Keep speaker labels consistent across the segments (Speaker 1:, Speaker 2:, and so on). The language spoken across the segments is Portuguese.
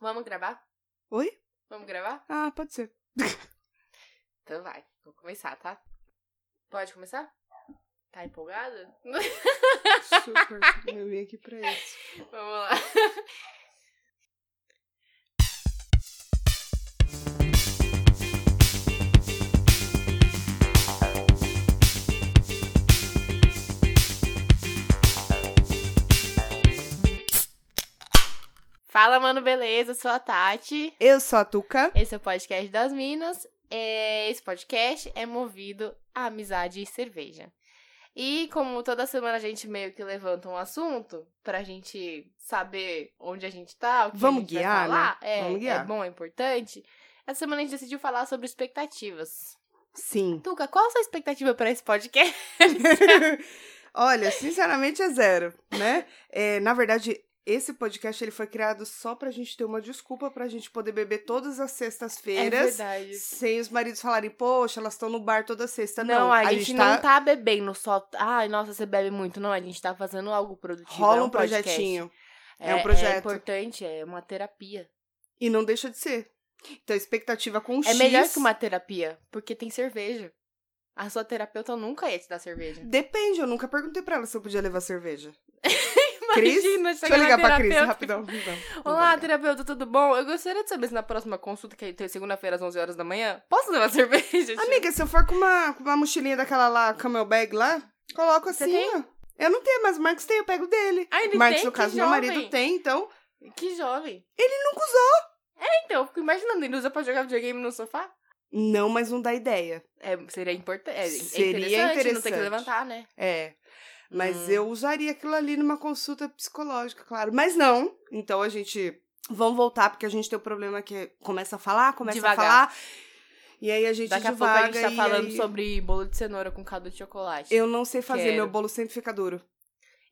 Speaker 1: Vamos gravar?
Speaker 2: Oi?
Speaker 1: Vamos gravar?
Speaker 2: Ah, pode ser.
Speaker 1: Então vai, vou começar, tá? Pode começar? Tá empolgada?
Speaker 2: Super. Eu vim aqui pra isso.
Speaker 1: Vamos lá. Fala, mano, beleza? Eu sou a Tati.
Speaker 2: Eu sou a Tuca.
Speaker 1: Esse é o podcast das Minas. É, Esse podcast é movido a amizade e cerveja. E como toda semana a gente meio que levanta um assunto pra gente saber onde a gente tá, o que
Speaker 2: Vamos
Speaker 1: a gente vai
Speaker 2: guiar, né?
Speaker 1: falar, é,
Speaker 2: Vamos guiar.
Speaker 1: é bom, é importante. Essa semana a gente decidiu falar sobre expectativas.
Speaker 2: Sim.
Speaker 1: Tuca, qual a sua expectativa pra esse podcast?
Speaker 2: Olha, sinceramente é zero, né? É, na verdade, esse podcast ele foi criado só pra gente ter uma desculpa pra gente poder beber todas as
Speaker 1: É
Speaker 2: sextas-feiras.
Speaker 1: verdade.
Speaker 2: sem os maridos falarem, poxa, elas estão no bar toda sexta.
Speaker 1: Não,
Speaker 2: Não,
Speaker 1: a, gente, não tá bebendo só. Ai, nossa, você bebe muito. Não, a gente tá fazendo algo produtivo. é
Speaker 2: rola um
Speaker 1: podcast.
Speaker 2: projetinho. É um projeto.
Speaker 1: É importante, é uma terapia.
Speaker 2: E não deixa de ser. Então, a expectativa com um
Speaker 1: É
Speaker 2: X.
Speaker 1: melhor que uma terapia, porque tem cerveja. A sua terapeuta nunca ia te dar cerveja.
Speaker 2: Depende, eu nunca perguntei pra ela se eu podia levar cerveja. Cris?
Speaker 1: Imagina,
Speaker 2: Deixa eu ligar pra Cris rapidão. Não, não
Speaker 1: Olá,
Speaker 2: vou ligar.
Speaker 1: terapeuta, tudo bom? Eu gostaria de saber se na próxima consulta, que é ter segunda-feira às 11 horas da manhã, posso levar cerveja? Tipo,
Speaker 2: Amiga, se eu for com uma, com uma mochilinha daquela lá, camel bag lá, coloco
Speaker 1: Você
Speaker 2: assim,
Speaker 1: tem?
Speaker 2: ó. Eu não tenho, mas o Marcos tem, eu pego dele.
Speaker 1: Ah, ele
Speaker 2: Marcos,
Speaker 1: tem?
Speaker 2: no
Speaker 1: Que
Speaker 2: caso, meu
Speaker 1: jovem.
Speaker 2: marido tem, então.
Speaker 1: Que jovem.
Speaker 2: Ele nunca usou.
Speaker 1: Então, eu fico imaginando, ele usa pra jogar videogame no sofá?
Speaker 2: Não, mas não dá ideia.
Speaker 1: É, seria importante. É, é
Speaker 2: Seria
Speaker 1: interessante, não tem
Speaker 2: interessante.
Speaker 1: que levantar, né?
Speaker 2: É. Mas
Speaker 1: Hum.
Speaker 2: eu usaria aquilo ali numa consulta psicológica, claro. Mas não. Então a gente. Vamos voltar, porque a gente tem o problema que começa a falar, começa
Speaker 1: Devagar.
Speaker 2: a falar. E aí a gente
Speaker 1: Daqui a pouco
Speaker 2: divaga
Speaker 1: a gente tá
Speaker 2: e
Speaker 1: falando
Speaker 2: aí-
Speaker 1: sobre bolo de cenoura com caldo de chocolate.
Speaker 2: Eu não sei fazer,
Speaker 1: Quero.
Speaker 2: meu bolo sempre fica duro.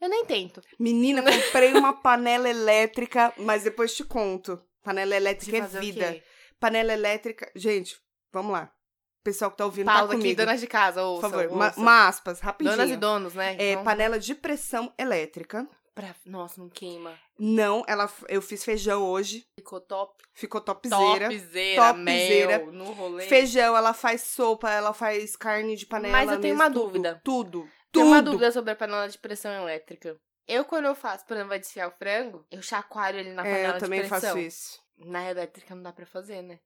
Speaker 1: eu nem tento.
Speaker 2: Menina, comprei uma panela elétrica, mas depois te conto. Panela
Speaker 1: De
Speaker 2: elétrica é
Speaker 1: fazer o
Speaker 2: vida.
Speaker 1: quê?
Speaker 2: Panela elétrica. Gente, vamos lá. O pessoal que tá ouvindo,
Speaker 1: Pausa
Speaker 2: tá
Speaker 1: aqui,
Speaker 2: comigo.
Speaker 1: donas de casa,
Speaker 2: Por
Speaker 1: ouçam,
Speaker 2: favor, uma,
Speaker 1: ouçam.
Speaker 2: uma aspas, rapidinho.
Speaker 1: Donas e donos, né?
Speaker 2: É,
Speaker 1: Então,
Speaker 2: panela de pressão elétrica.
Speaker 1: pra- Nossa, não queima.
Speaker 2: Não, ela, eu fiz feijão hoje,
Speaker 1: Ficou top.
Speaker 2: ficou topzera.
Speaker 1: Topzera,
Speaker 2: Topzera.
Speaker 1: mel, no rolê.
Speaker 2: Feijão, ela faz sopa, ela faz carne de panela.
Speaker 1: Mas eu tenho
Speaker 2: mesmo,
Speaker 1: uma
Speaker 2: tudo,
Speaker 1: dúvida.
Speaker 2: Tudo. Tudo.
Speaker 1: Tem uma dúvida sobre a panela de pressão elétrica. Eu, quando eu faço, por exemplo, vai desfiar o frango, eu chacoalho ele na panela
Speaker 2: é, eu
Speaker 1: de
Speaker 2: também
Speaker 1: pressão.
Speaker 2: faço isso.
Speaker 1: Na elétrica não dá pra fazer, né?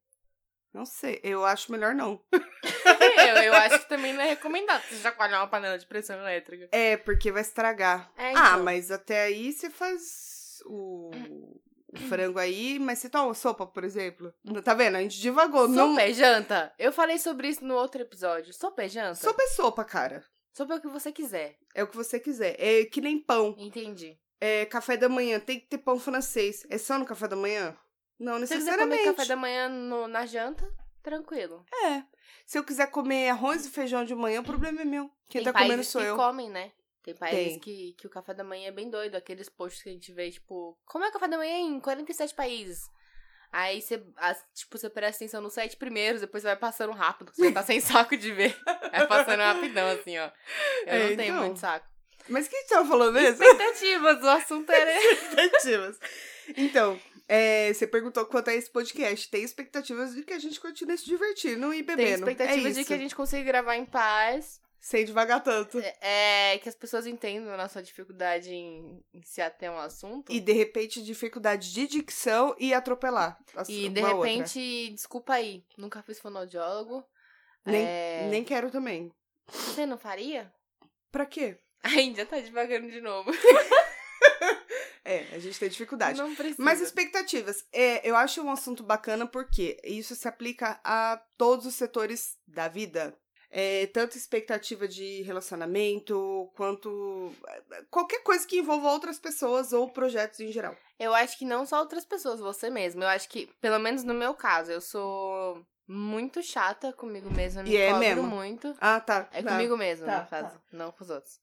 Speaker 2: Não sei, eu acho melhor não.
Speaker 1: eu, eu acho que também não é recomendado você chacoalhar uma panela de pressão elétrica.
Speaker 2: É, porque vai estragar.
Speaker 1: É,
Speaker 2: Ah,
Speaker 1: então. É.
Speaker 2: mas até aí você faz o, o
Speaker 1: Hum.
Speaker 2: frango aí, mas você toma sopa, por exemplo. Tá vendo? A gente divagou. não...
Speaker 1: Sopa é janta? Eu falei sobre isso no outro episódio. Sopa é janta? Sopa,
Speaker 2: sopa é sopa, cara.
Speaker 1: é o que você quiser.
Speaker 2: É o que você quiser. É que nem pão.
Speaker 1: Entendi.
Speaker 2: É café da manhã. Tem que ter pão francês. É só no café da manhã? Não
Speaker 1: Se você quiser comer
Speaker 2: necessariamente.
Speaker 1: café da manhã no- na janta, tranquilo.
Speaker 2: É. Se eu quiser comer arroz e feijão de manhã, o problema é meu. Quem
Speaker 1: Tem
Speaker 2: tá comendo
Speaker 1: países
Speaker 2: sou
Speaker 1: que
Speaker 2: eu.
Speaker 1: comem, né? Tem países
Speaker 2: Tem.
Speaker 1: Que, que o café da manhã é bem doido. Aqueles posts que a gente vê, tipo, como é o café da manhã em 47 países? Aí você, as- tipo, você presta atenção nos sete primeiros, depois você vai passando rápido, você tá sem saco de ver. Vai passando rapidão, assim, ó. Eu
Speaker 2: É,
Speaker 1: não tenho
Speaker 2: então.
Speaker 1: muito saco.
Speaker 2: Mas o que a gente tava falando mesmo?
Speaker 1: Expectativas, o assunto é era.
Speaker 2: Expectativas. Então, é, você perguntou quanto é esse podcast. Tem expectativas de que a gente continue se divertindo e
Speaker 1: Tem
Speaker 2: bebendo.
Speaker 1: expectativa
Speaker 2: é
Speaker 1: de
Speaker 2: isso.
Speaker 1: que a gente consiga gravar em paz.
Speaker 2: Sem devagar tanto.
Speaker 1: É, que as pessoas entendam a nossa dificuldade em, em se ater a um assunto.
Speaker 2: E de repente, dificuldade de dicção e atropelar. as-
Speaker 1: E de
Speaker 2: uma outra.
Speaker 1: repente, desculpa aí, nunca fiz fonoaudiólogo.
Speaker 2: Nem-
Speaker 1: É,
Speaker 2: Nem quero também.
Speaker 1: Você não faria?
Speaker 2: Pra quê?
Speaker 1: Ainda tá devagando de novo.
Speaker 2: É, a gente tem dificuldade.
Speaker 1: Não precisa.
Speaker 2: Mas expectativas. É, eu acho um assunto bacana porque isso se aplica a todos os setores da vida. É, tanto expectativa de relacionamento, quanto eh, qualquer coisa que envolva outras pessoas ou projetos em geral.
Speaker 1: Eu acho que não só outras pessoas, você mesmo. Eu acho que, pelo menos no meu caso, eu sou muito chata comigo mesma. Eu me
Speaker 2: E é
Speaker 1: cobro
Speaker 2: mesmo.
Speaker 1: muito.
Speaker 2: Ah, tá.
Speaker 1: É
Speaker 2: tá.
Speaker 1: comigo mesma,
Speaker 2: Tá,
Speaker 1: no caso.
Speaker 2: tá.
Speaker 1: Não com os outros.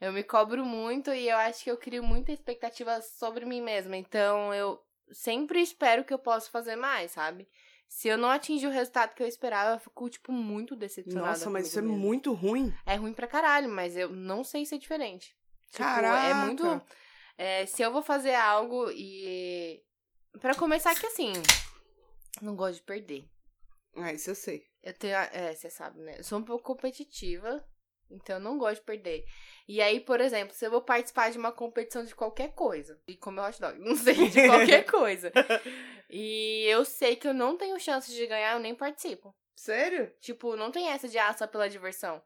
Speaker 1: Eu me cobro muito e eu acho que eu crio muita expectativa sobre mim mesma. Então eu sempre espero que eu possa fazer mais, sabe? Se eu não atingir o resultado que eu esperava, eu fico, tipo, muito decepcionada.
Speaker 2: Nossa, mas isso é
Speaker 1: comigo mesma.
Speaker 2: muito ruim.
Speaker 1: É ruim pra caralho, mas eu não sei ser diferente. Tipo,
Speaker 2: Caraca.
Speaker 1: é muito. é, se eu vou fazer algo e. Pra começar que assim, não gosto de perder.
Speaker 2: Ah, isso eu sei.
Speaker 1: Eu tenho. a- É, você sabe, né? Eu sou um pouco competitiva, então eu não gosto de perder. E aí, por exemplo, se eu vou participar de uma competição de qualquer coisa, e comer hot dog, não sei, de qualquer coisa. E eu sei que eu não tenho chance de ganhar, eu nem participo.
Speaker 2: Sério?
Speaker 1: Tipo, não tem essa de ah, só pela diversão.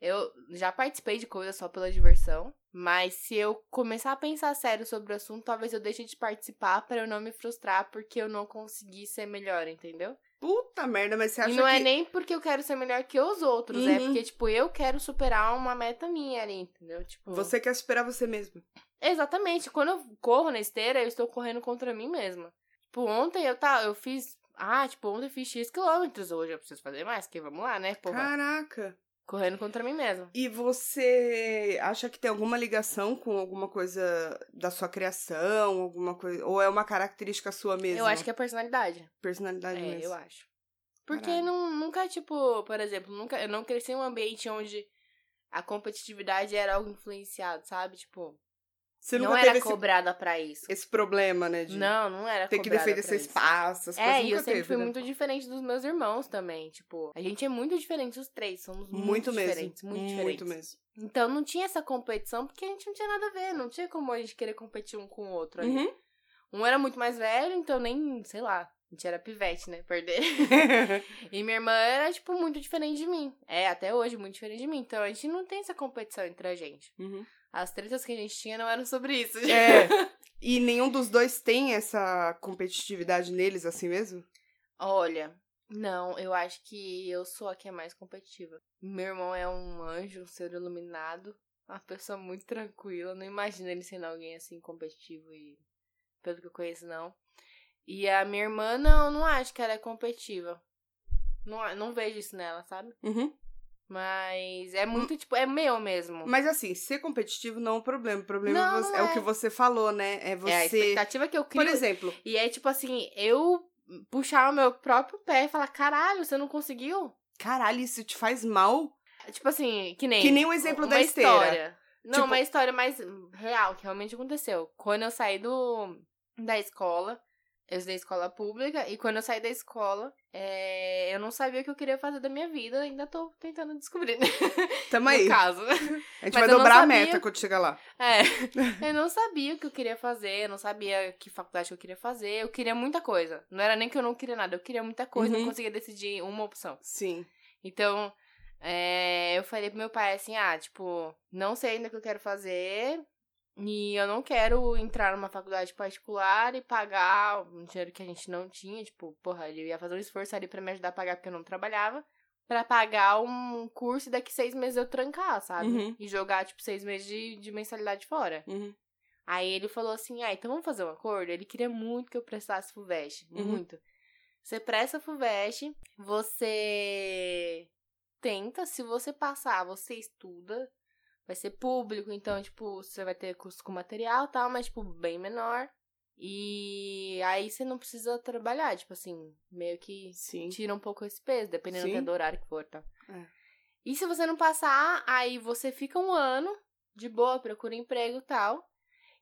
Speaker 1: Eu já participei de coisas só pela diversão, mas se eu começar a pensar sério sobre o assunto, talvez eu deixe de participar pra eu não me frustrar porque eu não consegui ser melhor, entendeu?
Speaker 2: Puta merda, mas você acha
Speaker 1: E não
Speaker 2: que...
Speaker 1: é nem porque eu quero ser melhor que os outros, é
Speaker 2: Uhum.
Speaker 1: porque, tipo, eu quero superar uma meta minha ali, entendeu? Tipo.
Speaker 2: Você quer superar você mesmo.
Speaker 1: Exatamente. Quando eu corro na esteira, eu estou correndo contra mim mesma. Tipo, ontem eu tá, eu fiz. Ah, tipo, ontem eu fiz X quilômetros, hoje eu preciso fazer mais, que vamos lá, né? Pô,
Speaker 2: Caraca.
Speaker 1: correndo contra mim mesma.
Speaker 2: E você acha que tem alguma ligação com alguma coisa da sua criação, alguma coisa, ou é uma característica sua mesmo?
Speaker 1: Eu acho que é personalidade.
Speaker 2: personalidade
Speaker 1: é,
Speaker 2: mesmo.
Speaker 1: eu acho. Porque
Speaker 2: Caralho.
Speaker 1: não, nunca, tipo, por exemplo, nunca, eu não cresci em um ambiente onde a competitividade era algo influenciado, sabe? Tipo,
Speaker 2: Você
Speaker 1: não
Speaker 2: nunca
Speaker 1: era
Speaker 2: teve esse,
Speaker 1: cobrada pra isso.
Speaker 2: esse problema, né, de
Speaker 1: Não, não era
Speaker 2: ter que
Speaker 1: cobrada
Speaker 2: defender
Speaker 1: pra
Speaker 2: seu
Speaker 1: isso.
Speaker 2: espaço, as
Speaker 1: É,
Speaker 2: coisas
Speaker 1: e
Speaker 2: nunca
Speaker 1: eu sempre
Speaker 2: teve,
Speaker 1: fui
Speaker 2: né?
Speaker 1: muito diferente dos meus irmãos também. Tipo, a gente é muito diferente, os três. Somos muito,
Speaker 2: muito mesmo,
Speaker 1: diferentes, muito diferentes.
Speaker 2: mesmo.
Speaker 1: Então não tinha essa competição porque a gente não tinha nada a ver. Não tinha como a gente querer competir um com o outro ali.
Speaker 2: Uhum.
Speaker 1: Um era muito mais velho, então nem, sei lá, a gente era pivete, né? Perder. e minha irmã era, tipo, muito diferente de mim. É, até hoje, muito diferente de mim. Então a gente não tem essa competição entre a gente.
Speaker 2: Uhum.
Speaker 1: As tretas que a gente tinha não eram sobre isso. gente.
Speaker 2: É. E nenhum dos dois tem essa competitividade neles assim mesmo?
Speaker 1: Olha, não, eu acho que eu sou a que é mais competitiva. Meu irmão é um anjo, um ser iluminado, uma pessoa muito tranquila. Não imagino ele sendo alguém assim competitivo e pelo que eu conheço, não. E a minha irmã, não, não acho que ela é competitiva. Não, a- não vejo isso nela, sabe?
Speaker 2: Uhum.
Speaker 1: Mas é muito, tipo, é meu mesmo.
Speaker 2: Mas assim, ser competitivo não é um problema. O problema
Speaker 1: Não,
Speaker 2: é, você-
Speaker 1: não
Speaker 2: é o
Speaker 1: é.
Speaker 2: que você falou, né? É
Speaker 1: É a
Speaker 2: você.
Speaker 1: expectativa que eu crio.
Speaker 2: Por exemplo,
Speaker 1: E é tipo assim, eu puxar o meu próprio pé e falar, caralho, você não conseguiu?
Speaker 2: caralho, isso te faz mal?
Speaker 1: Tipo assim, que nem.
Speaker 2: Que nem o exemplo
Speaker 1: uma
Speaker 2: da esteira.
Speaker 1: História. Não,
Speaker 2: Tipo-
Speaker 1: uma história mais real, que realmente aconteceu. Quando eu saí do, da escola, eu estudei escola pública, e quando eu saí da escola, é, eu não sabia o que eu queria fazer da minha vida, ainda tô tentando descobrir, né?
Speaker 2: Tamo
Speaker 1: No
Speaker 2: aí.
Speaker 1: caso.
Speaker 2: A gente
Speaker 1: Mas
Speaker 2: vai
Speaker 1: eu não
Speaker 2: dobrar a
Speaker 1: sabia.
Speaker 2: meta quando chegar lá.
Speaker 1: É, eu não sabia o que eu queria fazer, eu não sabia que faculdade que eu queria fazer, eu queria muita coisa. Não era nem que eu não queria nada, eu queria muita coisa,
Speaker 2: Uhum.
Speaker 1: não conseguia decidir uma opção.
Speaker 2: Sim.
Speaker 1: Então, é, eu falei pro meu pai assim, ah, tipo, não sei ainda o que eu quero fazer. E eu não quero entrar numa faculdade particular e pagar um dinheiro que a gente não tinha. Tipo, porra, ele ia fazer um esforço ali pra me ajudar a pagar porque eu não trabalhava. Pra pagar um curso e daqui seis meses eu trancar, sabe?
Speaker 2: Uhum.
Speaker 1: E jogar, tipo, seis meses de, de mensalidade fora.
Speaker 2: Uhum.
Speaker 1: Aí ele falou assim: ah, então vamos fazer um acordo? Ele queria muito que eu prestasse FUVEST.
Speaker 2: Uhum.
Speaker 1: Muito. Você presta FUVEST, você tenta, se você passar, você estuda. Vai ser público, então, tipo, você vai ter custo com material e tal, mas, tipo, bem menor. E aí você não precisa trabalhar, tipo assim, meio que
Speaker 2: Sim.
Speaker 1: tira um pouco esse peso, dependendo
Speaker 2: Sim.
Speaker 1: até do horário que for, tá?
Speaker 2: É.
Speaker 1: E se você não passar, aí você fica um ano de boa, procura emprego e tal.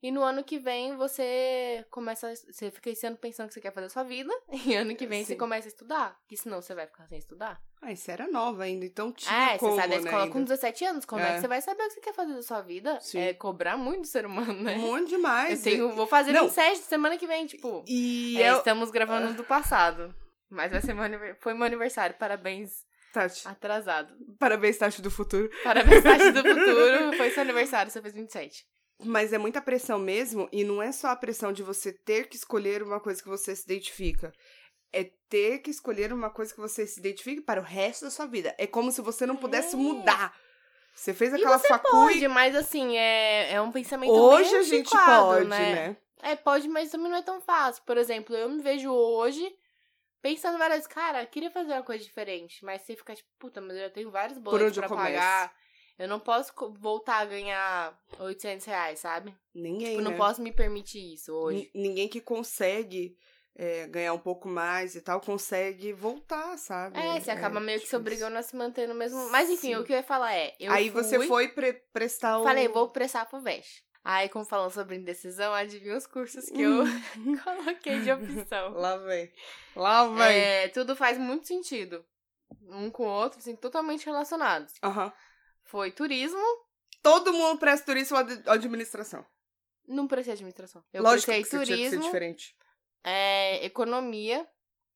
Speaker 1: E no ano que vem você começa. a- Você fica esse ano pensando que você quer fazer a sua vida. E ano que vem você
Speaker 2: Sim.
Speaker 1: começa a estudar. Porque senão você vai ficar sem estudar.
Speaker 2: Ah, isso era nova ainda, então tinha
Speaker 1: é,
Speaker 2: como,
Speaker 1: você sai da
Speaker 2: né,
Speaker 1: escola
Speaker 2: ainda.
Speaker 1: com 17 anos. Como é.
Speaker 2: É.
Speaker 1: que você vai saber o que você quer fazer da sua vida?
Speaker 2: Sim.
Speaker 1: É cobrar muito do ser humano, né?
Speaker 2: Muito demais.
Speaker 1: Eu tenho, vou fazer
Speaker 2: Não.
Speaker 1: 27 semana que vem, tipo.
Speaker 2: né? E
Speaker 1: é,
Speaker 2: eu... Ah.
Speaker 1: Estamos gravando do passado. Mas vai ser meu aniver- foi meu aniversário. Parabéns
Speaker 2: Tati,
Speaker 1: Atrasado.
Speaker 2: parabéns, Tati do futuro.
Speaker 1: Parabéns, Tati do futuro. Foi seu aniversário, você fez 27.
Speaker 2: Mas é muita pressão mesmo, e não é só a pressão de você ter que escolher uma coisa que você se identifica. É ter que escolher uma coisa que você se identifique para o resto da sua vida. É como se você não pudesse
Speaker 1: É.
Speaker 2: mudar. Você fez
Speaker 1: E
Speaker 2: aquela
Speaker 1: você
Speaker 2: facul
Speaker 1: Pode, mas assim, é, é um pensamento
Speaker 2: Hoje
Speaker 1: bem
Speaker 2: a gente
Speaker 1: antiquado,
Speaker 2: pode, né?
Speaker 1: É, pode, mas também não é tão fácil. Por exemplo, eu me vejo hoje pensando várias vezes, cara, eu queria fazer uma coisa diferente, mas você fica tipo, puta, mas eu já tenho vários boletos
Speaker 2: onde eu
Speaker 1: pra
Speaker 2: começo?
Speaker 1: pagar. Eu não posso co- voltar a ganhar 800 reais, sabe?
Speaker 2: Ninguém,
Speaker 1: Eu Tipo, não
Speaker 2: né?
Speaker 1: posso me permitir isso hoje.
Speaker 2: Ni- Ninguém que consegue é, ganhar um pouco mais e tal consegue voltar, sabe?
Speaker 1: É, você acaba meio que se
Speaker 2: difícil.
Speaker 1: obrigando a se manter no mesmo. Mas enfim,
Speaker 2: Sim.
Speaker 1: o que eu ia falar é. Eu
Speaker 2: Aí
Speaker 1: fui,
Speaker 2: você foi pre- prestar um o.
Speaker 1: Falei, vou prestar pro VEST. Aí, como falando sobre indecisão, adivinha os cursos que eu coloquei de opção.
Speaker 2: Lá vem. Lá vem.
Speaker 1: É, tudo faz muito sentido. Um com o outro, assim, totalmente relacionados.
Speaker 2: Aham.
Speaker 1: Foi turismo,
Speaker 2: Todo mundo presta turismo ou ad- administração.
Speaker 1: não prestei administração. Eu
Speaker 2: Lógico que
Speaker 1: prestei
Speaker 2: isso tinha que ser
Speaker 1: turismo,
Speaker 2: diferente.
Speaker 1: é, economia,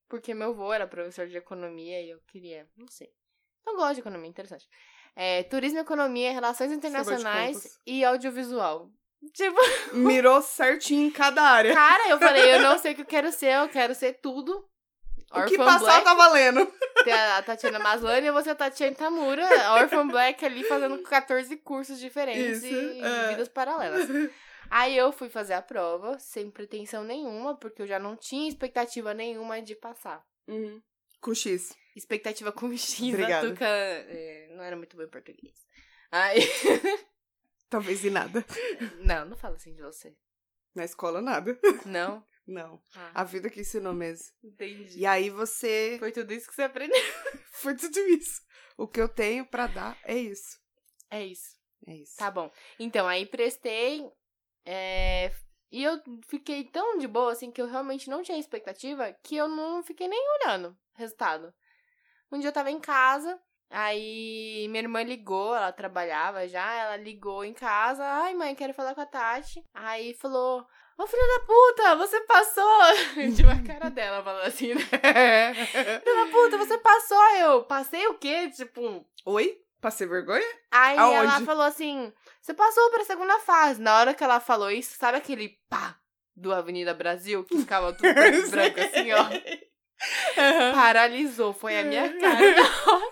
Speaker 1: porque meu avô era professor de economia e eu queria, não sei. Então, Eu gosto de economia, interessante. É, turismo, economia, relações
Speaker 2: de
Speaker 1: internacionais
Speaker 2: contas.
Speaker 1: e audiovisual. Tipo,
Speaker 2: Mirou certinho em cada área.
Speaker 1: cara, eu falei, eu não sei o que eu quero ser, eu quero ser tudo.
Speaker 2: o que
Speaker 1: Orphan
Speaker 2: passar
Speaker 1: Black,
Speaker 2: tá valendo.
Speaker 1: tem a Tatiana Maslany e você a Tatiana Tamura, a Orphan Black ali fazendo 14 cursos diferentes
Speaker 2: Isso,
Speaker 1: e
Speaker 2: é.
Speaker 1: vidas paralelas. Aí eu fui fazer a prova, sem pretensão nenhuma, porque eu já não tinha expectativa nenhuma de passar.
Speaker 2: Uhum. Com X.
Speaker 1: Expectativa com X, a
Speaker 2: Obrigada.
Speaker 1: Tuca é, não era muito bom em português. Aí,
Speaker 2: Talvez em nada.
Speaker 1: não, não fala assim de você.
Speaker 2: Na escola, nada.
Speaker 1: Não?
Speaker 2: Não.
Speaker 1: Ah,
Speaker 2: A vida que ensinou mesmo.
Speaker 1: entendi.
Speaker 2: E aí você.
Speaker 1: Foi tudo isso que você aprendeu.
Speaker 2: Foi tudo isso. O que eu tenho pra dar é isso.
Speaker 1: É isso.
Speaker 2: É isso.
Speaker 1: Tá bom. Então, aí prestei. é, E eu fiquei tão de boa, assim, que eu realmente não tinha expectativa, que eu não fiquei nem olhando o resultado. Um dia eu tava em casa, aí minha irmã ligou, ela trabalhava já, ela ligou em casa, ai mãe, quero falar com a Tati. Aí falou, ô filha da puta, você passou! De uma cara dela falando assim, né? Filha da puta, você passou! Aí Eu, passei o quê? Tipo,
Speaker 2: Oi? Passei vergonha?
Speaker 1: Aí ela
Speaker 2: Aonde?
Speaker 1: falou assim: você passou pra segunda fase. Na hora que ela falou isso, sabe aquele pá do Avenida Brasil que ficava tudo preto e branco assim, ó? Paralisou, foi a minha cara. na hora.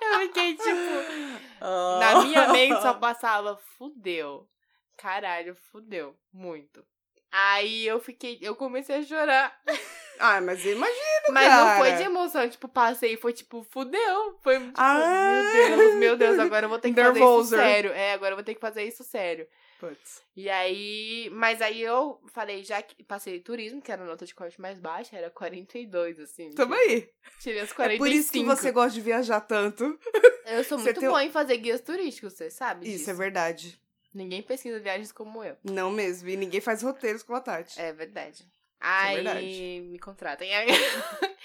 Speaker 1: Eu fiquei tipo.
Speaker 2: Oh.
Speaker 1: Na minha mente só passava, fudeu. Caralho, fudeu. Muito. Aí eu fiquei, eu comecei a chorar.
Speaker 2: Ah, mas imagina.
Speaker 1: Mas não foi
Speaker 2: cara.
Speaker 1: de emoção, tipo, passei, foi tipo, fudeu. Foi tipo,
Speaker 2: Ah.
Speaker 1: meu Deus, meu Deus, agora eu vou ter que fazer isso
Speaker 2: Nervoso.
Speaker 1: sério. É, agora eu vou ter que fazer isso sério.
Speaker 2: Putz.
Speaker 1: E aí, mas aí eu falei, já que passei turismo, que era a nota de corte mais baixa, era 42, assim.
Speaker 2: Tamo aí.
Speaker 1: Tirei os
Speaker 2: É
Speaker 1: 45.
Speaker 2: por isso que você gosta de viajar tanto.
Speaker 1: Eu sou
Speaker 2: você
Speaker 1: muito
Speaker 2: tem-
Speaker 1: boa em fazer guias turísticos, você sabe
Speaker 2: Isso
Speaker 1: disso.
Speaker 2: é verdade.
Speaker 1: Ninguém pesquisa viagens como eu.
Speaker 2: Não mesmo. E ninguém faz roteiros com a Tati.
Speaker 1: É verdade.
Speaker 2: é
Speaker 1: Aí,
Speaker 2: verdade.
Speaker 1: me contratem.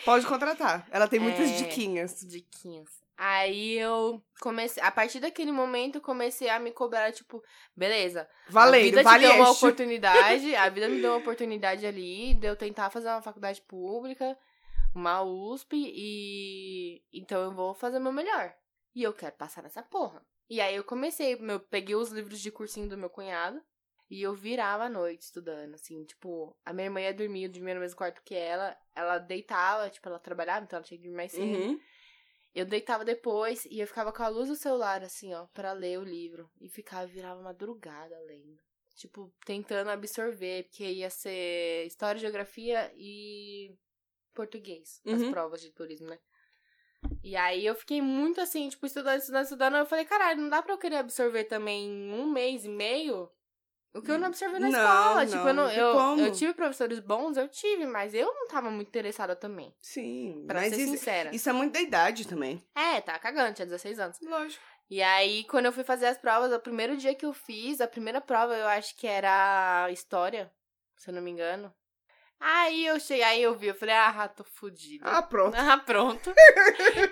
Speaker 2: Pode contratar. Ela tem muitas
Speaker 1: É.
Speaker 2: diquinhas.
Speaker 1: diquinhas. Aí eu comecei, a partir daquele momento eu comecei a me cobrar, tipo, beleza, a
Speaker 2: Valendo,
Speaker 1: vida
Speaker 2: vale
Speaker 1: te deu uma
Speaker 2: este.
Speaker 1: oportunidade, a vida me deu uma oportunidade ali de eu tentar fazer uma faculdade pública, uma USP, e então eu vou fazer o meu melhor. E eu quero passar nessa porra. E aí eu comecei, eu peguei os livros de cursinho do meu cunhado, e eu virava a noite estudando, assim, tipo, a minha irmã ia dormir, eu dormia no mesmo quarto que ela, ela deitava, tipo, ela trabalhava, então ela tinha que dormir mais cedo.
Speaker 2: Uhum.
Speaker 1: Eu deitava depois e eu ficava com a luz do celular, assim, ó, pra ler o livro. E ficava, virava madrugada lendo. Tipo, tentando absorver, porque ia ser história, geografia e português. As
Speaker 2: Uhum.
Speaker 1: provas de turismo, né? E aí eu fiquei muito assim, tipo, estudando, estudando, estudando. Eu falei, caralho, não dá pra eu querer absorver também em um mês e meio o que eu não absorvi na
Speaker 2: Não,
Speaker 1: escola. Tipo, eu,
Speaker 2: não,
Speaker 1: não,
Speaker 2: não tem
Speaker 1: eu,
Speaker 2: como.
Speaker 1: eu tive professores bons, eu tive, mas eu não tava muito interessada também.
Speaker 2: Sim.
Speaker 1: Pra
Speaker 2: mas
Speaker 1: ser
Speaker 2: isso,
Speaker 1: sincera.
Speaker 2: isso é muito da idade também.
Speaker 1: É, tá cagando, tinha 16 anos.
Speaker 2: Lógico.
Speaker 1: E aí, quando eu fui fazer as provas, o primeiro dia que eu fiz, a primeira prova eu acho que era história, se eu não me engano. Aí eu cheguei, aí eu vi, eu falei, ah, tô fodida.
Speaker 2: Ah, pronto.
Speaker 1: Ah, pronto.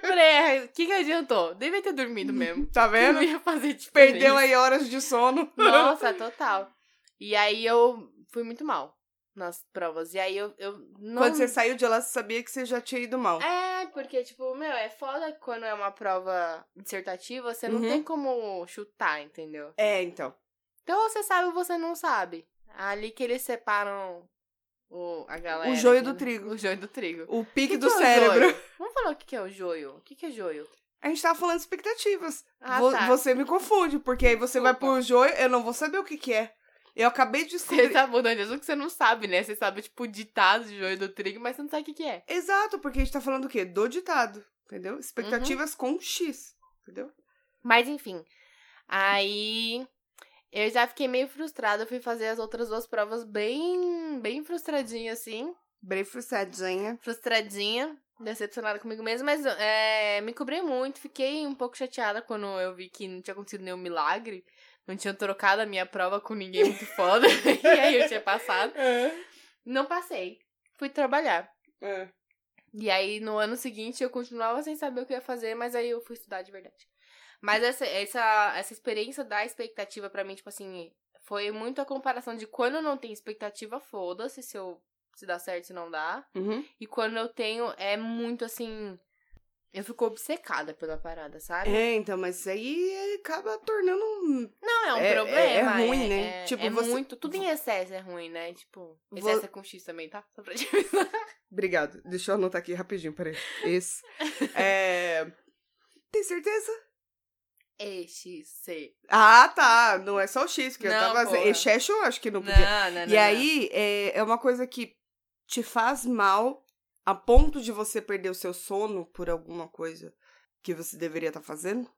Speaker 1: falei, ah, o que que adiantou? Devia ter dormido mesmo.
Speaker 2: Tá
Speaker 1: Eu não
Speaker 2: vendo?
Speaker 1: ia fazer diferente.
Speaker 2: Perdeu aí horas de sono.
Speaker 1: Nossa, total. E aí eu fui muito mal nas provas. E aí eu, eu não...
Speaker 2: Quando você saiu de lá, você sabia que você já tinha ido mal.
Speaker 1: É, porque, tipo, meu, é foda quando é uma prova dissertativa, você não
Speaker 2: Uhum.
Speaker 1: tem como chutar, entendeu?
Speaker 2: É, então.
Speaker 1: Então ou você sabe ou você não sabe. Ali que eles separam o, a galera.
Speaker 2: O joio
Speaker 1: né?
Speaker 2: do trigo.
Speaker 1: O joio do trigo.
Speaker 2: O pique
Speaker 1: que
Speaker 2: do
Speaker 1: é o
Speaker 2: cérebro.
Speaker 1: joio? Vamos falar o que que é o joio. O que que é joio?
Speaker 2: A gente tava falando de expectativas.
Speaker 1: Ah,
Speaker 2: Vo-
Speaker 1: tá.
Speaker 2: Você me confunde, porque aí você vai
Speaker 1: Desculpa.
Speaker 2: pro joio, eu não vou saber o que que é. Eu acabei de
Speaker 1: Você
Speaker 2: descobrir.
Speaker 1: tá mudando de assunto que você não sabe, né? Você sabe, tipo, o ditado de joio do trigo, mas você não sabe o que que é.
Speaker 2: Exato, porque a gente tá falando o quê? Do ditado,
Speaker 1: Uhum.
Speaker 2: entendeu? Expectativas com X, entendeu?
Speaker 1: Mas enfim. Aí eu já fiquei meio frustrada, eu fui fazer as outras duas provas bem, bem frustradinha assim,
Speaker 2: Bem frustradinha.
Speaker 1: frustradinha, decepcionada comigo mesma, mas eh, é, me cobrei muito, fiquei um pouco chateada quando eu vi que não tinha acontecido nenhum milagre. Não tinha trocado a minha prova com ninguém muito foda. e aí eu tinha passado.
Speaker 2: É,
Speaker 1: Não passei. Fui trabalhar.
Speaker 2: é.
Speaker 1: E aí, no ano seguinte, eu continuava sem saber o que eu ia fazer, mas aí eu fui estudar de verdade. Mas essa, essa, essa experiência da expectativa, pra mim, tipo assim, foi muito a comparação de quando não tem expectativa, foda-se se eu se dá certo, se não dá.
Speaker 2: Uhum.
Speaker 1: E quando eu tenho, é muito assim. Eu fico obcecada pela parada, sabe?
Speaker 2: É, então, mas isso aí acaba tornando um.
Speaker 1: Não, é um
Speaker 2: É- é-
Speaker 1: problema.
Speaker 2: é ruim, né?
Speaker 1: É,
Speaker 2: Tipo,
Speaker 1: é
Speaker 2: você-
Speaker 1: muito. Tudo em excesso é ruim, né? Tipo,
Speaker 2: Vo-
Speaker 1: excesso é com X também, tá? Só pra te avisar.
Speaker 2: Obrigado. Deixa eu anotar aqui rapidinho, peraí. Esse. É. Tem certeza?
Speaker 1: E, É, X, C.
Speaker 2: Ah, tá. Não é só o X, porque eu
Speaker 1: Não,
Speaker 2: tava.
Speaker 1: porra.
Speaker 2: Excesso eu acho que não
Speaker 1: Não,
Speaker 2: podia.
Speaker 1: não, não.
Speaker 2: e
Speaker 1: não.
Speaker 2: aí, é, é uma coisa que te faz mal a ponto de você perder o seu sono por alguma coisa que você deveria estar fazendo?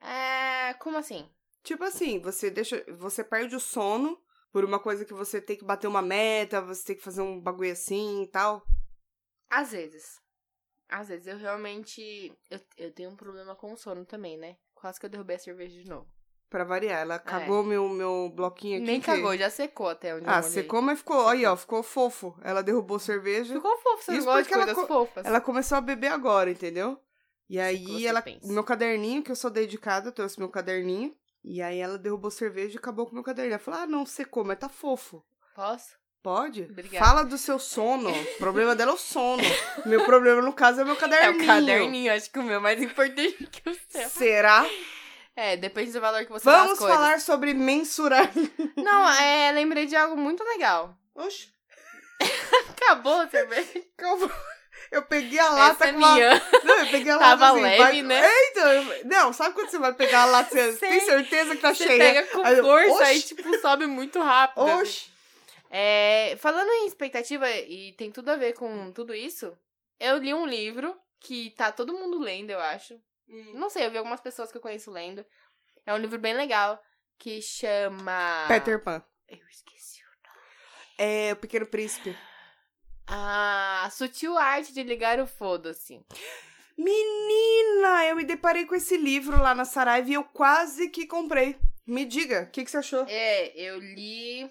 Speaker 1: É. Como assim?
Speaker 2: Tipo assim, você deixa. Você perde o sono por uma coisa que você tem que bater uma meta, você tem que fazer um bagulho assim e tal.
Speaker 1: Às vezes. Às vezes eu realmente. Eu, eu tenho um problema com o sono também, né? Quase que eu derrubei a cerveja de novo.
Speaker 2: Pra variar. Ela cagou meu, meu bloquinho aqui.
Speaker 1: É. Nem
Speaker 2: que-
Speaker 1: cagou, já secou até onde eu
Speaker 2: Ah,
Speaker 1: molhei.
Speaker 2: secou, mas ficou. Aí, ó, ficou fofo. Ela derrubou cerveja.
Speaker 1: Ficou fofo, você não
Speaker 2: Isso
Speaker 1: gosta de
Speaker 2: porque ela
Speaker 1: coisas
Speaker 2: co-
Speaker 1: fofas.
Speaker 2: Ela começou a beber agora, entendeu? E
Speaker 1: que
Speaker 2: aí
Speaker 1: você
Speaker 2: ela.
Speaker 1: pensa.
Speaker 2: Meu caderninho, que eu sou dedicada, eu trouxe meu caderninho. E aí ela derrubou cerveja e acabou com meu caderninho. Ela falou: ah, não, secou, mas tá fofo.
Speaker 1: Posso?
Speaker 2: Pode?
Speaker 1: Obrigada.
Speaker 2: Fala do seu sono. O problema dela é o sono. meu problema, no caso, é meu caderninho.
Speaker 1: É o caderninho, acho que o meu é mais importante que o seu.
Speaker 2: Será?
Speaker 1: É, depende do valor que você dá às
Speaker 2: Vamos
Speaker 1: coisas.
Speaker 2: falar sobre mensurar.
Speaker 1: Não, é, lembrei de algo muito legal.
Speaker 2: Oxe,
Speaker 1: Acabou a cerveja.
Speaker 2: calma. Eu peguei a lata
Speaker 1: Essa é
Speaker 2: com uma-
Speaker 1: minha.
Speaker 2: Não, eu peguei a lata
Speaker 1: Tava
Speaker 2: assim,
Speaker 1: leve,
Speaker 2: vai-
Speaker 1: né?
Speaker 2: Então, eu- não, sabe quando você vai pegar a lata, você
Speaker 1: Sei.
Speaker 2: tem certeza que tá
Speaker 1: Você
Speaker 2: cheia?
Speaker 1: pega com
Speaker 2: Aí eu,
Speaker 1: força, aí,
Speaker 2: oxe.
Speaker 1: tipo, sobe muito rápido. assim.
Speaker 2: Oxe.
Speaker 1: É, falando em expectativa, e tem tudo a ver com tudo isso, eu li um livro que tá todo mundo lendo, eu acho. Não sei, eu vi algumas pessoas que eu conheço lendo. É um livro bem legal que chama.
Speaker 2: Peter Pan.
Speaker 1: Eu esqueci. o-
Speaker 2: É, o Pequeno Príncipe.
Speaker 1: Ah, Sutil Arte de Ligar o Foda-se.
Speaker 2: Menina, eu me deparei com esse livro lá na Saraiva e eu quase que comprei. Me diga, o que, que você achou?
Speaker 1: É, eu li.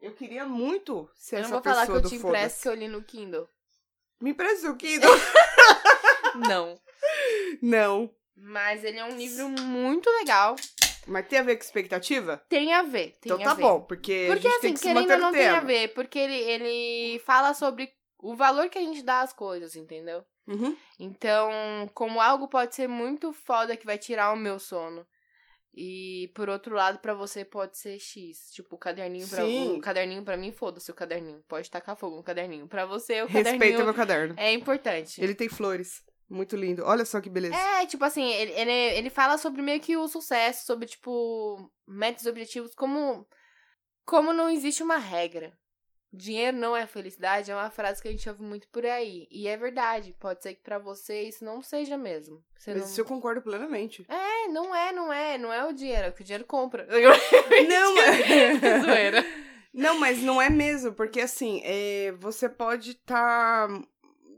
Speaker 2: Eu queria muito ser
Speaker 1: Eu não
Speaker 2: essa
Speaker 1: vou
Speaker 2: pessoa
Speaker 1: falar que eu
Speaker 2: do
Speaker 1: te
Speaker 2: foda-se.
Speaker 1: impresso que eu li no Kindle.
Speaker 2: Me empresta o Kindle.
Speaker 1: É. Não.
Speaker 2: Não.
Speaker 1: Mas ele é um livro muito legal.
Speaker 2: Mas tem a ver com expectativa?
Speaker 1: Tem a ver. Tem
Speaker 2: então
Speaker 1: a
Speaker 2: tá
Speaker 1: ver.
Speaker 2: bom, porque,
Speaker 1: Porque
Speaker 2: a gente tem
Speaker 1: assim,
Speaker 2: que se manter
Speaker 1: querendo ou não
Speaker 2: no
Speaker 1: tem
Speaker 2: tema.
Speaker 1: a ver, porque ele, ele fala sobre o valor que a gente dá às coisas, entendeu?
Speaker 2: Uhum.
Speaker 1: Então, como algo pode ser muito foda que vai tirar o meu sono. E por outro lado, pra você pode ser X. Tipo, o caderninho pra
Speaker 2: Sim.
Speaker 1: o caderninho para mim, foda-se o caderninho. Pode tacar fogo no caderninho. Pra você, o
Speaker 2: Respeita
Speaker 1: caderninho
Speaker 2: meu caderno.
Speaker 1: é importante.
Speaker 2: Ele tem flores. Muito lindo. Olha só que beleza.
Speaker 1: É, tipo assim, ele, ele, ele fala sobre meio que o sucesso, sobre, tipo, metas e objetivos, como, como não existe uma regra. Dinheiro não é felicidade, é uma frase que a gente ouve muito por aí. E é verdade, pode ser que pra você isso não seja mesmo. Você
Speaker 2: Mas
Speaker 1: não...
Speaker 2: isso eu concordo plenamente.
Speaker 1: É, não é, não é, não é o dinheiro, é o que o dinheiro compra.
Speaker 2: Não, é.
Speaker 1: é.
Speaker 2: mas...
Speaker 1: Zoeira.
Speaker 2: Não, mas não é mesmo, porque assim, é, você pode estar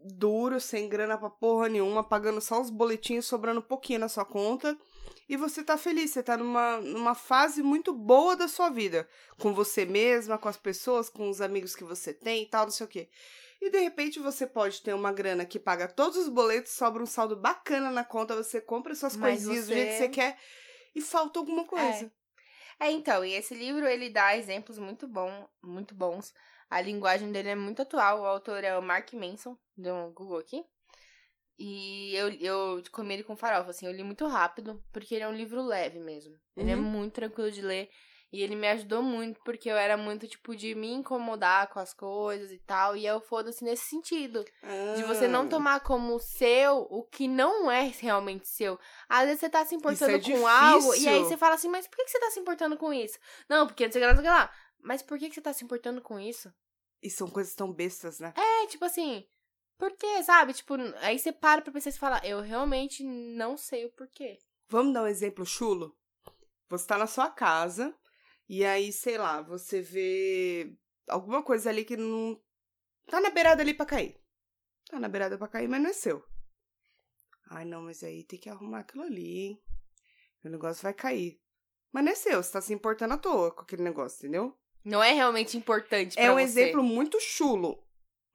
Speaker 2: duro, sem grana pra porra nenhuma, pagando só os boletinhos, sobrando um pouquinho na sua conta, e você tá feliz, você tá numa, numa fase muito boa da sua vida, com você mesma, com as pessoas, com os amigos que você tem e tal, não sei o quê. E de repente você pode ter uma grana que paga todos os boletos, sobra um saldo bacana na conta, você compra suas
Speaker 1: Mas
Speaker 2: coisinhas
Speaker 1: você-
Speaker 2: do jeito que você quer, e falta alguma coisa.
Speaker 1: É, então, e esse livro ele dá exemplos muito bom, muito bons. A linguagem dele é muito atual. O autor é o Mark Manson, deu um Google aqui. E eu, eu comi ele com farofa, assim, eu li muito rápido, porque ele é um livro leve mesmo. Ele é
Speaker 2: Uhum.
Speaker 1: muito tranquilo de ler. E ele me ajudou muito, porque eu era muito, tipo, de me incomodar com as coisas e tal. E eu foda-se nesse sentido. De você não tomar
Speaker 2: tomar
Speaker 1: como seu o que não é realmente seu. Às vezes você tá se importando
Speaker 2: Isso é
Speaker 1: com algo e aí
Speaker 2: difícil.
Speaker 1: você fala assim, mas por que que você tá se importando com isso? Não, porque não sei o que lá, não sei o que lá. Mas por que que você tá se importando com isso?
Speaker 2: E são coisas tão bestas, né?
Speaker 1: É, tipo assim, por quê, sabe? Tipo, aí você para pra pensar e fala, eu realmente não sei o porquê.
Speaker 2: Vamos dar um exemplo chulo? Você tá na sua casa e aí, sei lá, você vê alguma coisa ali que não. Tá na beirada ali pra cair. Tá na beirada pra cair, mas não é seu. Ai, não, mas aí tem que arrumar aquilo ali, hein? O negócio vai cair. Mas não é seu, você tá se importando à toa com aquele negócio, entendeu?
Speaker 1: Não é realmente importante pra
Speaker 2: É um
Speaker 1: você.
Speaker 2: exemplo muito chulo,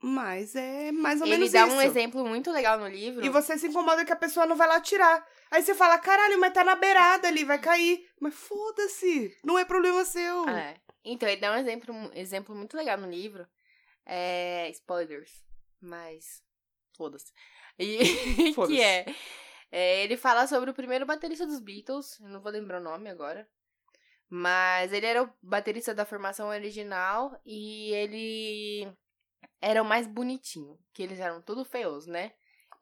Speaker 2: mas é mais ou
Speaker 1: Ele
Speaker 2: menos
Speaker 1: dá
Speaker 2: isso.
Speaker 1: um exemplo muito legal no livro.
Speaker 2: E você se incomoda que a pessoa não vai lá tirar. Aí você fala, caralho, mas tá na beirada ali,
Speaker 1: Uhum.
Speaker 2: vai cair. Mas foda-se, não é problema seu.
Speaker 1: Ah, é. Então, ele dá um exemplo, um exemplo muito legal no livro. É. Spoilers. Mas. Foda-se. E
Speaker 2: Foda-se.
Speaker 1: que é, é, Ele fala sobre o primeiro baterista dos Beatles. eu Não vou lembrar o nome agora. Mas ele era o baterista da formação original e ele era o mais bonitinho. Que eles eram tudo feios, né?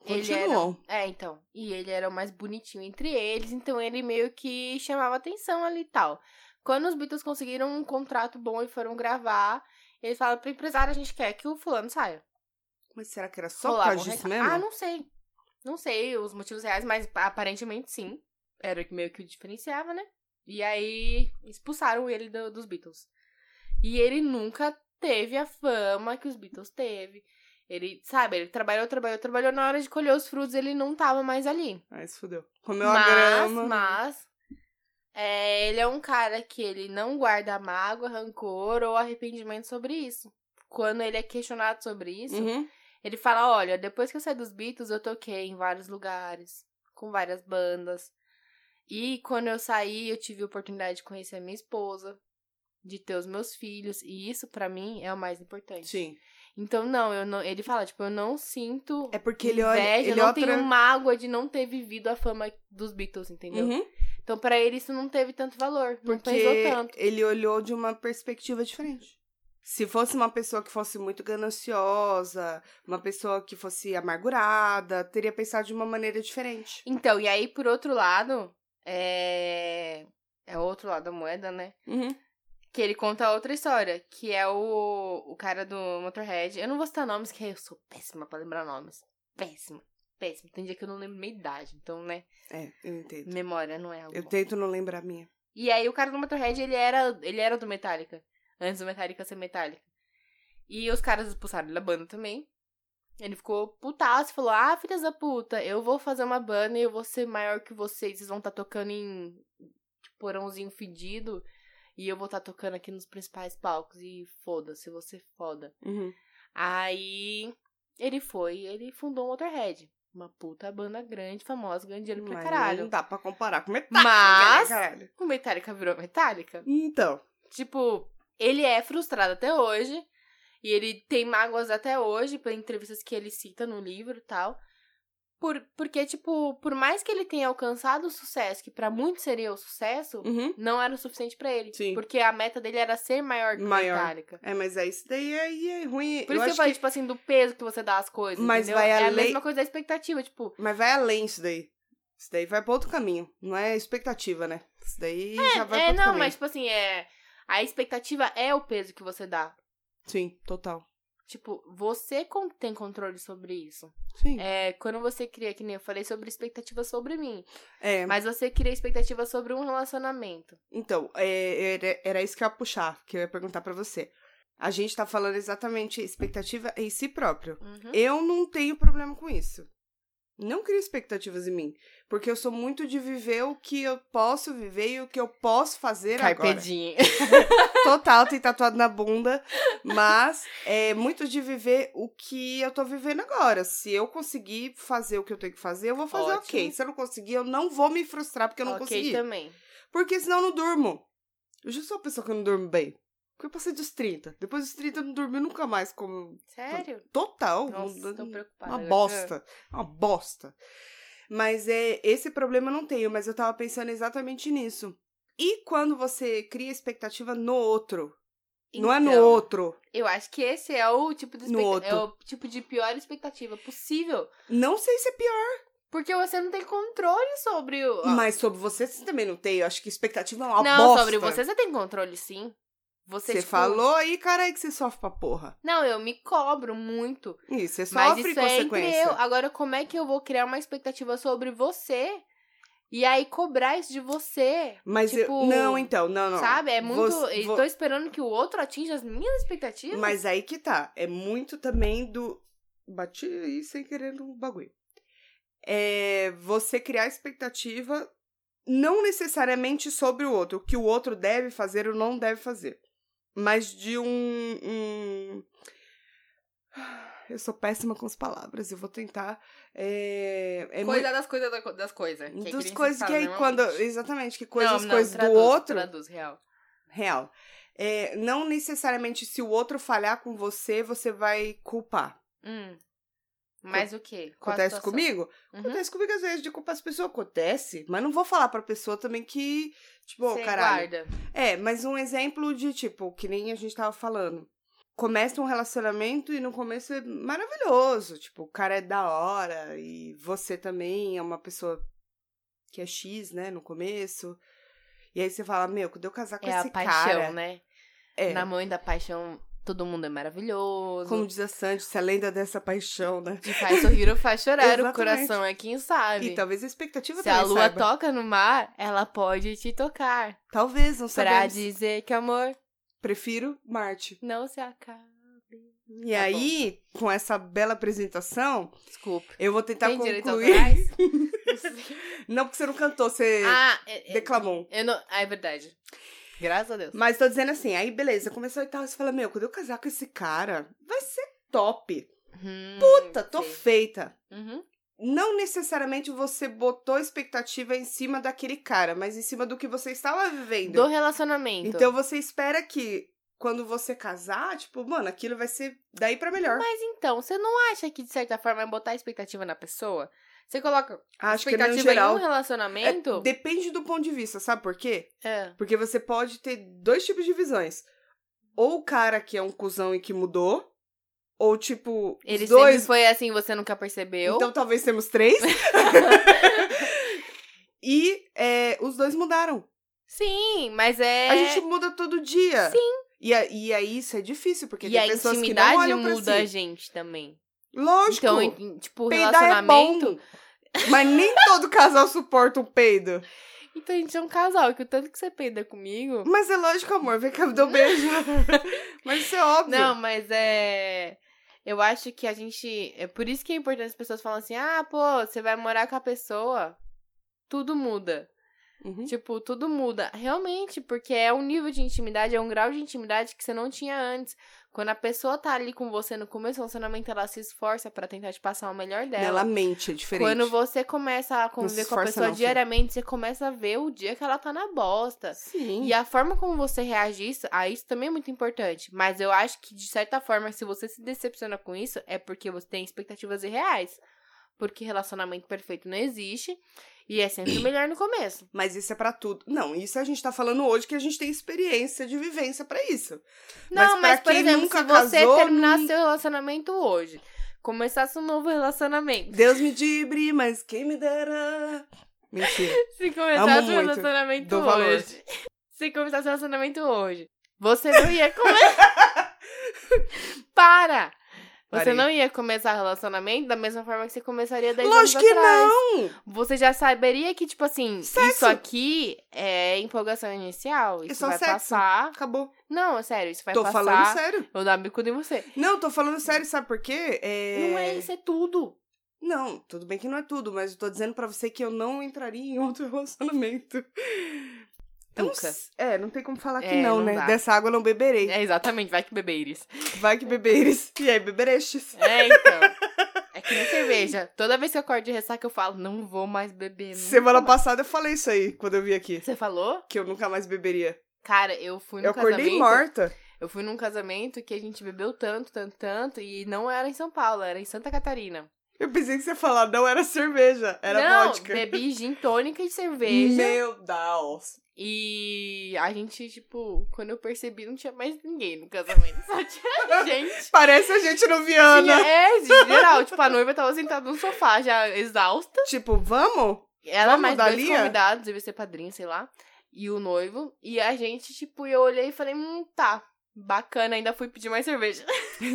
Speaker 1: Ele era
Speaker 2: Continuam.
Speaker 1: É, então. E ele era o mais bonitinho entre eles, então ele meio que chamava atenção ali e tal. Quando os Beatles conseguiram um contrato bom e foram gravar, eles falaram pro empresário, a gente quer que o fulano saia.
Speaker 2: Mas será que era só por
Speaker 1: Rolava
Speaker 2: causa
Speaker 1: um
Speaker 2: disso
Speaker 1: recado.
Speaker 2: mesmo?
Speaker 1: Ah, não sei. Não sei os motivos reais, mas aparentemente sim. Era o que meio que o diferenciava, né? E aí expulsaram ele do- dos Beatles. E ele nunca teve a fama que os Beatles teve. Ele, sabe, ele trabalhou, trabalhou, trabalhou. Na hora de colher os frutos, ele não tava mais ali
Speaker 2: Aí se fudeu. Comeu a
Speaker 1: mas,
Speaker 2: grama.
Speaker 1: mas é, ele é um cara que ele não guarda mágoa, rancor ou arrependimento sobre isso. Quando ele é questionado sobre isso,
Speaker 2: Uhum.
Speaker 1: ele fala: olha, depois que eu saí dos Beatles, eu toquei em vários lugares, com várias bandas. E quando eu saí, eu tive a oportunidade de conhecer a minha esposa, de ter os meus filhos, e isso pra mim é o mais importante.
Speaker 2: Sim.
Speaker 1: Então, não, eu não, ele fala, tipo, eu não sinto
Speaker 2: É porque ele olha.
Speaker 1: inveja, eu
Speaker 2: Ele
Speaker 1: não
Speaker 2: olha outra...
Speaker 1: tenho mágoa de não ter vivido a fama dos Beatles, entendeu?
Speaker 2: Uhum.
Speaker 1: Então, pra ele, isso não teve tanto valor. Não pesou
Speaker 2: Porque
Speaker 1: tanto.
Speaker 2: ele olhou de uma perspectiva diferente. Se fosse uma pessoa que fosse muito gananciosa, uma pessoa que fosse amargurada, teria pensado de uma maneira diferente.
Speaker 1: Então, e aí, por outro lado, é. É o outro lado da moeda, né? Que ele conta outra história, que é o, o cara do Motorhead. Eu não vou citar nomes, que eu sou péssima pra lembrar nomes. Péssima, péssima. Tem dia que eu não lembro minha idade, então, né?
Speaker 2: É, eu entendo.
Speaker 1: Memória não é algo.
Speaker 2: Eu
Speaker 1: bom.
Speaker 2: tento não lembrar a minha.
Speaker 1: E aí o cara do Motorhead, ele era, ele era do Metallica. Antes do Metallica ser Metallica. E os caras expulsaram ele da banda também. Ele ficou putaço, falou, ah, filhas da puta, eu vou fazer uma banda e eu vou ser maior que vocês. Vocês vão estar tocando em tipo, porãozinho fedido e eu vou estar tocando aqui nos principais palcos. E foda-se, você foda.
Speaker 2: Uhum.
Speaker 1: Aí ele foi, ele fundou o Motorhead. Uma puta banda grande, famosa, ganhando dinheiro pra
Speaker 2: Mas
Speaker 1: caralho.
Speaker 2: Não dá pra comparar com metade.
Speaker 1: Mas-
Speaker 2: Caralho.
Speaker 1: O Metallica virou Metallica.
Speaker 2: Então.
Speaker 1: Tipo, ele é frustrado até hoje. E ele tem mágoas até hoje, por entrevistas que ele cita no livro e tal. Por, porque, tipo, por mais que ele tenha alcançado o sucesso, que pra muitos seria o sucesso, não era o suficiente pra ele.
Speaker 2: Sim.
Speaker 1: Porque a meta dele era ser maior que o
Speaker 2: Maior.
Speaker 1: Metallica.
Speaker 2: É, mas é isso daí aí é ruim.
Speaker 1: Por isso que eu
Speaker 2: acho
Speaker 1: falei, tipo assim, do peso que você dá às coisas.
Speaker 2: Mas
Speaker 1: entendeu?
Speaker 2: vai
Speaker 1: é a
Speaker 2: além-
Speaker 1: mesma coisa da expectativa, tipo.
Speaker 2: Mas vai além isso daí. Isso daí vai pra outro caminho. Não é expectativa, né? Isso daí já vai pra
Speaker 1: É,
Speaker 2: outro
Speaker 1: não,
Speaker 2: caminho.
Speaker 1: mas tipo assim, é. A expectativa é o peso que você dá.
Speaker 2: Sim, total.
Speaker 1: Tipo, você con- tem controle sobre isso.
Speaker 2: Sim.
Speaker 1: É, quando você cria, que nem eu falei sobre expectativa sobre mim.
Speaker 2: É,
Speaker 1: Mas você cria expectativa sobre um relacionamento.
Speaker 2: então, é, era, era isso que eu ia puxar, que eu ia perguntar pra você. A gente tá falando exatamente expectativa em si próprio.
Speaker 1: Uhum.
Speaker 2: Eu não tenho problema com isso. Não crio expectativas em mim. Porque eu sou muito de viver o que eu posso viver e o que eu posso fazer agora. é
Speaker 1: Carpedinho.
Speaker 2: Total, tem tatuado na bunda. Mas é muito de viver o que eu tô vivendo agora. Se eu conseguir fazer o que eu tenho que fazer, eu vou fazer
Speaker 1: Ótimo.
Speaker 2: ok. Se eu não conseguir, eu não vou me frustrar porque eu não
Speaker 1: ok então
Speaker 2: consegui.
Speaker 1: também.
Speaker 2: Porque senão eu não durmo. Eu já sou uma pessoa que eu não durmo bem. Porque eu passei dos 30. Depois dos 30 eu não dormi nunca mais. Como...
Speaker 1: Sério?
Speaker 2: Total.
Speaker 1: Nossa, então tô
Speaker 2: não-
Speaker 1: preocupada.
Speaker 2: uma
Speaker 1: agora.
Speaker 2: bosta. Uma bosta. Mas é, esse problema eu não tenho, mas eu tava pensando exatamente nisso. E quando você cria expectativa no outro? não é no
Speaker 1: Então,
Speaker 2: outro.
Speaker 1: Eu acho que esse é o tipo de
Speaker 2: No
Speaker 1: expectativa. É o
Speaker 2: outro.
Speaker 1: tipo de pior expectativa possível.
Speaker 2: Não sei se é pior,
Speaker 1: Porque você não tem controle sobre o.
Speaker 2: mas sobre você você também não tem. Eu acho que expectativa é uma
Speaker 1: não,
Speaker 2: bosta.
Speaker 1: sobre você você tem controle sim. Você,
Speaker 2: Você
Speaker 1: tipo,
Speaker 2: falou aí, cara, aí que você sofre pra porra.
Speaker 1: Não, eu me cobro muito.
Speaker 2: Isso, você
Speaker 1: Mas
Speaker 2: sofre
Speaker 1: isso é entre
Speaker 2: consequência.
Speaker 1: eu. Agora, como é que eu vou criar uma expectativa sobre você e aí cobrar isso de você?
Speaker 2: Mas eu.
Speaker 1: Tipo,
Speaker 2: Não, então, não, não.
Speaker 1: Sabe? É muito.
Speaker 2: Você-
Speaker 1: eu Tô esperando que o outro atinja as minhas expectativas.
Speaker 2: Mas aí que tá. É muito também do. Bati aí sem querer no bagulho. É você criar expectativa não necessariamente sobre o outro, o que o outro deve fazer ou não deve fazer, mas de um. um... Eu sou péssima com as palavras, eu vou tentar. É, é
Speaker 1: coisa das coisas da- das coisas. que é que nem
Speaker 2: Dos
Speaker 1: se
Speaker 2: coisas
Speaker 1: fala
Speaker 2: que aí quando.
Speaker 1: normalmente.
Speaker 2: Exatamente, que coisas,
Speaker 1: Não, não,
Speaker 2: coisas
Speaker 1: traduz,
Speaker 2: do outro.
Speaker 1: Traduz, real.
Speaker 2: Real. É, não necessariamente se o outro falhar com você, você vai culpar.
Speaker 1: Hum. Mas o quê? Qual a
Speaker 2: Acontece
Speaker 1: situação?
Speaker 2: comigo?
Speaker 1: Uhum.
Speaker 2: Acontece comigo às vezes de culpar as pessoas. Acontece, mas não vou falar pra pessoa também que, tipo, ô,
Speaker 1: Você
Speaker 2: caralho.
Speaker 1: guarda.
Speaker 2: É, mas um exemplo de, tipo, que nem a gente tava falando. Começa um relacionamento e no começo é maravilhoso. Tipo, o cara é da hora e você também é uma pessoa que é X, né, no começo. E aí você fala, meu, quando eu casar com
Speaker 1: É a
Speaker 2: esse
Speaker 1: paixão,
Speaker 2: cara...
Speaker 1: né?
Speaker 2: É,
Speaker 1: Na mãe da paixão, todo mundo é maravilhoso.
Speaker 2: Como diz a Sandy, se a lenda dessa paixão, né?
Speaker 1: Te faz sorrir ou faz chorar. o
Speaker 2: Exatamente.
Speaker 1: coração é quem sabe.
Speaker 2: E talvez a expectativa
Speaker 1: Se a
Speaker 2: também
Speaker 1: lua
Speaker 2: saiba.
Speaker 1: toca no mar, ela pode te tocar.
Speaker 2: Talvez, não
Speaker 1: Pra
Speaker 2: sabemos.
Speaker 1: dizer que amor
Speaker 2: Prefiro Marte.
Speaker 1: não se acaba.
Speaker 2: E
Speaker 1: Tá
Speaker 2: aí, com essa bela apresentação,
Speaker 1: Desculpa.
Speaker 2: eu vou tentar
Speaker 1: Tem direitos
Speaker 2: concluir.
Speaker 1: autorais? Não sei.
Speaker 2: Não, porque você não cantou, você
Speaker 1: ah, é, é,
Speaker 2: declamou.
Speaker 1: eu não... ah, é verdade. Graças a Deus.
Speaker 2: Mas tô dizendo assim, aí beleza, começou e tal, você fala, meu, quando eu casar com esse cara, vai ser top. Puta, tô feita.
Speaker 1: Hum, Uhum.
Speaker 2: Não necessariamente você botou expectativa em cima daquele cara, mas em cima do que você estava vivendo.
Speaker 1: Do relacionamento.
Speaker 2: Então você espera que quando você casar, tipo, mano, aquilo vai ser daí pra melhor.
Speaker 1: Mas então, você não acha que, de certa forma, é botar expectativa na pessoa? Você coloca
Speaker 2: Acho que no
Speaker 1: expectativa em
Speaker 2: geral.
Speaker 1: um relacionamento?
Speaker 2: é, depende do ponto de vista, sabe por quê?
Speaker 1: É.
Speaker 2: Porque você pode ter dois tipos de visões. Ou o cara que é um cuzão e que mudou, ou tipo,
Speaker 1: Ele
Speaker 2: os dois.
Speaker 1: sempre foi assim, você nunca percebeu.
Speaker 2: Então talvez temos três. e é, os dois mudaram.
Speaker 1: Sim, mas é.
Speaker 2: A gente muda todo dia.
Speaker 1: Sim.
Speaker 2: E, a- e aí isso é difícil, porque
Speaker 1: E
Speaker 2: tem
Speaker 1: a
Speaker 2: pessoas que não
Speaker 1: intimidade
Speaker 2: olham pra
Speaker 1: muda a
Speaker 2: si.
Speaker 1: gente também.
Speaker 2: Lógico.
Speaker 1: Então, em- em- tipo, o
Speaker 2: Peidar
Speaker 1: relacionamento.
Speaker 2: é bom. Mas nem todo casal suporta um peido.
Speaker 1: Então a gente é um casal, que o tanto que você peida comigo.
Speaker 2: Mas é lógico, amor. Vem cá, me dá um beijo. Mas isso é óbvio.
Speaker 1: Não, mas é. Eu acho que a gente. É por isso que é importante as pessoas falam assim: ah, pô, você vai morar com a pessoa. Tudo muda.
Speaker 2: Uhum.
Speaker 1: Tipo, tudo muda. Realmente, porque é um nível de intimidade, é um grau de intimidade que você não tinha antes. Quando a pessoa tá ali com você no começo do relacionamento, ela se esforça pra tentar te passar o melhor dela.
Speaker 2: Ela mente, é diferente.
Speaker 1: Quando você começa a conviver com a
Speaker 2: esforça
Speaker 1: pessoa
Speaker 2: não, filho.
Speaker 1: diariamente, você começa a ver o dia que ela tá na bosta.
Speaker 2: Sim.
Speaker 1: E a forma como você reage isso, a isso também é muito importante. Mas eu acho que, de certa forma, se você se decepciona com isso, é porque você tem expectativas irreais. Porque relacionamento perfeito não existe. E é sempre o melhor no começo.
Speaker 2: Mas isso é pra tudo. Não, isso a gente tá falando hoje que a gente tem experiência de vivência pra isso. Mas
Speaker 1: Não, mas,
Speaker 2: pra
Speaker 1: por
Speaker 2: quem
Speaker 1: exemplo,
Speaker 2: nunca
Speaker 1: se você
Speaker 2: casou,
Speaker 1: terminasse
Speaker 2: não-
Speaker 1: seu relacionamento hoje, começasse um novo relacionamento.
Speaker 2: Deus me dibre, mas quem me dera. Mentira.
Speaker 1: Se começasse
Speaker 2: Amo
Speaker 1: um
Speaker 2: muito.
Speaker 1: relacionamento
Speaker 2: Dou valor.
Speaker 1: hoje. Se começasse um relacionamento hoje, você não ia começar. Para! Você
Speaker 2: Parei.
Speaker 1: não ia começar relacionamento da mesma forma que você começaria 10
Speaker 2: Lógico
Speaker 1: anos
Speaker 2: que
Speaker 1: atrás.
Speaker 2: não!
Speaker 1: Você já saberia que, tipo assim, isso
Speaker 2: Sexo.
Speaker 1: aqui é empolgação inicial. Isso
Speaker 2: É só
Speaker 1: vai
Speaker 2: sexo.
Speaker 1: passar.
Speaker 2: Acabou.
Speaker 1: Não, é sério, isso vai
Speaker 2: tô
Speaker 1: passar.
Speaker 2: falando sério.
Speaker 1: Eu dar bico em você.
Speaker 2: Não, tô falando sério, sabe por quê?
Speaker 1: Não é isso, é tudo.
Speaker 2: Não, tudo bem que não é tudo, mas eu tô dizendo pra você que eu não entraria em outro relacionamento. Eu não
Speaker 1: Nunca.
Speaker 2: s- É, não tem como falar que
Speaker 1: É,
Speaker 2: não,
Speaker 1: não
Speaker 2: né?
Speaker 1: dá.
Speaker 2: Dessa água eu não beberei.
Speaker 1: É exatamente, vai que beber íris.
Speaker 2: Vai que beberes. E aí, bebereixes.
Speaker 1: É, então. É que nem cerveja. Toda vez que eu acordo de ressaca, eu falo, não vou mais beber. É, nunca
Speaker 2: Semana
Speaker 1: mais."
Speaker 2: passada eu falei isso aí, quando eu vim aqui.
Speaker 1: Você falou?
Speaker 2: Que eu nunca mais beberia.
Speaker 1: Cara, eu fui num
Speaker 2: Eu acordei
Speaker 1: casamento.
Speaker 2: morta.
Speaker 1: Eu fui num casamento que a gente bebeu tanto, tanto, tanto, e não era em São Paulo, era em Santa Catarina.
Speaker 2: Eu pensei que você ia falar, não era cerveja, era
Speaker 1: não,
Speaker 2: vodka.
Speaker 1: bebi gin tônica e cerveja.
Speaker 2: Meu Deus.
Speaker 1: E a gente, tipo, quando eu percebi, não tinha mais ninguém no casamento. Só tinha gente.
Speaker 2: Parece a gente no Viana.
Speaker 1: Tinha, é, de geral. Tipo, a noiva tava sentada no sofá, já exausta.
Speaker 2: Tipo, vamos?
Speaker 1: Ela
Speaker 2: Vamos
Speaker 1: mais
Speaker 2: dar
Speaker 1: dois
Speaker 2: linha?
Speaker 1: convidados, devia ser padrinho, sei lá. E o noivo. E a gente, tipo, eu olhei e falei, hum, tá. Bacana, ainda fui pedir mais cerveja.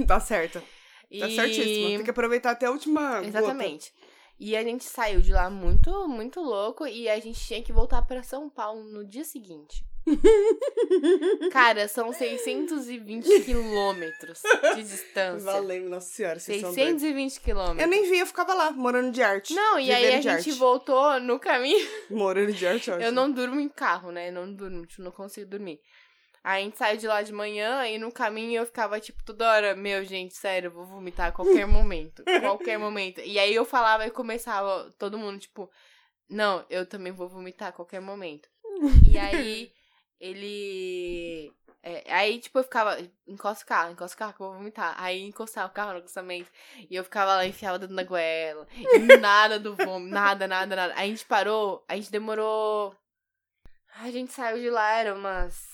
Speaker 2: tá certo. Tá
Speaker 1: E-
Speaker 2: certíssimo. Tem que aproveitar até a última gota.
Speaker 1: Exatamente. E a gente saiu de lá muito, muito louco. E a gente tinha que voltar pra São Paulo no dia seguinte. Cara, são 620 quilômetros de distância.
Speaker 2: Valeu, nossa senhora, vocês são doidos.
Speaker 1: 620 quilômetros.
Speaker 2: Eu nem via, eu ficava lá, morando de arte.
Speaker 1: Não, e aí
Speaker 2: vivendo
Speaker 1: a
Speaker 2: de
Speaker 1: gente
Speaker 2: arte.
Speaker 1: voltou no caminho.
Speaker 2: Morando de arte,
Speaker 1: Eu não durmo em carro, né? Não durmo, tipo, não consigo dormir. Aí a gente saiu de lá de manhã e no caminho eu ficava, tipo, toda hora, meu, gente, sério, eu vou vomitar a qualquer momento. Qualquer momento. E aí eu falava e começava todo mundo, tipo, não, eu também vou vomitar a qualquer momento. E aí ele. é, aí, tipo, eu ficava, encosta o carro, encosta o carro que eu vou vomitar. Aí encostava o carro no acostamento e eu ficava lá, enfiava o dedo na goela. E nada do vômito, nada, nada, nada. Aí a gente parou, a gente demorou. A gente saiu de lá, era umas.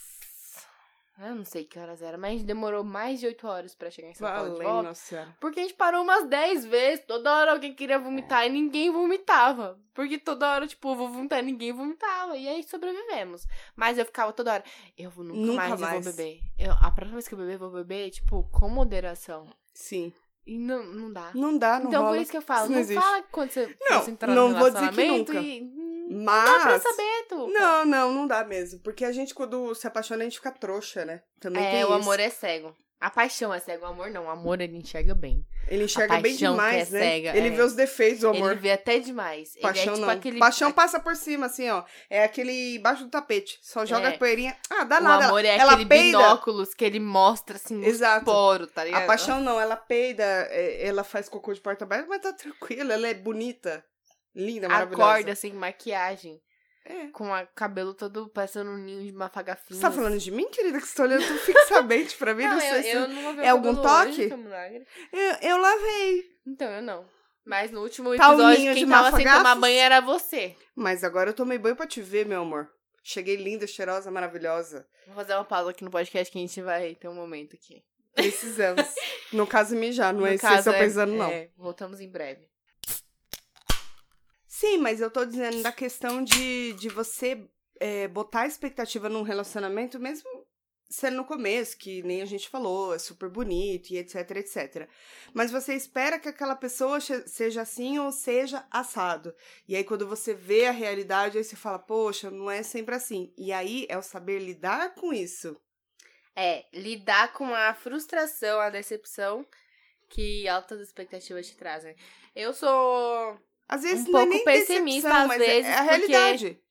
Speaker 1: Eu não sei que horas era, mas a gente demorou mais de 8 horas pra chegar em São Paulo. de
Speaker 2: Valeu,
Speaker 1: volta.
Speaker 2: nossa senhora.
Speaker 1: Porque a gente parou umas 10 vezes, toda hora alguém queria vomitar e ninguém vomitava. Porque toda hora, tipo, eu vou vomitar e ninguém vomitava. E aí sobrevivemos. Mas eu ficava toda hora, eu vou- nunca,
Speaker 2: Nunca
Speaker 1: mais, eu
Speaker 2: mais.
Speaker 1: vou beber. Eu- a próxima vez que eu beber, eu vou beber, tipo, com moderação.
Speaker 2: Sim.
Speaker 1: E não, não dá.
Speaker 2: Não dá, não
Speaker 1: então
Speaker 2: rola.
Speaker 1: por isso que eu falo,
Speaker 2: Isso não
Speaker 1: não,
Speaker 2: existe.
Speaker 1: fala quando você,
Speaker 2: Não,
Speaker 1: quando você entrar
Speaker 2: não
Speaker 1: no
Speaker 2: vou dizer que
Speaker 1: relacionamento
Speaker 2: nunca.
Speaker 1: e. hum,
Speaker 2: Mas...
Speaker 1: Dá pra saber, É, tu.
Speaker 2: Não, não, não dá mesmo. Porque a gente, quando se apaixona, a gente fica trouxa, né? Também tem
Speaker 1: É, o
Speaker 2: isso.
Speaker 1: amor é cego. A paixão é cego, o amor não. O amor ele enxerga bem.
Speaker 2: Ele enxerga
Speaker 1: a
Speaker 2: bem
Speaker 1: paixão que
Speaker 2: demais,
Speaker 1: é
Speaker 2: né?
Speaker 1: cega,
Speaker 2: ele
Speaker 1: é.
Speaker 2: vê os defeitos do amor.
Speaker 1: Ele vê até demais. ele é
Speaker 2: Paixão
Speaker 1: tipo
Speaker 2: não.
Speaker 1: aquele.
Speaker 2: Paixão passa por cima, assim, ó. É aquele embaixo do tapete. Só joga
Speaker 1: É.
Speaker 2: a poeirinha. Ah, dá
Speaker 1: O
Speaker 2: nada.
Speaker 1: amor é
Speaker 2: ela
Speaker 1: aquele
Speaker 2: peida.
Speaker 1: binóculos que ele mostra assim os
Speaker 2: Exato.
Speaker 1: poros, tá ligado?
Speaker 2: A paixão não, ela peida, é, ela faz cocô de porta aberta, mas tá tranquila, ela é bonita, linda, maravilhosa.
Speaker 1: acorda assim, maquiagem,
Speaker 2: É.
Speaker 1: com o cabelo todo parecendo um ninho de mafagafinha.
Speaker 2: Você tá falando de mim, querida, que você tá olhando tão fixamente pra mim? Não,
Speaker 1: assim. Não,
Speaker 2: sei se...
Speaker 1: eu, eu não lavei
Speaker 2: é
Speaker 1: o
Speaker 2: algum
Speaker 1: cabelo
Speaker 2: toque?
Speaker 1: hoje, que é um milagre.
Speaker 2: Eu, eu lavei.
Speaker 1: Então, eu não. Mas no último
Speaker 2: Tá o
Speaker 1: episódio,
Speaker 2: ninho
Speaker 1: quem
Speaker 2: de
Speaker 1: tava sem tomar
Speaker 2: mafagafos?
Speaker 1: banho era você.
Speaker 2: Mas agora eu tomei banho pra te ver, meu amor. Cheguei linda, cheirosa, maravilhosa.
Speaker 1: Vou fazer uma pausa aqui no podcast que a gente vai ter um momento aqui.
Speaker 2: Precisamos. no caso, mijar, não
Speaker 1: No
Speaker 2: é isso que
Speaker 1: caso,
Speaker 2: vocês estão
Speaker 1: é-
Speaker 2: pensando, não.
Speaker 1: é, voltamos em breve.
Speaker 2: Sim, mas eu tô dizendo da questão de, de você é, botar a expectativa num relacionamento, mesmo sendo no começo, que nem a gente falou, é super bonito e etc, etc. Mas você espera que aquela pessoa che- seja assim ou seja assado. E aí, quando você vê a realidade, aí você fala, poxa, não é sempre assim. E aí é o saber lidar com isso.
Speaker 1: É, lidar com a frustração, a decepção que altas expectativas te trazem. Eu sou.
Speaker 2: Às vezes
Speaker 1: Um
Speaker 2: não é
Speaker 1: pouco
Speaker 2: nem
Speaker 1: pessimista,
Speaker 2: decepção,
Speaker 1: às
Speaker 2: mas é-
Speaker 1: vezes,
Speaker 2: é a
Speaker 1: porque-
Speaker 2: realidade.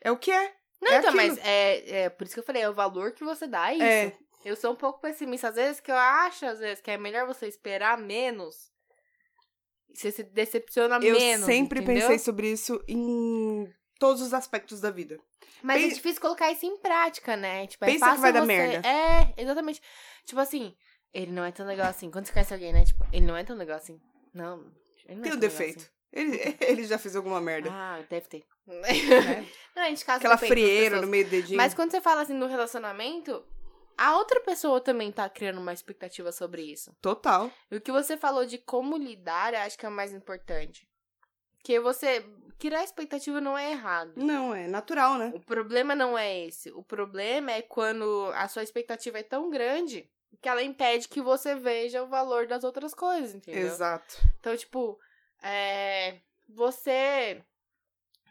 Speaker 2: É o que é.
Speaker 1: Não,
Speaker 2: É
Speaker 1: então, mas
Speaker 2: aquilo.
Speaker 1: é, é por isso que eu falei, é o valor que você dá a isso.
Speaker 2: É.
Speaker 1: Eu sou um pouco pessimista, às vezes, que eu acho, às vezes, que é melhor você esperar menos. Você se decepciona
Speaker 2: Eu
Speaker 1: tá menos.
Speaker 2: sempre
Speaker 1: entendeu?
Speaker 2: pensei sobre isso em todos os aspectos da vida.
Speaker 1: Mas
Speaker 2: Pen-
Speaker 1: é difícil colocar isso em prática, né? Tipo,
Speaker 2: Pensa
Speaker 1: é
Speaker 2: que
Speaker 1: fácil
Speaker 2: vai dar
Speaker 1: você-
Speaker 2: merda.
Speaker 1: É, exatamente. Tipo assim, ele não é tão legal assim. Quando você conhece alguém, né? Tipo, ele não é tão legal assim. Não, ele não
Speaker 2: Tem
Speaker 1: é
Speaker 2: o
Speaker 1: tão legal
Speaker 2: defeito.
Speaker 1: assim.
Speaker 2: Ele, ele já fez alguma merda.
Speaker 1: Ah, é. deve ter.
Speaker 2: né?
Speaker 1: Não, a gente casa
Speaker 2: Aquela
Speaker 1: depende das
Speaker 2: frieira
Speaker 1: pessoas.
Speaker 2: no meio do dedinho.
Speaker 1: Mas quando você fala assim do relacionamento, a outra pessoa também tá criando uma expectativa sobre isso.
Speaker 2: Total.
Speaker 1: E o que você falou de como lidar, eu acho que é o mais importante. Porque você. Criar expectativa não é errado.
Speaker 2: Não, é natural, né?
Speaker 1: O problema não é esse. O problema é quando a sua expectativa é tão grande que ela impede que você veja o valor das outras coisas, entendeu?
Speaker 2: Exato.
Speaker 1: Então, tipo, é, você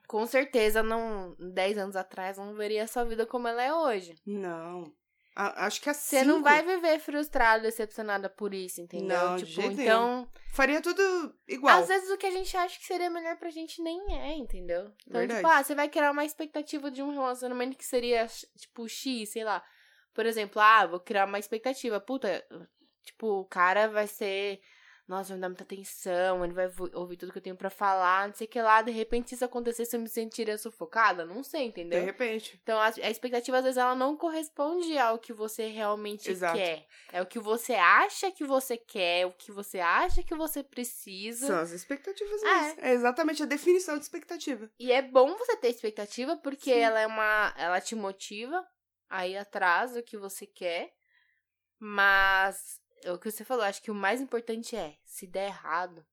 Speaker 1: com certeza não 10 anos atrás não veria a sua vida como ela é hoje.
Speaker 2: Não. A- acho que assim.
Speaker 1: Você não vai viver frustrada, decepcionada por isso, entendeu?
Speaker 2: Não, de
Speaker 1: tipo,
Speaker 2: jeito
Speaker 1: então,
Speaker 2: Faria tudo igual.
Speaker 1: às vezes o que a gente acha que seria melhor pra gente nem é, entendeu? Então,
Speaker 2: Verdade.
Speaker 1: tipo, ah, você vai criar uma expectativa de um relacionamento que seria, tipo, X, sei lá. Por exemplo, ah, vou criar uma expectativa. Puta, tipo, o cara vai ser. Nossa, vai me dar muita atenção, ele vai vo- ouvir tudo que eu tenho pra falar, não sei o que lá. De repente, se isso acontecer, se eu me sentiria sufocada? Não sei,
Speaker 2: De
Speaker 1: entendeu?
Speaker 2: repente.
Speaker 1: Então, a, a expectativa, às vezes, ela não corresponde ao que você realmente
Speaker 2: Exato.
Speaker 1: quer. É o que você acha que você quer, o que você acha que você precisa.
Speaker 2: São as expectativas
Speaker 1: Ah,
Speaker 2: mesmo. É exatamente a definição de expectativa.
Speaker 1: E é bom você ter expectativa, porque
Speaker 2: Sim.
Speaker 1: ela é uma. Ela te motiva a ir atrás do que você quer. Mas é o que você falou, acho que o mais importante é, se der errado,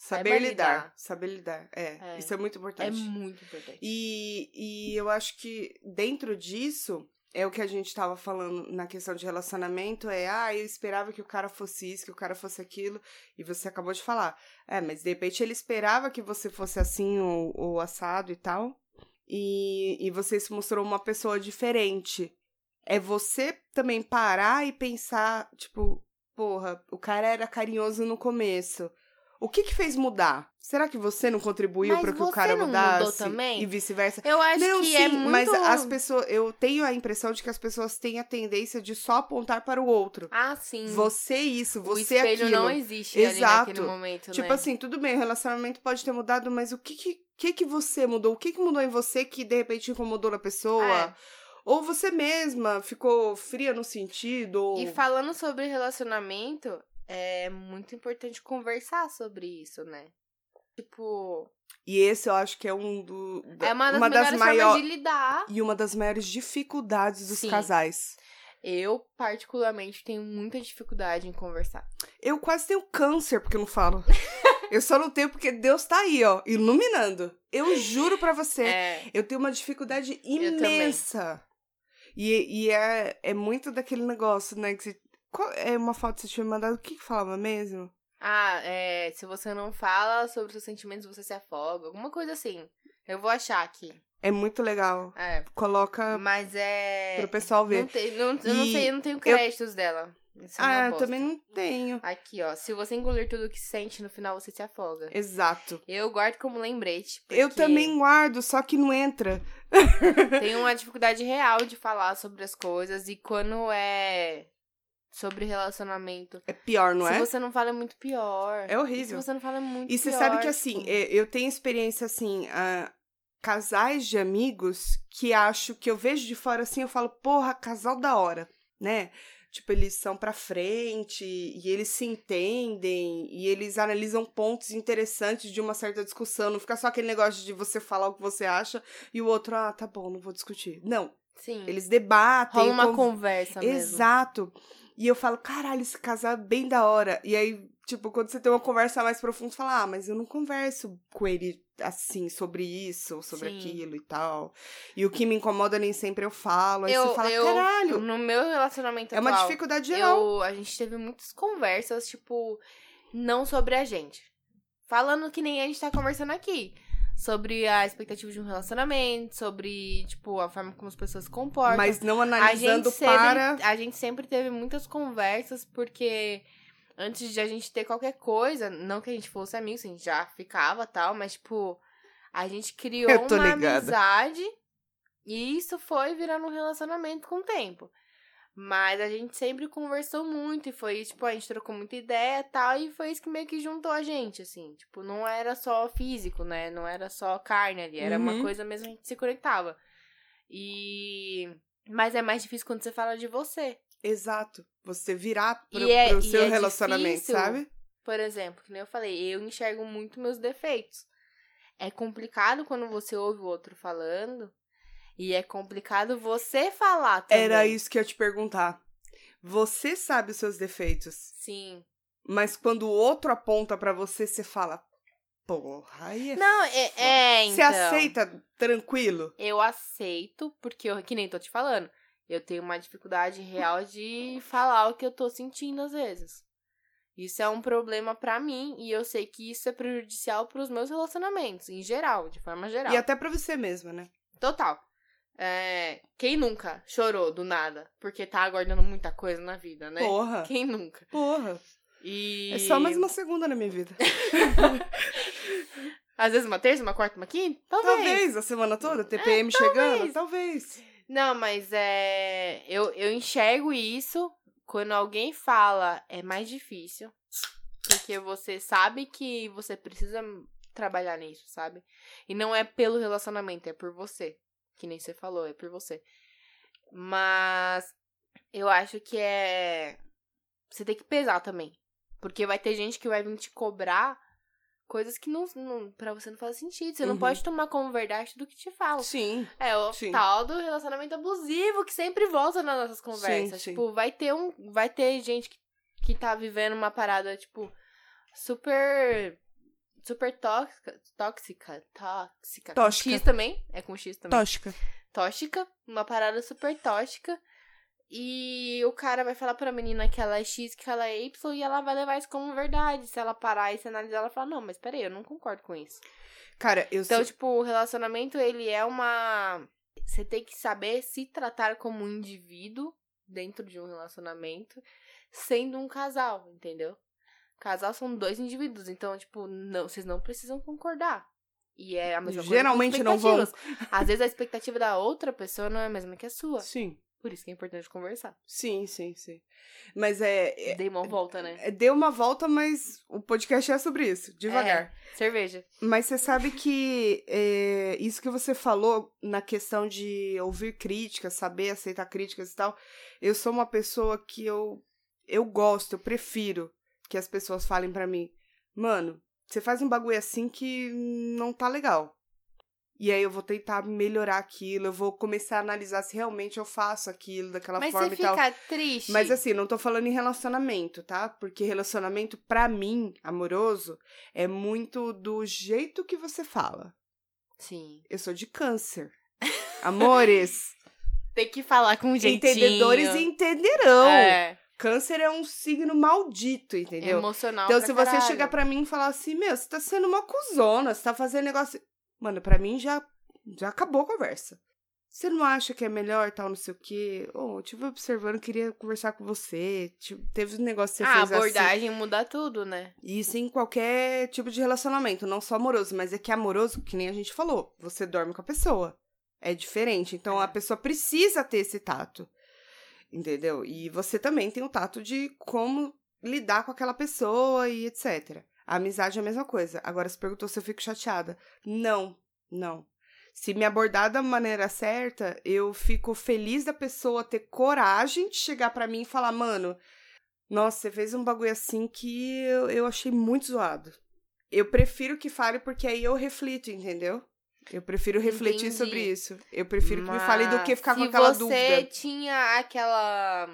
Speaker 1: Saiba
Speaker 2: Saber lidar.
Speaker 1: lidar.
Speaker 2: Saber lidar. É.
Speaker 1: É.
Speaker 2: Isso é muito
Speaker 1: é
Speaker 2: importante.
Speaker 1: muito importante.
Speaker 2: E, e eu acho que dentro disso é o que a gente tava falando na questão de relacionamento, é ah, eu esperava que o cara fosse isso, que o cara fosse aquilo, e você acabou de falar. É, mas de repente ele esperava que você fosse assim ou, ou assado e tal. e, e você se mostrou uma pessoa diferente. É você também parar e pensar, tipo, porra, o cara era carinhoso no começo. O que que fez mudar? Será que você não contribuiu
Speaker 1: Mas
Speaker 2: para que o
Speaker 1: você
Speaker 2: cara
Speaker 1: não mudou
Speaker 2: mudasse
Speaker 1: também?
Speaker 2: e vice-versa?
Speaker 1: Eu acho
Speaker 2: não,
Speaker 1: que
Speaker 2: sim,
Speaker 1: é muito.
Speaker 2: mas as pessoas, eu tenho a impressão de que as pessoas têm a tendência de só apontar para o outro.
Speaker 1: Ah, sim.
Speaker 2: Você isso,
Speaker 1: o
Speaker 2: você é
Speaker 1: espelho
Speaker 2: aquilo.
Speaker 1: não existe ali naquele
Speaker 2: Exato.
Speaker 1: momento,
Speaker 2: Tipo
Speaker 1: né?
Speaker 2: assim, tudo bem, o relacionamento pode ter mudado, mas o que que, que que você mudou? O que que mudou em você que de repente incomodou na pessoa?
Speaker 1: É.
Speaker 2: Ou você mesma ficou fria no sentido? Ou...
Speaker 1: E falando sobre relacionamento, é muito importante conversar sobre isso, né? Tipo,
Speaker 2: E esse eu acho que é um do
Speaker 1: é uma das melhores formas de lidar.
Speaker 2: e uma das maiores dificuldades dos
Speaker 1: Sim.
Speaker 2: casais.
Speaker 1: Eu, particularmente, tenho muita dificuldade em conversar.
Speaker 2: Eu quase tenho câncer porque eu não falo. eu só não tenho porque Deus tá aí, ó, iluminando. Eu juro pra você,
Speaker 1: É,
Speaker 2: eu tenho uma dificuldade
Speaker 1: também.
Speaker 2: imensa. E, e é, é muito daquele negócio, né? Que você- qual- é uma foto que você tinha me mandado. O que que falava mesmo?
Speaker 1: Ah, é, se você não fala sobre seus sentimentos, você se afoga. Alguma coisa assim. Eu vou achar aqui.
Speaker 2: É muito legal.
Speaker 1: É,
Speaker 2: Coloca
Speaker 1: mas é.
Speaker 2: pro pessoal
Speaker 1: Não
Speaker 2: ver.
Speaker 1: tem, não, eu não
Speaker 2: E
Speaker 1: sei, eu não tenho créditos dela. Isso é uma
Speaker 2: ah, eu
Speaker 1: bosta.
Speaker 2: também não tenho.
Speaker 1: Aqui, ó. Se você engolir tudo que sente, no final você se afoga.
Speaker 2: Exato.
Speaker 1: Eu guardo como lembrete.
Speaker 2: Eu
Speaker 1: porque
Speaker 2: também guardo, só que não entra.
Speaker 1: Tenho uma dificuldade real de falar sobre as coisas. E quando é sobre relacionamento.
Speaker 2: É pior, não
Speaker 1: se
Speaker 2: é?
Speaker 1: você não fala, é muito pior.
Speaker 2: É
Speaker 1: Se
Speaker 2: horrível.
Speaker 1: você não fala, é muito pior.
Speaker 2: E você sabe que assim,
Speaker 1: tipo.
Speaker 2: é, eu tenho experiência assim, ah, casais de amigos que acho que eu vejo de fora assim, eu falo, porra, casal da hora, né? Tipo, eles são pra frente e eles se entendem e eles analisam pontos interessantes de uma certa discussão. Não fica só aquele negócio de você falar o que você acha e o outro, ah, tá bom, não vou discutir. Não,
Speaker 1: Sim.
Speaker 2: eles debatem.
Speaker 1: Rola uma
Speaker 2: conv-
Speaker 1: conversa mesmo.
Speaker 2: Exato. E eu falo, caralho, esse casal é bem da hora. E aí, tipo, quando você tem uma conversa mais profunda, você fala, ah, mas eu não converso com ele assim, sobre isso, ou sobre
Speaker 1: Sim.
Speaker 2: aquilo e tal. E o que me incomoda nem sempre eu falo. Aí você fala,
Speaker 1: eu-
Speaker 2: caralho,
Speaker 1: no meu relacionamento
Speaker 2: é uma
Speaker 1: atual,
Speaker 2: dificuldade geral.
Speaker 1: eu, a gente teve muitas conversas, tipo, não sobre a gente. Falando que nem a gente tá conversando aqui. Sobre a expectativa de um relacionamento, sobre, tipo, a forma como as pessoas se comportam.
Speaker 2: Mas não
Speaker 1: a gente,
Speaker 2: analisando
Speaker 1: sempre,
Speaker 2: para.
Speaker 1: a gente sempre teve muitas conversas, porque antes de a gente ter qualquer coisa, não que a gente fosse amigos, a gente já ficava tal, mas, tipo, a gente criou
Speaker 2: Eu tô
Speaker 1: uma
Speaker 2: ligada.
Speaker 1: amizade e isso foi virando um relacionamento com o tempo. Mas a gente sempre conversou muito e foi, tipo, a gente trocou muita ideia e tal, e foi isso que meio que juntou a gente, assim. Tipo, não era só físico, né? Não era só carne ali, era uma
Speaker 2: Uhum.
Speaker 1: coisa mesmo, a gente se conectava. E. Mas é mais difícil quando você fala de você.
Speaker 2: Exato. Você virar pro,
Speaker 1: E é-
Speaker 2: pro
Speaker 1: e
Speaker 2: seu
Speaker 1: é
Speaker 2: relacionamento,
Speaker 1: difícil.
Speaker 2: sabe?
Speaker 1: Por exemplo, que nem eu falei, eu enxergo muito meus defeitos. É complicado quando você ouve o outro falando. E é complicado você falar também.
Speaker 2: Era isso que eu ia te perguntar. Você sabe os seus defeitos.
Speaker 1: Sim.
Speaker 2: Mas quando o outro aponta pra você, você fala, porra, aí é
Speaker 1: Não, é, é então.
Speaker 2: Você aceita tranquilo?
Speaker 1: Eu aceito, porque eu, que nem tô te falando, eu tenho uma dificuldade real de falar o que eu tô sentindo às vezes. Isso é um problema pra mim e eu sei que isso é prejudicial pros meus relacionamentos, em geral, de forma geral.
Speaker 2: E até pra você mesma, né?
Speaker 1: Total. É, quem nunca chorou do nada porque tá aguardando muita coisa na vida, né?
Speaker 2: Porra.
Speaker 1: Quem nunca?
Speaker 2: Porra.
Speaker 1: E
Speaker 2: É só mais uma segunda na minha vida.
Speaker 1: às vezes uma terça, uma quarta, uma quinta, talvez. É,
Speaker 2: Talvez a semana toda, TPM chegando, talvez.
Speaker 1: Não, mas é. Eu, eu enxergo isso quando alguém fala é mais difícil. Porque você sabe que você precisa trabalhar nisso, sabe? E não é pelo relacionamento, é por você. Que nem você falou, é por você. Mas eu acho que é. Você tem que pesar também. Porque vai ter gente que vai vir te cobrar coisas que não, não para você não faz sentido. Você não
Speaker 2: Uhum.
Speaker 1: pode tomar como verdade tudo que te falam.
Speaker 2: Sim.
Speaker 1: É, o
Speaker 2: Sim.
Speaker 1: tal do relacionamento abusivo que sempre volta nas nossas conversas.
Speaker 2: sim.
Speaker 1: Tipo, vai ter um. Vai ter gente que, que tá vivendo uma parada, tipo, super. Super tóxica. Tóxica. Tóxica. Com
Speaker 2: Tóxica.
Speaker 1: X também. É com X também.
Speaker 2: Tóxica.
Speaker 1: Tóxica. Uma parada super tóxica. E o cara vai falar pra menina que ela é X, que ela é Y, e ela vai levar isso como verdade. Se ela parar e se analisar, ela fala, não, mas peraí, eu não concordo com isso.
Speaker 2: Cara, eu
Speaker 1: Então,
Speaker 2: sei-
Speaker 1: tipo, o relacionamento, ele é uma. Você tem que saber se tratar como um indivíduo dentro de um relacionamento, sendo um casal, entendeu? Casal são dois indivíduos, então, tipo, não, vocês não precisam concordar. E é a mesma coisa. com
Speaker 2: Geralmente não vão.
Speaker 1: expectativas. Às vezes a expectativa da outra pessoa não é a mesma que a sua.
Speaker 2: Sim,
Speaker 1: Por isso que é importante conversar.
Speaker 2: sim, sim, sim. Mas é, é,
Speaker 1: Demon volta, né?
Speaker 2: é- Deu uma volta, mas o podcast é sobre isso, devagar.
Speaker 1: É, cerveja.
Speaker 2: Mas você sabe que é, isso que você falou na questão de ouvir críticas, saber aceitar críticas e tal, eu sou uma pessoa que eu, eu gosto, eu prefiro que as pessoas falem pra mim, mano, você faz um bagulho assim que não tá legal. E aí eu vou tentar melhorar aquilo, eu vou começar a analisar se realmente eu faço aquilo daquela
Speaker 1: Mas
Speaker 2: forma
Speaker 1: você
Speaker 2: e tal.
Speaker 1: fica triste.
Speaker 2: Mas assim, não tô falando em relacionamento, tá? Porque relacionamento, pra mim, amoroso, é muito do jeito que você fala.
Speaker 1: Sim.
Speaker 2: Eu sou de câncer. Amores,
Speaker 1: Tem que falar com um jeitinho.
Speaker 2: entendedores entenderão.
Speaker 1: É.
Speaker 2: Câncer é um signo maldito, entendeu?
Speaker 1: Emocional.
Speaker 2: então,
Speaker 1: pra
Speaker 2: se você
Speaker 1: caralho.
Speaker 2: chegar pra mim e falar assim, meu, você tá sendo uma cuzona, você tá fazendo negócio. Mano, pra mim já, já acabou a conversa. Você não acha que é melhor tal, não sei o quê? Ô, eu tive observando, queria conversar com você. Tipo, teve um negócio que você
Speaker 1: Ah, a
Speaker 2: fez assim.
Speaker 1: abordagem muda tudo, né?
Speaker 2: Isso em qualquer tipo de relacionamento, não só amoroso, mas é que amoroso, que nem a gente falou, você dorme com a pessoa. É diferente. Então
Speaker 1: É.
Speaker 2: a pessoa precisa ter esse tato. Entendeu? E você também tem o tato de como lidar com aquela pessoa e etc. A amizade é a mesma coisa. Agora, se perguntou se eu fico chateada. Não, não. Se me abordar da maneira certa, eu fico feliz da pessoa ter coragem de chegar pra mim e falar, mano, nossa, você fez um bagulho assim que eu, eu achei muito zoado. Eu prefiro que fale porque aí eu reflito, entendeu? Eu prefiro refletir
Speaker 1: Entendi.
Speaker 2: sobre isso. Eu prefiro que me fale do que ficar com
Speaker 1: Mas
Speaker 2: aquela
Speaker 1: se
Speaker 2: dúvida.
Speaker 1: você tinha aquela...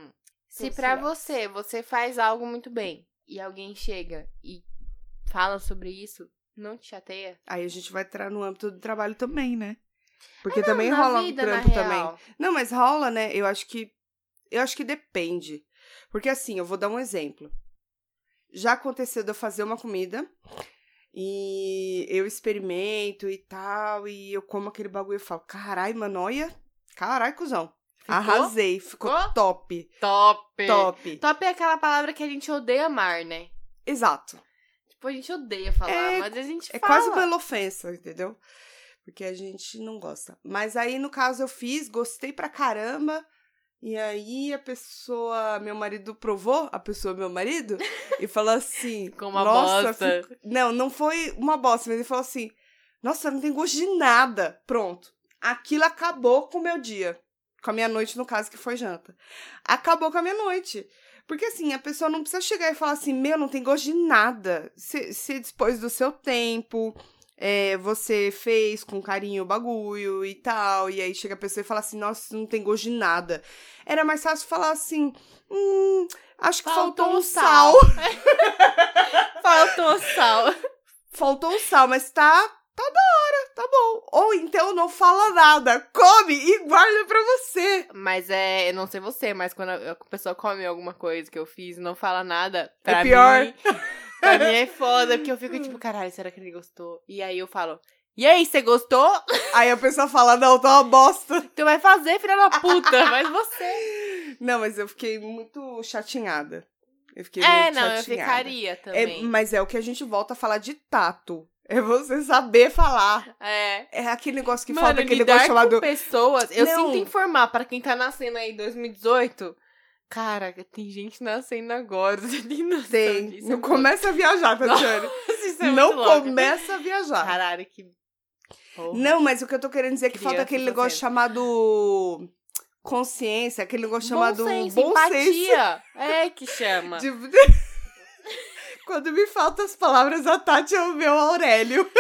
Speaker 1: Se
Speaker 2: Sim,
Speaker 1: pra
Speaker 2: sim.
Speaker 1: você, você faz algo muito bem e alguém chega e fala sobre isso, não te chateia?
Speaker 2: Aí a gente vai entrar no âmbito do trabalho também, né? Porque também
Speaker 1: É, Na
Speaker 2: rola
Speaker 1: vida,
Speaker 2: um
Speaker 1: na
Speaker 2: trampo também.
Speaker 1: real.
Speaker 2: Não, mas rola, né? Eu acho que eu acho que depende. Porque assim, eu vou dar um exemplo. Já aconteceu de eu fazer uma comida e eu experimento e tal, e eu como aquele bagulho e falo: "Carai, mano, olha, carai, cuzão.
Speaker 1: Ficou?
Speaker 2: Arrasei, ficou
Speaker 1: Ficou?
Speaker 2: top,
Speaker 1: Top!
Speaker 2: top".
Speaker 1: Top é aquela palavra que a gente odeia amar, né?
Speaker 2: Exato.
Speaker 1: Tipo, a gente odeia falar,
Speaker 2: É-
Speaker 1: mas a gente
Speaker 2: É
Speaker 1: fala.
Speaker 2: quase uma elofensa, entendeu? Porque a gente não gosta. Mas aí, no caso, eu fiz, gostei pra caramba. E aí a pessoa, meu marido provou, a pessoa, é meu marido, e falou assim:
Speaker 1: Com uma
Speaker 2: Nossa,
Speaker 1: bosta.
Speaker 2: fico-" Não, não foi uma bosta, mas ele falou assim: Nossa, não tem gosto de nada. Pronto. Aquilo acabou com o meu dia. Com a minha noite, no caso, que foi janta. Acabou com a minha noite. Porque assim, a pessoa não precisa chegar e falar assim, meu, não tem gosto de nada. Você você dispôs do seu tempo, é, você fez com carinho o bagulho e tal. E aí chega a pessoa e fala assim, nossa, isso não tem gosto de nada. Era mais fácil falar assim, hum, acho que faltou, um sal.
Speaker 1: Faltou sal.
Speaker 2: Faltou um sal, mas tá, tá da hora, tá bom. Ou então não fala nada, come e guarda pra você.
Speaker 1: Mas é, eu não sei você, mas quando a a pessoa come alguma coisa que eu fiz e não fala nada, pra
Speaker 2: É pior.
Speaker 1: mim. Pra mim é foda, porque eu fico tipo, caralho, será que ele gostou? E aí eu falo, e aí, você gostou?
Speaker 2: Aí a pessoa fala, não, tá uma bosta.
Speaker 1: Tu vai fazer, filha da puta, mas você.
Speaker 2: Não, mas eu fiquei muito chatinhada. Eu fiquei
Speaker 1: é,
Speaker 2: muito
Speaker 1: não, eu
Speaker 2: chateada.
Speaker 1: ficaria
Speaker 2: É,
Speaker 1: também.
Speaker 2: mas é o que a gente volta a falar de tato. É você saber falar.
Speaker 1: É.
Speaker 2: É aquele negócio que
Speaker 1: Mano,
Speaker 2: falta aquele
Speaker 1: lidar
Speaker 2: negócio chamado.
Speaker 1: com pessoas, eu
Speaker 2: Não.
Speaker 1: sinto informar pra quem tá nascendo aí em 2018. Cara, tem gente nascendo agora. Você tem noção
Speaker 2: Tem.
Speaker 1: disso?
Speaker 2: Não começa a viajar, Tatiane.
Speaker 1: Nossa, isso é
Speaker 2: Não
Speaker 1: muito louco.
Speaker 2: começa a viajar.
Speaker 1: Caralho, que. Porra.
Speaker 2: Não, mas o que eu tô querendo dizer é que falta
Speaker 1: Criança
Speaker 2: aquele
Speaker 1: tá
Speaker 2: negócio
Speaker 1: sendo.
Speaker 2: chamado consciência, aquele negócio chamado
Speaker 1: bom senso,
Speaker 2: bom senso.
Speaker 1: empatia. É que chama.
Speaker 2: De- Quando me faltam as palavras, a Tati é o meu Aurélio.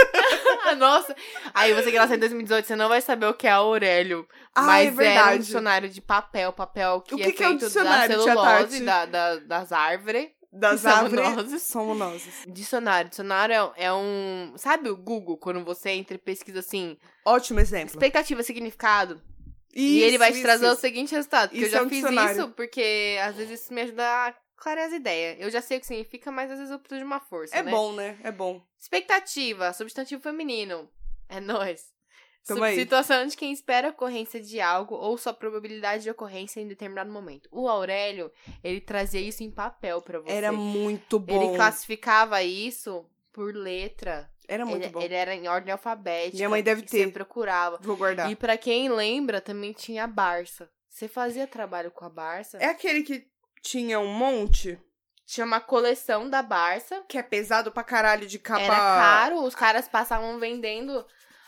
Speaker 1: Ah, nossa. Aí você que nasceu em 2018, você não vai saber o que é Aurélio.
Speaker 2: Ah,
Speaker 1: mas
Speaker 2: é
Speaker 1: era um
Speaker 2: verdade.
Speaker 1: dicionário de papel, papel que,
Speaker 2: O
Speaker 1: é
Speaker 2: que que é o
Speaker 1: feito da
Speaker 2: dicionário, tia
Speaker 1: celulose,
Speaker 2: Tati?
Speaker 1: da, da- das árvores.
Speaker 2: das
Speaker 1: Somos
Speaker 2: árvores.
Speaker 1: nós.
Speaker 2: Somos nós.
Speaker 1: Dicionário. Dicionário é, é um. Sabe o Google, quando você entra e pesquisa assim,
Speaker 2: Ótimo exemplo.
Speaker 1: expectativa, significado? e ele vai te
Speaker 2: isso,
Speaker 1: trazer
Speaker 2: isso.
Speaker 1: o seguinte resultado. Porque
Speaker 2: Isso
Speaker 1: eu já
Speaker 2: é um
Speaker 1: fiz
Speaker 2: dicionário.
Speaker 1: isso, porque às vezes isso me ajuda a clareia as ideias. Eu já sei o que significa, mas às vezes eu preciso de uma força,
Speaker 2: É
Speaker 1: né?
Speaker 2: bom, né? É bom.
Speaker 1: Expectativa, substantivo feminino. É nóis.
Speaker 2: Tamo
Speaker 1: Sub-
Speaker 2: aí.
Speaker 1: Situação de quem espera a ocorrência de algo ou sua probabilidade de ocorrência em determinado momento. O Aurélio, ele trazia isso em papel pra você.
Speaker 2: Era muito bom.
Speaker 1: Ele classificava isso por letra.
Speaker 2: Era muito
Speaker 1: ele,
Speaker 2: bom.
Speaker 1: ele era em ordem alfabética.
Speaker 2: Minha mãe deve
Speaker 1: e
Speaker 2: ter.
Speaker 1: Você procurava.
Speaker 2: Vou guardar.
Speaker 1: E pra quem lembra, também tinha a Barça. Você fazia trabalho com a Barça?
Speaker 2: É aquele que tinha um monte,
Speaker 1: Tinha uma coleção da Barça.
Speaker 2: que é pesado pra caralho de capa.
Speaker 1: Era caro, os caras passavam vendendo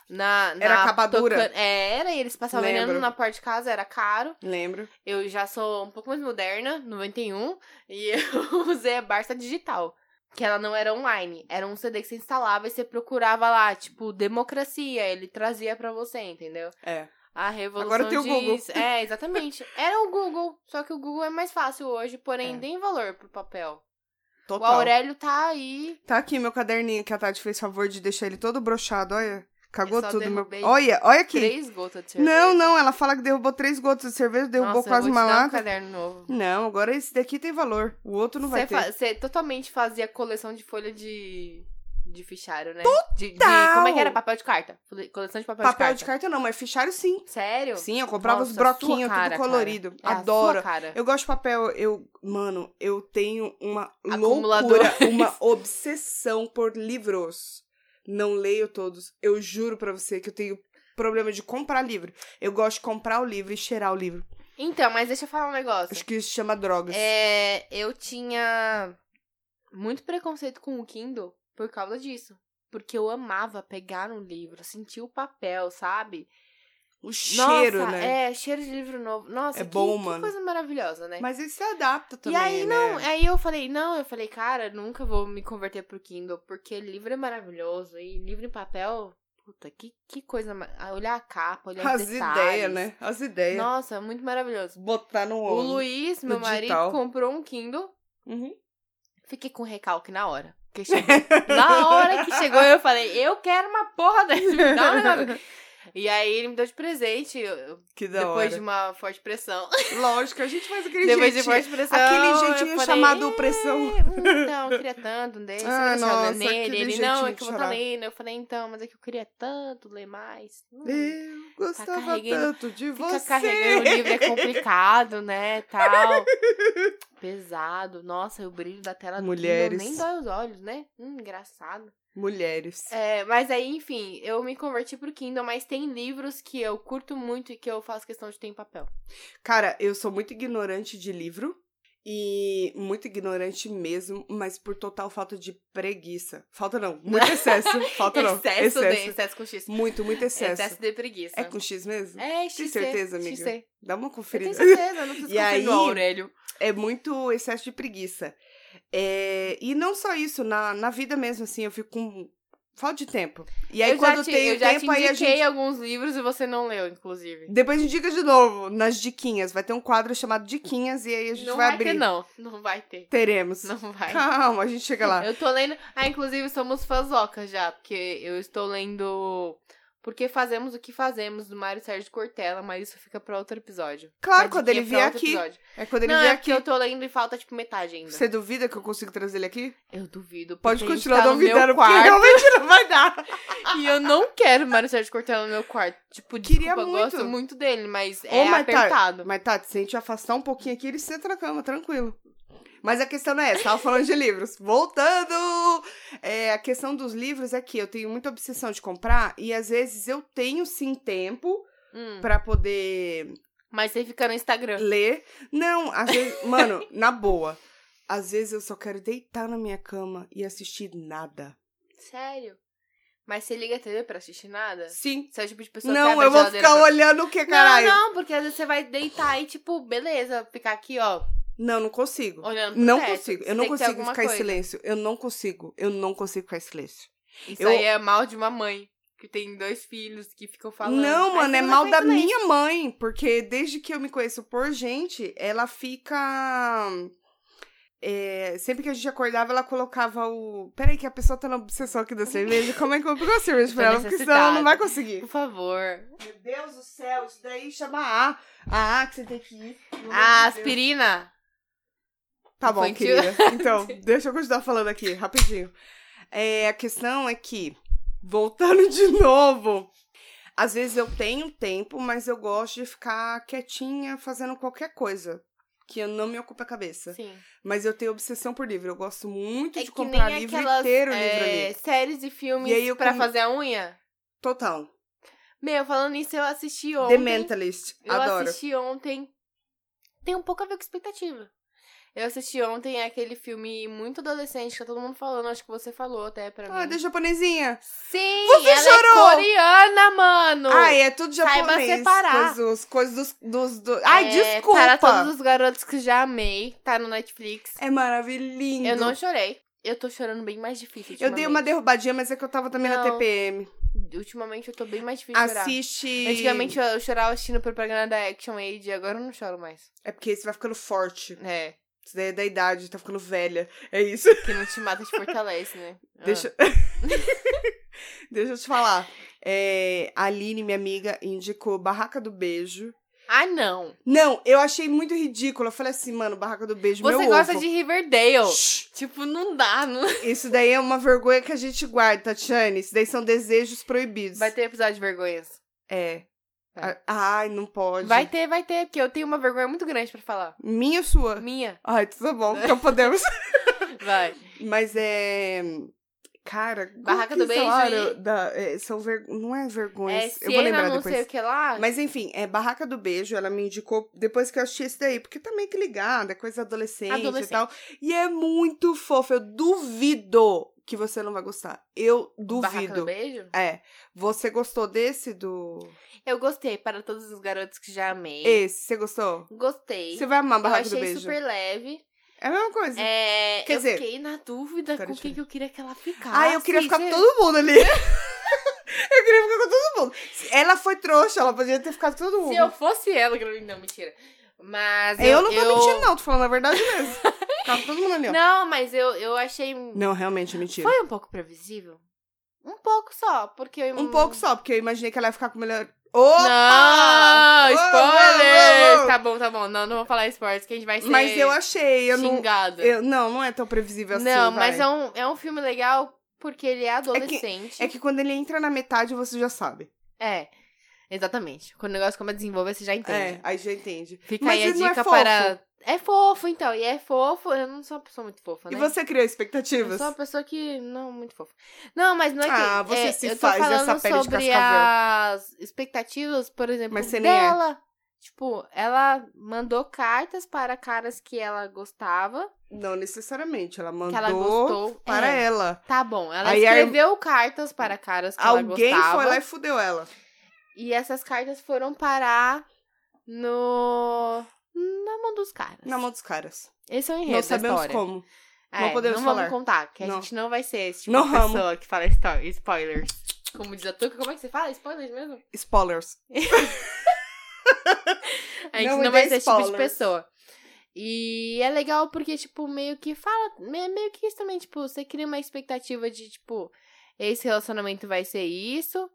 Speaker 1: na. na
Speaker 2: Era capa
Speaker 1: tocan-
Speaker 2: dura.
Speaker 1: É, Era, e eles passavam vendendo
Speaker 2: Lembro.
Speaker 1: na porta de casa, era caro.
Speaker 2: Lembro.
Speaker 1: Eu já sou um pouco mais moderna, 91, e eu usei a Barça Digital. Que ela não era online, era um CD que você instalava e você procurava lá, tipo, democracia, ele trazia pra você, entendeu?
Speaker 2: É.
Speaker 1: A revolução
Speaker 2: Agora tem o Google.
Speaker 1: diz- É, exatamente. Era o Google, só que o Google é mais fácil hoje, porém
Speaker 2: É.
Speaker 1: tem valor pro papel. O
Speaker 2: Total.
Speaker 1: Aurélio tá aí.
Speaker 2: Tá aqui meu caderninho que a Tati fez favor de deixar ele todo brochado, olha. Cagou
Speaker 1: Eu só
Speaker 2: tudo, meu.
Speaker 1: derrubei
Speaker 2: Olha, olha aqui.
Speaker 1: Três gotas de cerveja.
Speaker 2: Não, não, ela fala que derrubou três gotas de cerveja, derrubou
Speaker 1: Nossa, eu
Speaker 2: quase
Speaker 1: vou te dar
Speaker 2: uma
Speaker 1: um
Speaker 2: lata.
Speaker 1: caderno novo.
Speaker 2: Não, agora esse daqui tem valor. O outro não vai
Speaker 1: Você
Speaker 2: ter.
Speaker 1: fa- você totalmente fazia coleção de folha de, de fichário, né? De, de-
Speaker 2: Total!
Speaker 1: como é que era? Papel de carta. Fole- Coleção de papel,
Speaker 2: Papel
Speaker 1: de carta.
Speaker 2: de carta não, mas fichário sim.
Speaker 1: Sério?
Speaker 2: Sim, eu comprava
Speaker 1: Nossa,
Speaker 2: os
Speaker 1: sua
Speaker 2: broquinhos,
Speaker 1: cara,
Speaker 2: tudo colorido.
Speaker 1: cara. É a
Speaker 2: Adoro.
Speaker 1: sua cara.
Speaker 2: Eu gosto de papel, eu, mano, eu tenho uma loucura,
Speaker 1: Acumuladores.
Speaker 2: uma obsessão por livros. Não leio todos. Eu juro pra você que eu tenho problema de comprar livro. Eu gosto de comprar o livro e cheirar o livro.
Speaker 1: Então, mas deixa eu falar um negócio.
Speaker 2: Acho que isso chama drogas.
Speaker 1: É, eu tinha muito preconceito com o Kindle por causa disso. Porque eu amava pegar um livro, sentir o papel, sabe?
Speaker 2: o cheiro,
Speaker 1: Nossa,
Speaker 2: né?
Speaker 1: É, cheiro de livro novo. Nossa,
Speaker 2: É
Speaker 1: que-
Speaker 2: bom,
Speaker 1: que
Speaker 2: mano.
Speaker 1: coisa maravilhosa, né?
Speaker 2: Mas ele se adapta
Speaker 1: E
Speaker 2: também,
Speaker 1: aí,
Speaker 2: né?
Speaker 1: não, é, aí eu falei, não, eu falei, cara, nunca vou me converter pro Kindle, porque livro é maravilhoso, e livro em papel, puta, que, que coisa, ma- ah, olhar a capa, olhar
Speaker 2: As
Speaker 1: os detalhes.
Speaker 2: ideias, né? As ideias.
Speaker 1: Nossa, muito maravilhoso.
Speaker 2: Botar no
Speaker 1: O
Speaker 2: ombro.
Speaker 1: Luiz, meu
Speaker 2: no
Speaker 1: marido,
Speaker 2: digital.
Speaker 1: comprou um Kindle,
Speaker 2: Uhum.
Speaker 1: fiquei com recalque na hora. Que chegou. na hora que chegou, eu falei, eu quero uma porra desse, me dá um negócio. E aí ele me deu de presente, eu- eu-
Speaker 2: Que da
Speaker 1: depois
Speaker 2: hora.
Speaker 1: de uma forte pressão.
Speaker 2: Lógico, a gente faz aquele
Speaker 1: Depois de
Speaker 2: jeitinho.
Speaker 1: forte pressão.
Speaker 2: Aquele
Speaker 1: eu
Speaker 2: jeitinho
Speaker 1: falei,
Speaker 2: chamado
Speaker 1: "É,
Speaker 2: pressão.
Speaker 1: Então, eu queria tanto, não deixa,
Speaker 2: Ah,
Speaker 1: ah,
Speaker 2: nossa,
Speaker 1: nele.
Speaker 2: aquele
Speaker 1: Ele, não, é que
Speaker 2: jeitinho de
Speaker 1: eu vou tá
Speaker 2: chorar.
Speaker 1: lendo. Eu falei, então, mas é que eu queria tanto ler mais. Hum,
Speaker 2: Eu gostava
Speaker 1: carregando-
Speaker 2: tanto de
Speaker 1: fica
Speaker 2: você.
Speaker 1: carregando o livro é complicado, né, tal. Pesado. Nossa, e o brilho da tela do
Speaker 2: Mulheres.
Speaker 1: Kindle nem dói os olhos, né? Hum, engraçado.
Speaker 2: Mulheres.
Speaker 1: É, mas aí, enfim, eu me converti pro Kindle, mas tem livros que eu curto muito e que eu faço questão de ter em papel.
Speaker 2: Cara, eu sou muito ignorante de livro. E muito ignorante mesmo, mas por total falta de preguiça. Falta não, muito excesso. Falta não.
Speaker 1: excesso, de- excesso com X.
Speaker 2: Muito, muito excesso.
Speaker 1: Excesso de preguiça.
Speaker 2: É com X mesmo?
Speaker 1: É, XC.
Speaker 2: certeza, amiga?
Speaker 1: XC.
Speaker 2: Dá uma
Speaker 1: Eu tenho
Speaker 2: conferida.
Speaker 1: certeza, eu não preciso
Speaker 2: E
Speaker 1: conferir no
Speaker 2: aí-
Speaker 1: Aurélio.
Speaker 2: É muito excesso de preguiça. É, e não só isso, na, na vida mesmo, assim, eu fico com falta de tempo. E aí,
Speaker 1: eu
Speaker 2: quando
Speaker 1: já te,
Speaker 2: tem
Speaker 1: eu já
Speaker 2: tempo,
Speaker 1: te
Speaker 2: aí a
Speaker 1: indiquei
Speaker 2: gente.
Speaker 1: alguns livros e você não leu, inclusive.
Speaker 2: Depois a gente dica de novo, nas diquinhas. Vai ter um quadro chamado Diquinhas e aí a gente
Speaker 1: não
Speaker 2: vai,
Speaker 1: vai
Speaker 2: abrir.
Speaker 1: ter, não. Não vai ter.
Speaker 2: Teremos.
Speaker 1: Não vai.
Speaker 2: Calma, a gente chega lá.
Speaker 1: Eu tô lendo... Ah, inclusive, somos fãzocas já, porque eu estou lendo... Porque fazemos o que fazemos, do Mário Sérgio Cortella, mas isso fica pra outro episódio.
Speaker 2: Claro,
Speaker 1: Fica a
Speaker 2: quando ele
Speaker 1: diquinha
Speaker 2: vier
Speaker 1: pra outro
Speaker 2: aqui.
Speaker 1: episódio.
Speaker 2: É quando ele
Speaker 1: não,
Speaker 2: vier
Speaker 1: é
Speaker 2: aqui.
Speaker 1: porque eu tô lendo e falta, tipo, metade ainda.
Speaker 2: Você duvida que eu consigo trazer ele aqui?
Speaker 1: Eu duvido.
Speaker 2: Pode
Speaker 1: porque a gente
Speaker 2: continuar
Speaker 1: tá no meu
Speaker 2: duvidando, porque
Speaker 1: quarto.
Speaker 2: realmente não vai dar.
Speaker 1: E eu não quero Mário Sérgio Cortella no meu quarto. Tipo,
Speaker 2: Queria
Speaker 1: desculpa, eu
Speaker 2: muito.
Speaker 1: gosto muito dele, mas
Speaker 2: Ô,
Speaker 1: é
Speaker 2: Maitá,
Speaker 1: apertado.
Speaker 2: Mas, Tati, se a gente afastar um pouquinho aqui, ele senta na cama, tranquilo. Mas a questão não é essa, tava falando de livros. Voltando! É, a questão dos livros é que eu tenho muita obsessão de comprar e às vezes eu tenho sim tempo
Speaker 1: Hum,
Speaker 2: pra poder
Speaker 1: Mas você fica no Instagram.
Speaker 2: ler. Não, às vezes, mano, na boa. Às vezes eu só quero deitar na minha cama e assistir nada.
Speaker 1: Sério? Mas você liga a TV pra assistir nada?
Speaker 2: Sim.
Speaker 1: Você é o tipo de pessoa que
Speaker 2: Não,
Speaker 1: abre a
Speaker 2: eu vou
Speaker 1: geladeira
Speaker 2: ficar
Speaker 1: pra-
Speaker 2: olhando o que, caralho?
Speaker 1: Não, não, porque às vezes você vai deitar e, tipo, beleza, ficar aqui, ó,
Speaker 2: Não, não consigo.
Speaker 1: olhando pro
Speaker 2: Não
Speaker 1: teto.
Speaker 2: consigo.
Speaker 1: Você
Speaker 2: Eu não
Speaker 1: tem que ter
Speaker 2: consigo
Speaker 1: alguma
Speaker 2: ficar em
Speaker 1: coisa.
Speaker 2: silêncio. Eu não consigo. Eu não consigo ficar em silêncio.
Speaker 1: Isso
Speaker 2: Eu-
Speaker 1: aí é mal de uma mãe que tem dois filhos que ficam falando.
Speaker 2: Não,
Speaker 1: Aí
Speaker 2: mano,
Speaker 1: você
Speaker 2: é
Speaker 1: não
Speaker 2: mal da
Speaker 1: aguenta nem.
Speaker 2: minha mãe, porque desde que eu me conheço por gente, ela fica. é, sempre que a gente acordava, ela colocava o. Peraí, que a pessoa tá na obsessão aqui da cerveja. Como é que eu pego a cerveja
Speaker 1: Tô
Speaker 2: pra ela? Porque senão ela não vai conseguir.
Speaker 1: Por favor.
Speaker 2: Meu Deus do céu, isso
Speaker 1: Ah,
Speaker 2: daí chama A. A, que você tem que ir.
Speaker 1: A aspirina.
Speaker 2: Tá bom,
Speaker 1: Infantil.
Speaker 2: querida. Então, deixa eu continuar falando aqui, rapidinho. É, a questão é que, voltando de novo, às vezes eu tenho tempo, mas eu gosto de ficar quietinha fazendo qualquer coisa. Que eu não me ocupa a cabeça.
Speaker 1: Sim.
Speaker 2: Mas eu tenho obsessão por livro. Eu gosto muito
Speaker 1: É
Speaker 2: de
Speaker 1: que nem
Speaker 2: comprar livro
Speaker 1: aquelas
Speaker 2: inteiro, livro
Speaker 1: é,
Speaker 2: ali.
Speaker 1: séries e filmes
Speaker 2: E aí eu
Speaker 1: pra
Speaker 2: com-
Speaker 1: fazer a unha.
Speaker 2: Total.
Speaker 1: Meu, falando nisso, eu assisti ontem.
Speaker 2: The Mentalist.
Speaker 1: Eu
Speaker 2: Adoro.
Speaker 1: assisti ontem. Tem um pouco a ver com expectativa. Eu assisti ontem aquele filme muito adolescente que tá todo mundo falando, acho que você falou até pra
Speaker 2: Ah,
Speaker 1: mim.
Speaker 2: da japonesinha.
Speaker 1: Sim,
Speaker 2: Você
Speaker 1: ela
Speaker 2: chorou!
Speaker 1: é coreana, mano!
Speaker 2: Ah, é tudo
Speaker 1: Saiba
Speaker 2: japonês.
Speaker 1: separar.
Speaker 2: Coisas, coisas dos, dos, do- Ai,
Speaker 1: É,
Speaker 2: desculpa.
Speaker 1: Para todos os garotos que já amei, tá no Netflix.
Speaker 2: É maravilhoso.
Speaker 1: Eu não chorei. Eu tô chorando bem mais difícil.
Speaker 2: Eu dei uma
Speaker 1: ultimamente.
Speaker 2: derrubadinha, mas é que eu tava também na
Speaker 1: Não.
Speaker 2: TPM.
Speaker 1: Ultimamente eu tô bem mais difícil de chorar.
Speaker 2: Assim- Assiste.
Speaker 1: Antigamente eu, eu chorava assistindo propaganda da Action Aid, agora eu não choro mais.
Speaker 2: É porque você vai ficando forte.
Speaker 1: É,
Speaker 2: Isso daí é da idade, tá ficando velha. É isso.
Speaker 1: que não te mata, te fortalece, né? Ah.
Speaker 2: Deixa. Deixa eu te falar. É, a Aline, minha amiga, indicou Barraca do Beijo.
Speaker 1: Ah, não.
Speaker 2: Não, eu achei muito ridículo. Eu falei assim, mano, Barraca do Beijo,
Speaker 1: Você
Speaker 2: meu
Speaker 1: gosta
Speaker 2: ovo.
Speaker 1: de Riverdale.
Speaker 2: Shhh,
Speaker 1: Tipo, não dá, não.
Speaker 2: Isso daí é uma vergonha que a gente guarda, Tatiane. Isso daí são desejos proibidos.
Speaker 1: Vai ter episódio de vergonhas.
Speaker 2: É.
Speaker 1: Vai.
Speaker 2: A- Ai, não pode.
Speaker 1: Vai ter, vai ter, porque eu tenho uma vergonha muito grande pra falar.
Speaker 2: Minha ou sua?
Speaker 1: Minha.
Speaker 2: Ai, tudo bom, então podemos.
Speaker 1: Vai.
Speaker 2: Mas é. Cara, como
Speaker 1: Barraca
Speaker 2: que
Speaker 1: do Beijo
Speaker 2: falaram
Speaker 1: e-
Speaker 2: da- é, são ver... Não é vergonhas.
Speaker 1: É,
Speaker 2: eu vou
Speaker 1: Siena,
Speaker 2: lembrar
Speaker 1: não
Speaker 2: depois.
Speaker 1: sei o que lá.
Speaker 2: Mas enfim, é Barraca do Beijo, ela me indicou depois que eu assisti esse daí, porque também que ligada, é coisa adolescente,
Speaker 1: Adolescente.
Speaker 2: e tal. E é muito fofo, eu duvido que você não vai gostar. Eu
Speaker 1: Barraca do
Speaker 2: duvido.
Speaker 1: beijo?
Speaker 2: É. Você gostou desse do.
Speaker 1: Eu gostei, para todos os garotos que já amei.
Speaker 2: Esse, você gostou?
Speaker 1: Gostei.
Speaker 2: Você vai amar
Speaker 1: eu
Speaker 2: Barraca do
Speaker 1: achei
Speaker 2: Beijo.
Speaker 1: super leve.
Speaker 2: É a mesma coisa.
Speaker 1: É,
Speaker 2: Quer
Speaker 1: eu
Speaker 2: dizer-
Speaker 1: fiquei na dúvida com
Speaker 2: Cara, deixa eu
Speaker 1: quem que eu queria que ela ficasse.
Speaker 2: Ah, eu queria ficar com
Speaker 1: Você-
Speaker 2: todo mundo ali. eu queria ficar com todo mundo. Se Ela foi trouxa, ela podia ter ficado com todo mundo.
Speaker 1: Se eu fosse ela, eu- não, mentira. Mas
Speaker 2: Eu
Speaker 1: eu,
Speaker 2: não tô
Speaker 1: eu-
Speaker 2: mentindo, não. Tô falando a verdade mesmo. Ficava com todo mundo ali, ó. Não,
Speaker 1: Não, mas eu, eu achei.
Speaker 2: realmente é mentira.
Speaker 1: Foi um pouco previsível? Um pouco só, porque eu.
Speaker 2: Um pouco só, porque eu imaginei que ela ia ficar com o melhor... Opa!
Speaker 1: Não!
Speaker 2: Ô,
Speaker 1: Spoilers!
Speaker 2: ô, ô, ô.
Speaker 1: Tá bom, tá bom. Não, não vou falar spoilers, que a gente vai ser
Speaker 2: Mas eu achei, eu não...
Speaker 1: xingada.
Speaker 2: eu- não, não é tão previsível assim,
Speaker 1: não,
Speaker 2: vai.
Speaker 1: mas é um, é um filme legal porque ele é adolescente.
Speaker 2: É que quando ele entra na metade, você já sabe.
Speaker 1: É, exatamente. Quando o negócio começa a desenvolver, você já entende.
Speaker 2: É, aí já entende.
Speaker 1: Fica
Speaker 2: Mas
Speaker 1: aí a
Speaker 2: ele não é
Speaker 1: dica
Speaker 2: fofo?
Speaker 1: para. É fofo, então. E é fofo. Eu não sou uma pessoa muito fofa,
Speaker 2: E
Speaker 1: né?
Speaker 2: você criou
Speaker 1: Eu
Speaker 2: expectativas?
Speaker 1: sou uma pessoa que. Não, muito fofa. Não, mas não é que.
Speaker 2: Ah, você
Speaker 1: é,
Speaker 2: se
Speaker 1: eu tô
Speaker 2: faz
Speaker 1: falando
Speaker 2: essa pele de
Speaker 1: sobre
Speaker 2: cascavel.
Speaker 1: as expectativas, por exemplo,
Speaker 2: Mas você nem é.
Speaker 1: dela. Tipo, ela mandou cartas para caras que ela gostava.
Speaker 2: Não necessariamente, ela mandou
Speaker 1: que ela gostou.
Speaker 2: para
Speaker 1: É,
Speaker 2: ela.
Speaker 1: Tá bom. Ela
Speaker 2: Aí a irm-
Speaker 1: escreveu cartas para caras que
Speaker 2: Alguém
Speaker 1: ela gostava.
Speaker 2: foi lá e fudeu ela.
Speaker 1: E essas cartas foram parar no. na mão dos caras.
Speaker 2: Na mão dos caras.
Speaker 1: Esse é o enredo.
Speaker 2: não
Speaker 1: da
Speaker 2: sabemos
Speaker 1: história.
Speaker 2: como.
Speaker 1: É,
Speaker 2: não podemos
Speaker 1: não
Speaker 2: falar.
Speaker 1: vamos contar, que a
Speaker 2: Não.
Speaker 1: gente não vai ser esse tipo
Speaker 2: Não
Speaker 1: de
Speaker 2: vamos.
Speaker 1: pessoa que fala sto- spoilers. Como diz a Tuca, como é que você fala? Spoilers mesmo?
Speaker 2: Spoilers.
Speaker 1: A gente
Speaker 2: Não,
Speaker 1: não,
Speaker 2: e
Speaker 1: vai
Speaker 2: dê
Speaker 1: ser esse tipo de
Speaker 2: spoilers.
Speaker 1: pessoa. E é legal porque, tipo, meio que fala. me- Meio que isso também, tipo, você cria uma expectativa de, tipo, esse relacionamento vai ser isso,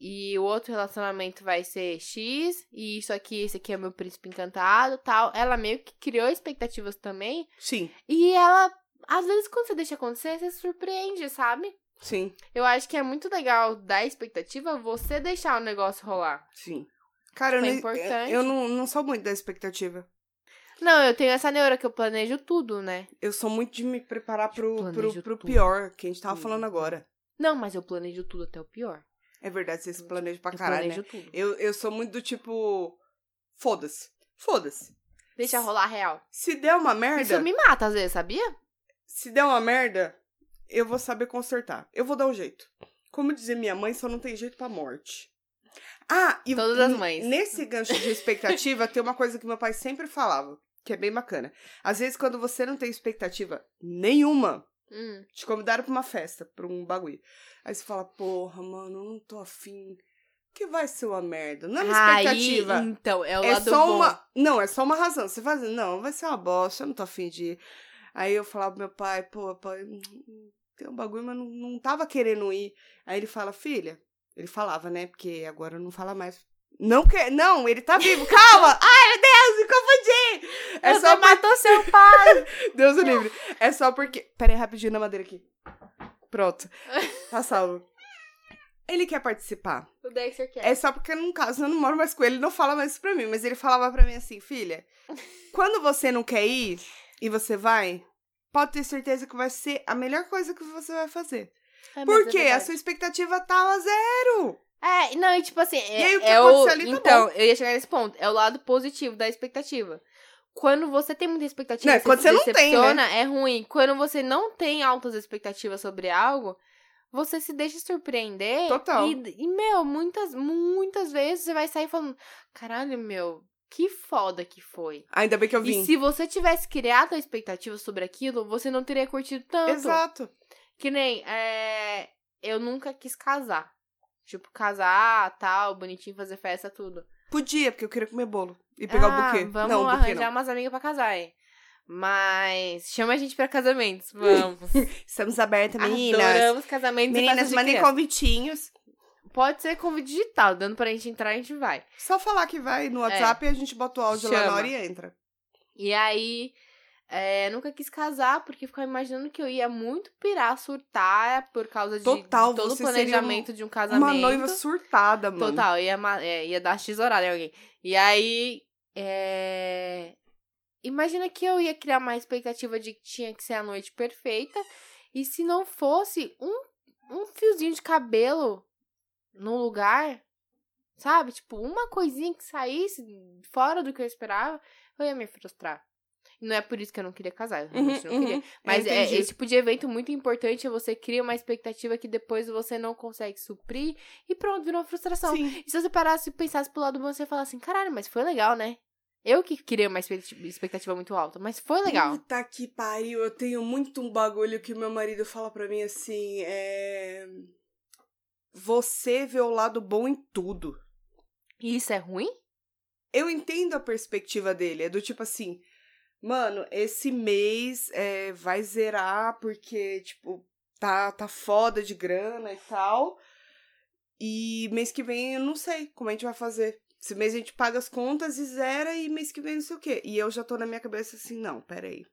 Speaker 1: e o outro relacionamento vai ser X, e isso aqui, esse aqui é meu príncipe encantado tal. Ela meio que criou expectativas também.
Speaker 2: Sim,
Speaker 1: E ela, às vezes, quando você deixa acontecer, você se surpreende, sabe?
Speaker 2: sim,
Speaker 1: Eu acho que é muito legal da expectativa você deixar o negócio rolar.
Speaker 2: sim. Cara, eu,
Speaker 1: Foi
Speaker 2: não-
Speaker 1: Tipo, é importante.
Speaker 2: eu não, não sou muito da expectativa.
Speaker 1: Não, eu tenho essa neura que eu planejo tudo, né?
Speaker 2: Eu sou muito de me preparar pro, pro,
Speaker 1: planejo
Speaker 2: pro
Speaker 1: tudo.
Speaker 2: pior, que a gente tava
Speaker 1: Tudo.
Speaker 2: falando agora.
Speaker 1: Não, mas eu planejo tudo até o pior.
Speaker 2: É verdade, você se planeja pra
Speaker 1: eu
Speaker 2: caralho,
Speaker 1: planejo
Speaker 2: né?
Speaker 1: tudo.
Speaker 2: Eu, eu sou muito do tipo. Foda-se. Foda-se.
Speaker 1: Deixa rolar a real.
Speaker 2: Se der uma
Speaker 1: Isso
Speaker 2: merda.
Speaker 1: me mata às vezes, sabia?
Speaker 2: Se der uma merda, eu vou saber consertar. Eu vou dar um jeito. Como dizia minha mãe, só não tem jeito pra morte. Ah, e
Speaker 1: Todas as
Speaker 2: n-
Speaker 1: mães.
Speaker 2: Nesse gancho de expectativa, tem uma coisa que meu pai sempre falava, que é bem bacana. Às vezes, quando você não tem expectativa nenhuma,
Speaker 1: Hum.
Speaker 2: te convidaram pra uma festa, pra um bagulho. Aí você fala, porra, mano, eu não tô afim. Que vai ser uma merda. Não é uma
Speaker 1: Aí,
Speaker 2: expectativa.
Speaker 1: então, é o
Speaker 2: É
Speaker 1: lado
Speaker 2: só
Speaker 1: bom.
Speaker 2: uma. Não, é só uma razão. Você faz, não, vai ser uma bosta, eu não tô afim de ir. Aí eu falava pro meu pai, pô, pai, hum, hum, tem um bagulho, mas não, não tava querendo ir. Aí ele fala, filha, ele falava, né? Porque agora não fala mais. Não que... Não, ele tá vivo. Calma! Ai, meu Deus, me confundi! É
Speaker 1: Você
Speaker 2: só
Speaker 1: matou seu pai!
Speaker 2: Deus o livre. É só porque. Pera aí, rapidinho na madeira aqui. Pronto. Tá salvo. Ele quer participar.
Speaker 1: o Dexter quer.
Speaker 2: É só porque, no caso, eu não moro mais com ele, ele não fala mais isso pra mim. Mas ele falava pra mim assim, filha, quando você não quer ir e você vai, pode ter certeza que vai ser a melhor coisa que você vai fazer.
Speaker 1: Ah, mas
Speaker 2: Porque
Speaker 1: é
Speaker 2: a sua expectativa tava zero.
Speaker 1: É, não, e tipo assim, é,
Speaker 2: E aí, o que
Speaker 1: é
Speaker 2: aconteceu ali, tá
Speaker 1: Então, eu ia chegar nesse ponto. É o lado positivo da expectativa. Quando você tem muita expectativa,
Speaker 2: Não,
Speaker 1: você
Speaker 2: quando
Speaker 1: se
Speaker 2: você não tem, né?
Speaker 1: decepciona, é ruim. Quando você não tem altas expectativas sobre algo, você se deixa surpreender.
Speaker 2: Total.
Speaker 1: E, e, meu, muitas, muitas vezes você vai sair falando, caralho, meu, que foda que foi.
Speaker 2: Ainda bem que eu vim.
Speaker 1: E se você tivesse criado a expectativa sobre aquilo, você não teria curtido tanto.
Speaker 2: Exato.
Speaker 1: Que nem, é, eu nunca quis casar. Tipo, casar, tal, bonitinho, fazer festa, tudo.
Speaker 2: Podia, porque eu queria comer bolo e pegar
Speaker 1: Ah,
Speaker 2: o buquê.
Speaker 1: Vamos
Speaker 2: não, o buquê
Speaker 1: arranjar
Speaker 2: não.
Speaker 1: umas amigas pra casar, hein? Mas chama a gente pra casamentos, vamos.
Speaker 2: Estamos abertas, meninas.
Speaker 1: um Adoramos casamentos e
Speaker 2: Meninas,
Speaker 1: festas de
Speaker 2: mandem
Speaker 1: criança.
Speaker 2: convitinhos.
Speaker 1: Pode ser convite digital, dando pra gente entrar, a gente vai.
Speaker 2: Só falar que vai no WhatsApp e a gente bota o áudio lá na
Speaker 1: É. Chama.
Speaker 2: hora e entra.
Speaker 1: E aí, é, nunca quis casar, porque ficava imaginando que eu ia muito pirar, surtar, por causa de
Speaker 2: Total,
Speaker 1: todo o
Speaker 2: você seria um-
Speaker 1: planejamento de um casamento.
Speaker 2: Uma noiva surtada, mano.
Speaker 1: Total, ia, ma- é, ia dar tesourada em alguém. E aí. é, Imagina que eu ia criar uma expectativa de que tinha que ser a noite perfeita. E se não fosse um, um fiozinho de cabelo no lugar, sabe? Tipo, uma coisinha que saísse fora do que eu esperava, eu ia me frustrar. Não é por isso que eu não queria casar, eu
Speaker 2: Uhum,
Speaker 1: realmente não
Speaker 2: uhum.
Speaker 1: queria. Mas
Speaker 2: Eu
Speaker 1: é,
Speaker 2: entendi.
Speaker 1: esse tipo de evento muito importante, é você cria uma expectativa que depois você não consegue suprir e pronto, virou uma frustração.
Speaker 2: Sim.
Speaker 1: E se você parasse e pensasse pro lado bom, você ia falar assim, caralho, mas foi legal, né? Eu que queria uma expectativa, expectativa muito alta, mas foi legal.
Speaker 2: Puta que pariu, eu tenho muito um bagulho que meu marido fala pra mim assim, é... Você vê o lado bom em tudo.
Speaker 1: E isso é ruim?
Speaker 2: Eu entendo a perspectiva dele, é do tipo assim, mano, esse mês é, vai zerar porque, tipo, tá, tá foda de grana e tal. E mês que vem eu não sei como a gente vai fazer. Esse mês a gente paga as contas e zera, e mês que vem não sei o quê. E eu já tô na minha cabeça assim, não, peraí.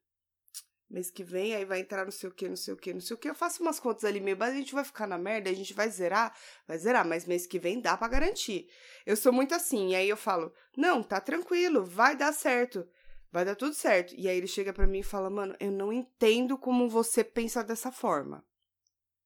Speaker 2: Mês que vem, aí vai entrar não sei o quê, não sei o quê, não sei o quê. Eu faço umas contas ali meio, mas a gente vai ficar na merda, a gente vai zerar, vai zerar, mas mês que vem dá pra garantir. Eu sou muito assim, e aí eu falo, não, tá tranquilo, vai dar certo. Vai dar tudo certo. E aí ele chega pra mim e fala: "Mano, eu não entendo como você pensa dessa forma.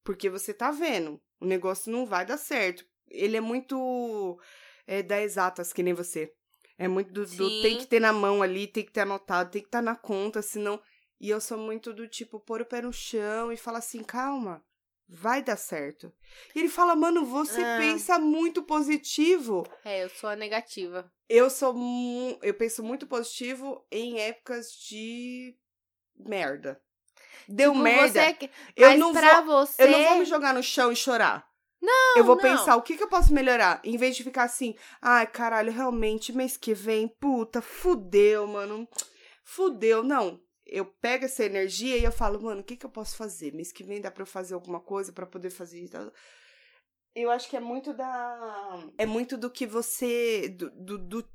Speaker 2: Porque você tá vendo, o negócio não vai dar certo. Ele é muito é, da exatas que nem você. É muito do, do
Speaker 1: Sim.
Speaker 2: tem que ter na mão ali, tem que ter anotado, tem que estar na conta, senão e eu sou muito do tipo pôr o pé no chão e falar assim: "Calma, vai dar certo". E ele fala: "Mano, você
Speaker 1: Ah.
Speaker 2: pensa muito positivo".
Speaker 1: É, eu sou a negativa.
Speaker 2: Eu sou mu- eu penso muito positivo em épocas de merda. Deu
Speaker 1: Tipo,
Speaker 2: merda.
Speaker 1: Você, que-
Speaker 2: eu
Speaker 1: mas
Speaker 2: não
Speaker 1: pra
Speaker 2: vou
Speaker 1: você...
Speaker 2: eu não vou me jogar no chão e chorar. Não, eu vou
Speaker 1: não.
Speaker 2: pensar o que, que eu posso melhorar, em vez de ficar assim, ai caralho, realmente mês que vem, puta, fudeu, mano, fudeu, não. Eu pego essa energia e eu falo, mano, o que, que eu posso fazer? Mês que vem dá pra eu fazer alguma coisa pra poder fazer isso? Eu acho que é muito da. É muito do que você. Do, do, do,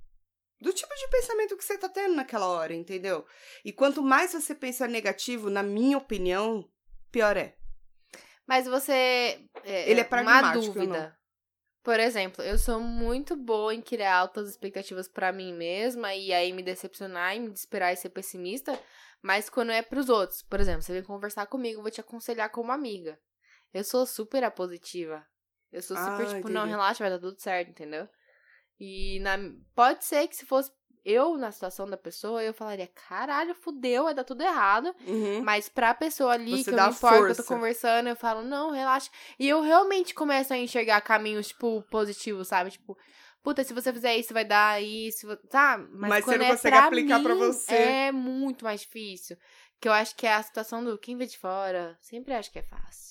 Speaker 2: do tipo de pensamento que você tá tendo naquela hora, entendeu? E quanto mais você pensa negativo, na minha opinião, pior é.
Speaker 1: Mas você. É,
Speaker 2: Ele é
Speaker 1: uma
Speaker 2: pragmático, eu
Speaker 1: dúvida. Por exemplo, eu sou muito boa em criar altas expectativas pra mim mesma e aí me decepcionar e me desesperar e ser pessimista, mas quando é pros outros. Por exemplo, você vem conversar comigo, eu vou te aconselhar como amiga. Eu sou super a positiva. Eu sou super
Speaker 2: Ah,
Speaker 1: tipo, não,
Speaker 2: entendi.
Speaker 1: relaxa, vai dar tudo certo, entendeu? E na pode ser que se fosse eu na situação da pessoa, eu falaria, caralho, fudeu, vai dar tudo errado.
Speaker 2: Uhum.
Speaker 1: Mas pra pessoa ali,
Speaker 2: Você
Speaker 1: que eu
Speaker 2: dá
Speaker 1: me importo, que eu tô
Speaker 2: força.
Speaker 1: conversando, eu falo, não, relaxa. E eu realmente começo a enxergar caminhos, tipo, positivos, sabe? Tipo, puta, se você fizer isso, vai dar isso, tá? Mas,
Speaker 2: Mas você
Speaker 1: quando
Speaker 2: não
Speaker 1: é
Speaker 2: consegue
Speaker 1: pra
Speaker 2: aplicar pra
Speaker 1: mim,
Speaker 2: você.
Speaker 1: É muito mais difícil. Que eu acho que é a situação do quem vê de fora, sempre acho que é fácil.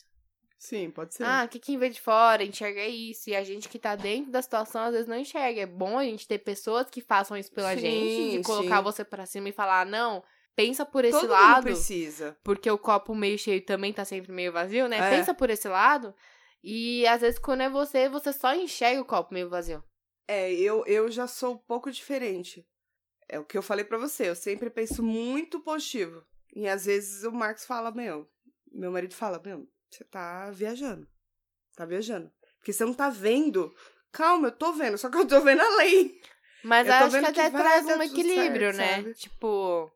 Speaker 2: Sim, pode ser.
Speaker 1: Ah, que quem vê de fora enxerga isso. E a gente que tá dentro da situação, às vezes, não enxerga. É bom a gente ter pessoas que façam isso pela
Speaker 2: Sim,
Speaker 1: gente, de colocar
Speaker 2: sim.
Speaker 1: você pra cima e falar, não, pensa por esse
Speaker 2: Todo mundo
Speaker 1: lado
Speaker 2: precisa.
Speaker 1: porque o copo meio cheio também tá sempre meio vazio, né?
Speaker 2: É.
Speaker 1: Pensa por esse lado. E às vezes quando é você, você só enxerga o copo meio vazio.
Speaker 2: É, eu, eu já sou um pouco diferente. É o que eu falei pra você, eu sempre penso muito positivo. E às vezes o Marcos fala, meu, meu marido fala, meu, você tá viajando. Tá viajando. Porque você não tá vendo. Calma, eu tô vendo, só que eu tô vendo além.
Speaker 1: Mas
Speaker 2: Eu tô
Speaker 1: acho que
Speaker 2: vendo que
Speaker 1: até
Speaker 2: vai
Speaker 1: traz
Speaker 2: dar
Speaker 1: um
Speaker 2: tudo
Speaker 1: equilíbrio,
Speaker 2: certo,
Speaker 1: né?
Speaker 2: sabe?
Speaker 1: Tipo,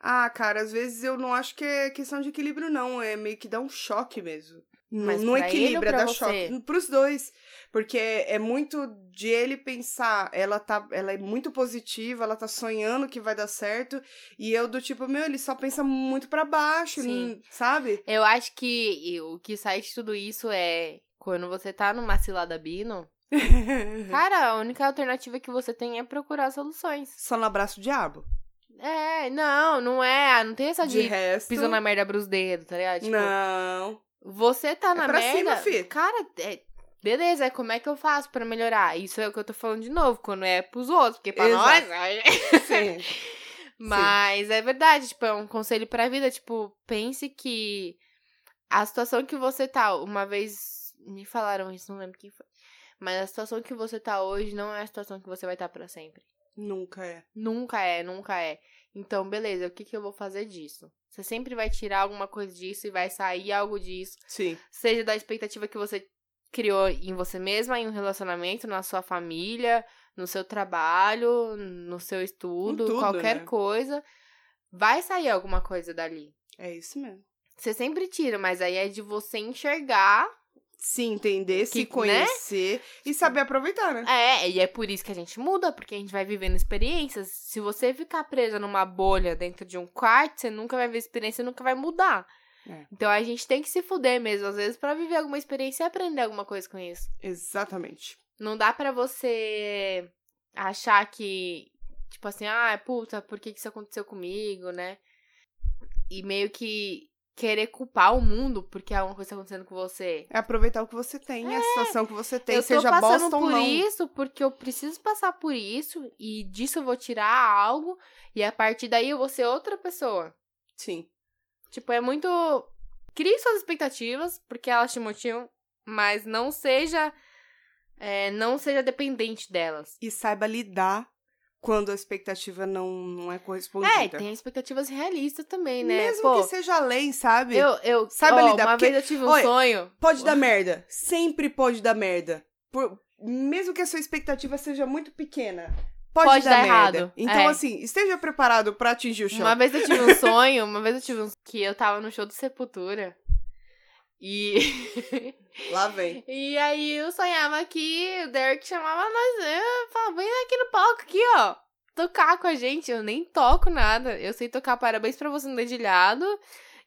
Speaker 2: Ah, cara, às vezes eu não acho que é questão de equilíbrio, não. É meio que dá um choque mesmo.
Speaker 1: Mas
Speaker 2: não
Speaker 1: pra ele ou
Speaker 2: equilibra,
Speaker 1: pra
Speaker 2: dá
Speaker 1: você?
Speaker 2: choque. Pros dois. Porque é é muito de ele pensar, ela, tá, ela é muito positiva, ela tá sonhando que vai dar certo. E eu do tipo, meu, ele só pensa muito pra baixo,
Speaker 1: Sim.
Speaker 2: não- sabe?
Speaker 1: eu acho que e o que sai de tudo isso é quando você tá numa cilada bino,
Speaker 2: Uhum.
Speaker 1: cara, a única alternativa que você tem é procurar soluções.
Speaker 2: só no abraço o diabo.
Speaker 1: É, não, não é. Não tem essa
Speaker 2: Tá De
Speaker 1: de,
Speaker 2: resto.
Speaker 1: pisou na merda pros dedos, tá ligado? Tipo,
Speaker 2: não.
Speaker 1: Você tá na
Speaker 2: É pra
Speaker 1: merda.
Speaker 2: cima, fi.
Speaker 1: Cara, é- beleza, é como é que eu faço pra melhorar? Isso é o que eu tô falando de novo, quando é pros outros, porque pra
Speaker 2: Exato.
Speaker 1: nós. ai,
Speaker 2: Sim.
Speaker 1: Mas é verdade, tipo, é um conselho pra vida, tipo, pense que a situação que você tá, uma vez me falaram isso, não lembro quem foi. Mas a situação que você tá hoje não é a situação que você vai estar tá para sempre.
Speaker 2: Nunca é.
Speaker 1: Nunca é, nunca é. Então, beleza, o que que eu vou fazer disso? Você sempre vai tirar alguma coisa disso e vai sair algo disso
Speaker 2: Sim.
Speaker 1: seja da expectativa que você criou em você mesma, em um relacionamento, na sua família, no seu trabalho, no seu estudo,
Speaker 2: Em tudo,
Speaker 1: qualquer
Speaker 2: né?
Speaker 1: coisa, vai sair alguma coisa dali.
Speaker 2: É isso mesmo.
Speaker 1: Você sempre tira, mas aí é de você enxergar.
Speaker 2: Se entender,
Speaker 1: Que- né?
Speaker 2: se conhecer e saber aproveitar, né?
Speaker 1: É, e é por isso que a gente muda, porque a gente vai vivendo experiências. Se você ficar presa numa bolha dentro de um quarto, você nunca vai ver experiência, nunca vai mudar.
Speaker 2: É.
Speaker 1: Então a gente tem que se fuder mesmo, às vezes, pra viver alguma experiência e aprender alguma coisa com isso.
Speaker 2: Exatamente.
Speaker 1: Não dá pra você achar que, tipo assim, ah, puta, por que que isso aconteceu comigo, né? E meio que querer culpar o mundo porque alguma coisa tá acontecendo com você.
Speaker 2: É aproveitar o que você tem, a situação que você tem,
Speaker 1: É. eu tô
Speaker 2: seja
Speaker 1: passando
Speaker 2: bosta ou
Speaker 1: por
Speaker 2: não.
Speaker 1: isso porque eu preciso passar por isso e disso eu vou tirar algo e a partir daí eu vou ser outra pessoa.
Speaker 2: Sim.
Speaker 1: Tipo, é muito. Crie suas expectativas, porque elas te motivam, mas não seja. é, não seja dependente delas.
Speaker 2: E saiba lidar quando a expectativa não, não é correspondida.
Speaker 1: É, tem expectativas realistas também, né?
Speaker 2: Mesmo
Speaker 1: Pô,
Speaker 2: que seja além, sabe?
Speaker 1: eu, eu
Speaker 2: Saiba
Speaker 1: ó,
Speaker 2: lidar,
Speaker 1: Uma
Speaker 2: porque-
Speaker 1: vez eu tive um
Speaker 2: Olha,
Speaker 1: sonho.
Speaker 2: Pode dar merda. Sempre pode dar merda. Por- Mesmo que a sua expectativa seja muito pequena. Pode,
Speaker 1: Pode dar
Speaker 2: merda.
Speaker 1: errado,
Speaker 2: Então,
Speaker 1: é.
Speaker 2: assim, esteja preparado pra atingir o chão.
Speaker 1: Uma vez eu tive um sonho, uma vez eu tive um que eu tava no show do Sepultura. E.
Speaker 2: Lá vem.
Speaker 1: e aí eu sonhava que o Derek chamava nós. né? Eu falava, vem aqui no palco aqui, ó. Tocar com a gente. Eu nem toco nada. Eu sei tocar parabéns pra você no dedilhado.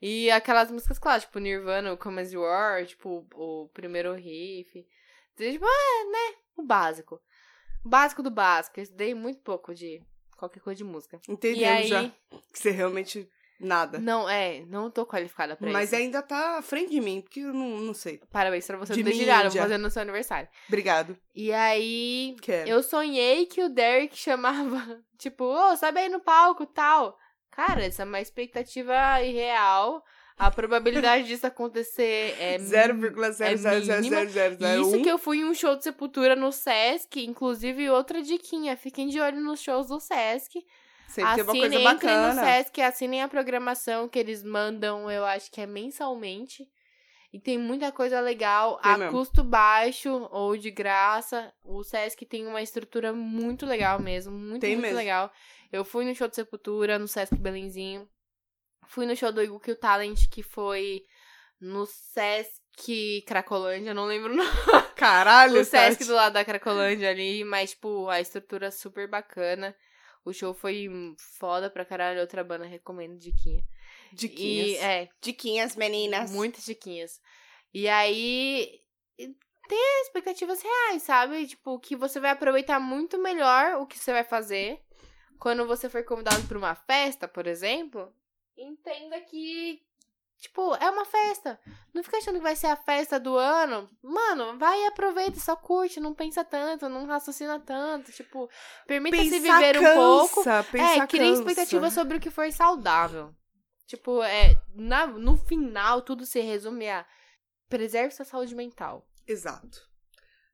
Speaker 1: E aquelas músicas clássicas, tipo Nirvana, o Come As You Are, tipo, o primeiro riff. Tipo, ah, né? O básico. O básico do básico. Eu estudei muito pouco de qualquer coisa de música.
Speaker 2: Entendemos
Speaker 1: e aí.
Speaker 2: já que você realmente nada.
Speaker 1: Não, é, não tô qualificada pra
Speaker 2: Mas
Speaker 1: isso.
Speaker 2: ainda tá à frente de mim, porque eu não, não sei.
Speaker 1: Parabéns pra você
Speaker 2: de
Speaker 1: no dedilhado, vou
Speaker 2: mídia.
Speaker 1: fazer no seu aniversário.
Speaker 2: Obrigado. é
Speaker 1: E aí,
Speaker 2: Quero.
Speaker 1: eu sonhei que o Derek chamava, tipo, ô, sabe aí no palco tal. Cara, essa é uma expectativa irreal. A probabilidade disso acontecer é
Speaker 2: 0,00001.
Speaker 1: E Isso que eu fui em um show de Sepultura no Sesc, inclusive outra diquinha, fiquem de olho nos shows do Sesc.
Speaker 2: Sempre tem uma coisa
Speaker 1: Assinem, entrem no
Speaker 2: bacana.
Speaker 1: Sesc, assinem a programação que eles mandam, eu acho que é mensalmente. E tem muita coisa legal,
Speaker 2: Tem
Speaker 1: a
Speaker 2: mesmo.
Speaker 1: custo baixo ou de graça. O Sesc tem uma estrutura muito legal mesmo, muito,
Speaker 2: Tem
Speaker 1: muito
Speaker 2: mesmo.
Speaker 1: legal. Eu fui no show de Sepultura, no Sesc Belenzinho. Fui no show do Eagle Kill Talent, que foi no Sesc Cracolândia, não lembro o nome
Speaker 2: Caralho, tá
Speaker 1: o Sesc
Speaker 2: Tati.
Speaker 1: do lado da Cracolândia ali, mas, tipo, a estrutura super bacana. O show foi hum, foda pra caralho. Outra banda recomendo, Diquinha.
Speaker 2: Diquinhas.
Speaker 1: E, é,
Speaker 2: Diquinhas, meninas.
Speaker 1: muitas Diquinhas. E aí. e Ter expectativas reais, sabe? Tipo, que você vai aproveitar muito melhor o que você vai fazer. Quando você for convidado pra uma festa, por exemplo, entenda que. Tipo, é uma festa. Não fica achando que vai ser a festa do ano. Mano, vai e aproveita, só curte, não pensa tanto, não raciocina tanto. Tipo, permita-se
Speaker 2: Pensar
Speaker 1: viver um
Speaker 2: cansa,
Speaker 1: pouco.
Speaker 2: Pensar
Speaker 1: é, cria
Speaker 2: cansa.
Speaker 1: expectativa sobre o que for saudável. Tipo, é, na, no final, tudo se resume a preserve sua saúde mental.
Speaker 2: Exato.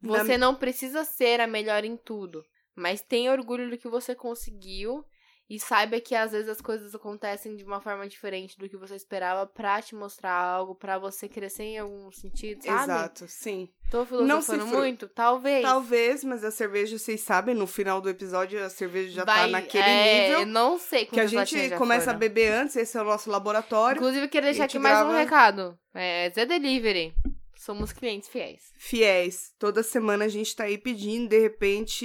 Speaker 1: Você não precisa ser a melhor em tudo, mas tenha orgulho do que você conseguiu e saiba que às vezes as coisas acontecem de uma forma diferente do que você esperava pra te mostrar algo, pra você crescer em algum sentido, sabe?
Speaker 2: Exato, sim.
Speaker 1: Tô
Speaker 2: Não se
Speaker 1: filosofando
Speaker 2: fru-
Speaker 1: muito? Talvez.
Speaker 2: Talvez, mas a cerveja, vocês sabem, no final do episódio a cerveja já tá
Speaker 1: Vai-
Speaker 2: naquele
Speaker 1: é,
Speaker 2: nível
Speaker 1: Não sei
Speaker 2: que a
Speaker 1: quantas latinhas
Speaker 2: gente
Speaker 1: já
Speaker 2: começa a
Speaker 1: foram.
Speaker 2: beber antes, esse é o nosso laboratório.
Speaker 1: Inclusive, eu queria
Speaker 2: A
Speaker 1: deixar
Speaker 2: gente
Speaker 1: aqui mais um
Speaker 2: grava-
Speaker 1: recado. É, Zé Delivery. Somos clientes fiéis.
Speaker 2: Fiéis, toda semana a gente tá aí pedindo, de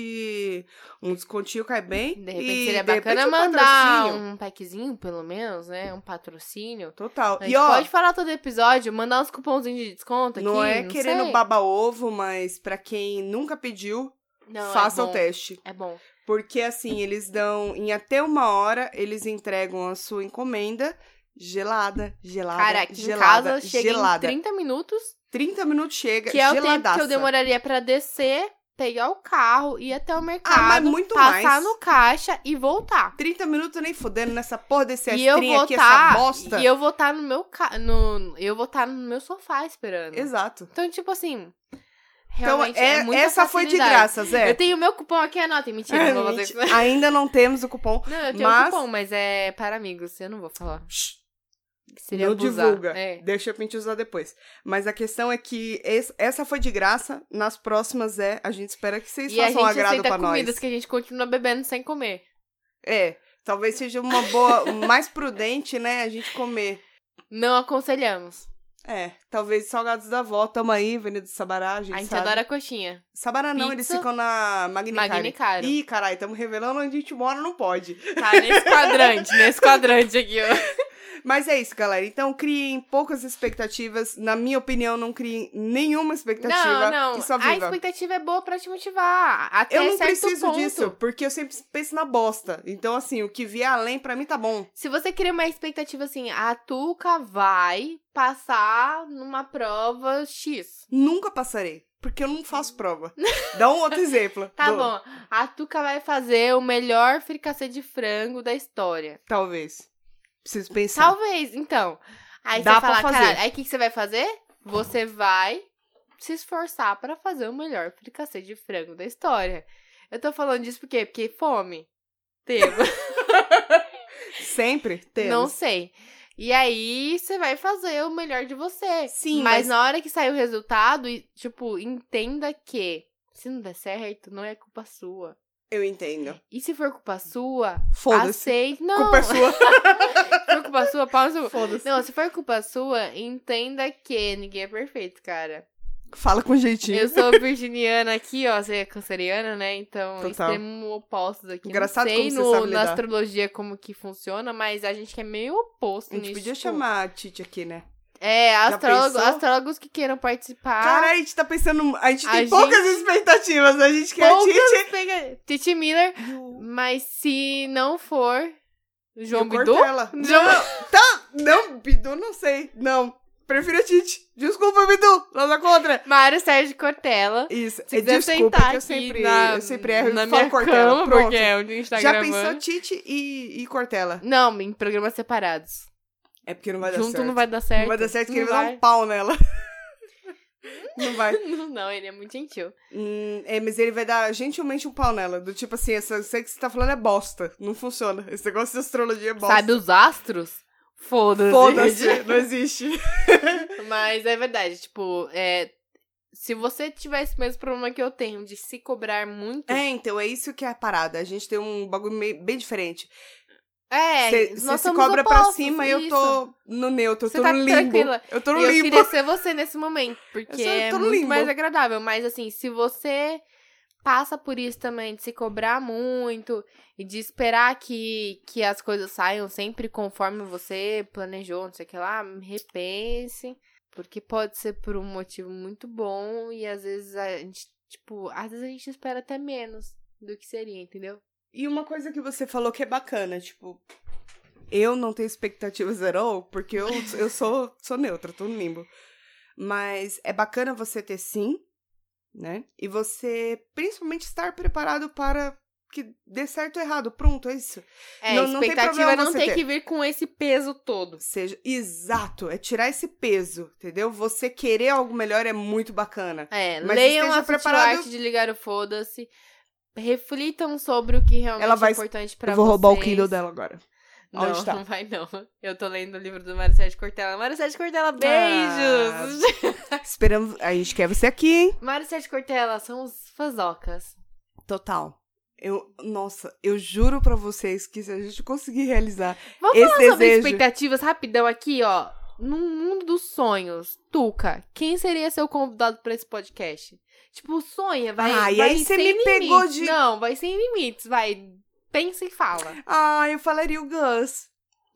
Speaker 2: repente um descontinho cai bem.
Speaker 1: De repente
Speaker 2: e,
Speaker 1: seria
Speaker 2: de
Speaker 1: bacana
Speaker 2: repente, um
Speaker 1: mandar
Speaker 2: patrocínio.
Speaker 1: um packzinho, pelo menos, né? Um patrocínio.
Speaker 2: Total.
Speaker 1: A gente
Speaker 2: E ó,
Speaker 1: pode falar todo episódio, mandar uns cupomzinhos de desconto aqui.
Speaker 2: não é querendo
Speaker 1: sei.
Speaker 2: baba ovo, mas pra quem nunca pediu,
Speaker 1: Não, é
Speaker 2: faça o
Speaker 1: bom,
Speaker 2: teste.
Speaker 1: É bom.
Speaker 2: Porque assim, eles dão. Em até uma hora, eles entregam a sua encomenda gelada, gelada.
Speaker 1: Cara, aqui
Speaker 2: gelada,
Speaker 1: em casa chega
Speaker 2: gelada.
Speaker 1: em 30 minutos,
Speaker 2: 30 minutos chega,
Speaker 1: que é o tempo
Speaker 2: geladaça.
Speaker 1: que eu demoraria pra descer, pegar o carro, ir até o mercado,
Speaker 2: Ah, mas muito
Speaker 1: passar
Speaker 2: mais.
Speaker 1: no caixa e voltar.
Speaker 2: 30 minutos nem fodendo nessa porra desse
Speaker 1: e eu
Speaker 2: astrinho
Speaker 1: vou tá
Speaker 2: é aqui, essa
Speaker 1: estar
Speaker 2: bosta.
Speaker 1: e eu vou estar no meu ca... no eu vou estar no meu sofá esperando.
Speaker 2: Exato.
Speaker 1: Então, tipo assim,
Speaker 2: Então,
Speaker 1: realmente é,
Speaker 2: é,
Speaker 1: muita
Speaker 2: essa foi de
Speaker 1: facilidade.
Speaker 2: graça, é. Zé.
Speaker 1: Eu tenho meu cupom aqui, anotem. Mentira,
Speaker 2: É,
Speaker 1: não vou fazer
Speaker 2: mentira.
Speaker 1: isso.
Speaker 2: Ainda não temos o cupom.
Speaker 1: Não, eu tenho
Speaker 2: Mas-
Speaker 1: um cupom, mas é para amigos, eu não vou falar.
Speaker 2: Shh.
Speaker 1: Seria
Speaker 2: não
Speaker 1: abusar.
Speaker 2: divulga.
Speaker 1: É.
Speaker 2: Deixa eu te usar depois. Mas a questão é que es- essa foi de graça. Nas próximas é. A gente espera que vocês
Speaker 1: E a
Speaker 2: façam um
Speaker 1: gente
Speaker 2: agrado pra
Speaker 1: aceita
Speaker 2: nós.
Speaker 1: comidas que a gente continua bebendo sem comer.
Speaker 2: É. Talvez seja uma boa, mais prudente, né? A gente comer.
Speaker 1: Não aconselhamos.
Speaker 2: É, talvez salgados da avó, tamo aí, Avenida do Sabará, a gente,
Speaker 1: A gente
Speaker 2: sabe.
Speaker 1: adora coxinha.
Speaker 2: Sabará não, eles
Speaker 1: pizza.
Speaker 2: ficam na Magnicar.
Speaker 1: Magnicaro.
Speaker 2: Ih, caralho, tamo revelando onde a gente mora, não pode.
Speaker 1: Tá nesse quadrante, nesse quadrante aqui, ó.
Speaker 2: Mas é isso, galera. Então, criem poucas expectativas. Na minha opinião, não criem nenhuma expectativa.
Speaker 1: Não, não.
Speaker 2: E só
Speaker 1: A
Speaker 2: viva.
Speaker 1: expectativa é boa pra te motivar. Até
Speaker 2: Eu não
Speaker 1: certo
Speaker 2: preciso
Speaker 1: ponto.
Speaker 2: disso, porque eu sempre penso na bosta. Então, assim, o que vier além, pra mim, tá bom.
Speaker 1: Se você cria uma expectativa assim, a Tuca vai passar numa prova X.
Speaker 2: Nunca passarei, porque eu não faço prova. Dá um outro exemplo.
Speaker 1: Tá
Speaker 2: Do-
Speaker 1: bom. A Tuca vai fazer o melhor fricassê de frango da história.
Speaker 2: Talvez. Preciso pensar.
Speaker 1: Talvez, então. Aí
Speaker 2: Dá
Speaker 1: você
Speaker 2: pra
Speaker 1: fala,
Speaker 2: fazer.
Speaker 1: caralho, aí o que, que você vai fazer? Você vai se esforçar pra fazer o melhor fricassê de frango da história. Eu tô falando disso por quê? Porque fome. Temos.
Speaker 2: Sempre temos.
Speaker 1: Não sei. E aí você vai fazer o melhor de você.
Speaker 2: Sim,
Speaker 1: mas,
Speaker 2: mas-
Speaker 1: na hora que sair o resultado, e, tipo, entenda que se não der certo, não é culpa sua.
Speaker 2: Eu entendo.
Speaker 1: E se for culpa sua,
Speaker 2: Foda-se.
Speaker 1: aceite. Não,
Speaker 2: Culpa é sua.
Speaker 1: se for culpa sua, pau no seu-
Speaker 2: Foda-se.
Speaker 1: Não, se for culpa sua, entenda que ninguém é perfeito, cara.
Speaker 2: Fala com jeitinho.
Speaker 1: Eu sou virginiana aqui, ó, você é canceriana, né? Então,
Speaker 2: Total.
Speaker 1: extremo opostos aqui.
Speaker 2: Engraçado
Speaker 1: Não
Speaker 2: como
Speaker 1: sei
Speaker 2: você
Speaker 1: no,
Speaker 2: sabe
Speaker 1: na
Speaker 2: lidar.
Speaker 1: astrologia como que funciona, mas a gente que é meio oposto
Speaker 2: A gente
Speaker 1: nisso,
Speaker 2: podia
Speaker 1: tipo,
Speaker 2: chamar a Titi aqui, né?
Speaker 1: É, astrólogo,
Speaker 2: pensou?
Speaker 1: astrólogos que queiram participar.
Speaker 2: Cara, a gente tá pensando. A gente
Speaker 1: Ah. A
Speaker 2: tem
Speaker 1: gente-
Speaker 2: poucas expectativas. A gente quer
Speaker 1: poucas
Speaker 2: a
Speaker 1: pega- Titi Miller,
Speaker 2: Titi.
Speaker 1: mas se não for João
Speaker 2: João
Speaker 1: Bidu,
Speaker 2: Não, tá. Não, Bidu, não sei. Não. Prefiro a Titi. Desculpa, Bidu. Nada contra.
Speaker 1: Mário Sérgio Cortella.
Speaker 2: Isso.
Speaker 1: Se
Speaker 2: é,
Speaker 1: quiser
Speaker 2: desculpa,
Speaker 1: sentar
Speaker 2: que eu
Speaker 1: aqui
Speaker 2: sempre,
Speaker 1: na,
Speaker 2: eu sempre erro
Speaker 1: na
Speaker 2: e falo
Speaker 1: minha cama,
Speaker 2: É, Cortella. Pronto.
Speaker 1: porque é onde a gente tá
Speaker 2: Já
Speaker 1: gravando.
Speaker 2: pensou Titi e, e Cortella?
Speaker 1: Não, em programas separados.
Speaker 2: É porque não vai dar
Speaker 1: Junto
Speaker 2: certo.
Speaker 1: não vai dar certo.
Speaker 2: Não vai dar certo que ele vai dar
Speaker 1: vai.
Speaker 2: um pau nela. não vai.
Speaker 1: Não, ele é muito gentil.
Speaker 2: Hum, é, mas ele vai dar gentilmente um pau nela. Do tipo assim, essa, sei que você tá falando é bosta. Não funciona. Esse negócio de astrologia é bosta.
Speaker 1: Sabe os astros? Foda-se.
Speaker 2: Foda-se, não existe.
Speaker 1: Mas é verdade, tipo, é, se você tivesse o mesmo problema que eu tenho de se cobrar muito.
Speaker 2: É, então, é isso que é a parada. A gente tem um bagulho meio- bem diferente.
Speaker 1: É,
Speaker 2: Você
Speaker 1: nós
Speaker 2: se
Speaker 1: somos
Speaker 2: cobra pra
Speaker 1: opostos,
Speaker 2: cima e eu
Speaker 1: isso.
Speaker 2: tô no neutro, eu
Speaker 1: Você
Speaker 2: tô
Speaker 1: tá
Speaker 2: no limbo.
Speaker 1: tranquila.
Speaker 2: Eu tô
Speaker 1: E
Speaker 2: no
Speaker 1: Eu
Speaker 2: limbo.
Speaker 1: queria ser você nesse momento, porque
Speaker 2: Eu só
Speaker 1: é
Speaker 2: tô no
Speaker 1: muito
Speaker 2: limbo.
Speaker 1: mais agradável. Mas assim, se você passa por isso também, de se cobrar muito e de esperar que, que as coisas saiam sempre conforme você planejou, não sei o que lá, repense. Porque pode ser por um motivo muito bom e às vezes a gente, tipo, às vezes a gente espera até menos do que seria, entendeu?
Speaker 2: E uma coisa que você falou que é bacana, tipo... Eu não tenho expectativa zero, porque eu, eu sou, sou neutra, tô no limbo. Mas é bacana você ter sim, né? E você principalmente estar preparado para que dê certo ou errado. Pronto, é isso.
Speaker 1: É,
Speaker 2: Não-
Speaker 1: a
Speaker 2: não tem
Speaker 1: expectativa
Speaker 2: problema
Speaker 1: não
Speaker 2: você
Speaker 1: tem
Speaker 2: ter.
Speaker 1: que vir com esse peso todo.
Speaker 2: Seja, exato, é tirar esse peso, entendeu? Você querer algo melhor é muito bacana.
Speaker 1: É,
Speaker 2: Mas
Speaker 1: leiam
Speaker 2: esteja
Speaker 1: a preparado...
Speaker 2: preparado-
Speaker 1: arte de ligar o foda-se. Reflitam sobre o que realmente
Speaker 2: Ela vai-
Speaker 1: é importante pra
Speaker 2: Eu vou roubar o
Speaker 1: vocês.
Speaker 2: Kindle dela agora.
Speaker 1: Não,
Speaker 2: Onde tá?
Speaker 1: não vai não. Eu tô lendo o livro do Mário Sérgio Cortella. Mário Sérgio Cortella, beijos!
Speaker 2: Esperamos, a gente quer você aqui, hein?
Speaker 1: Mário Sérgio Cortella, são os fazocas.
Speaker 2: Total. Eu, nossa, eu juro pra vocês que se a gente conseguir realizar
Speaker 1: Vamos
Speaker 2: esse
Speaker 1: falar sobre
Speaker 2: desejo,
Speaker 1: expectativas rapidão aqui, ó. No mundo dos sonhos, Tuca, quem seria seu convidado pra esse podcast? Tipo, sonha, vai.
Speaker 2: Ah, e
Speaker 1: vai
Speaker 2: aí você
Speaker 1: sem
Speaker 2: me
Speaker 1: limites.
Speaker 2: pegou de-
Speaker 1: Não, vai sem limites, vai. Pensa e fala.
Speaker 2: ah, eu falaria o Gus.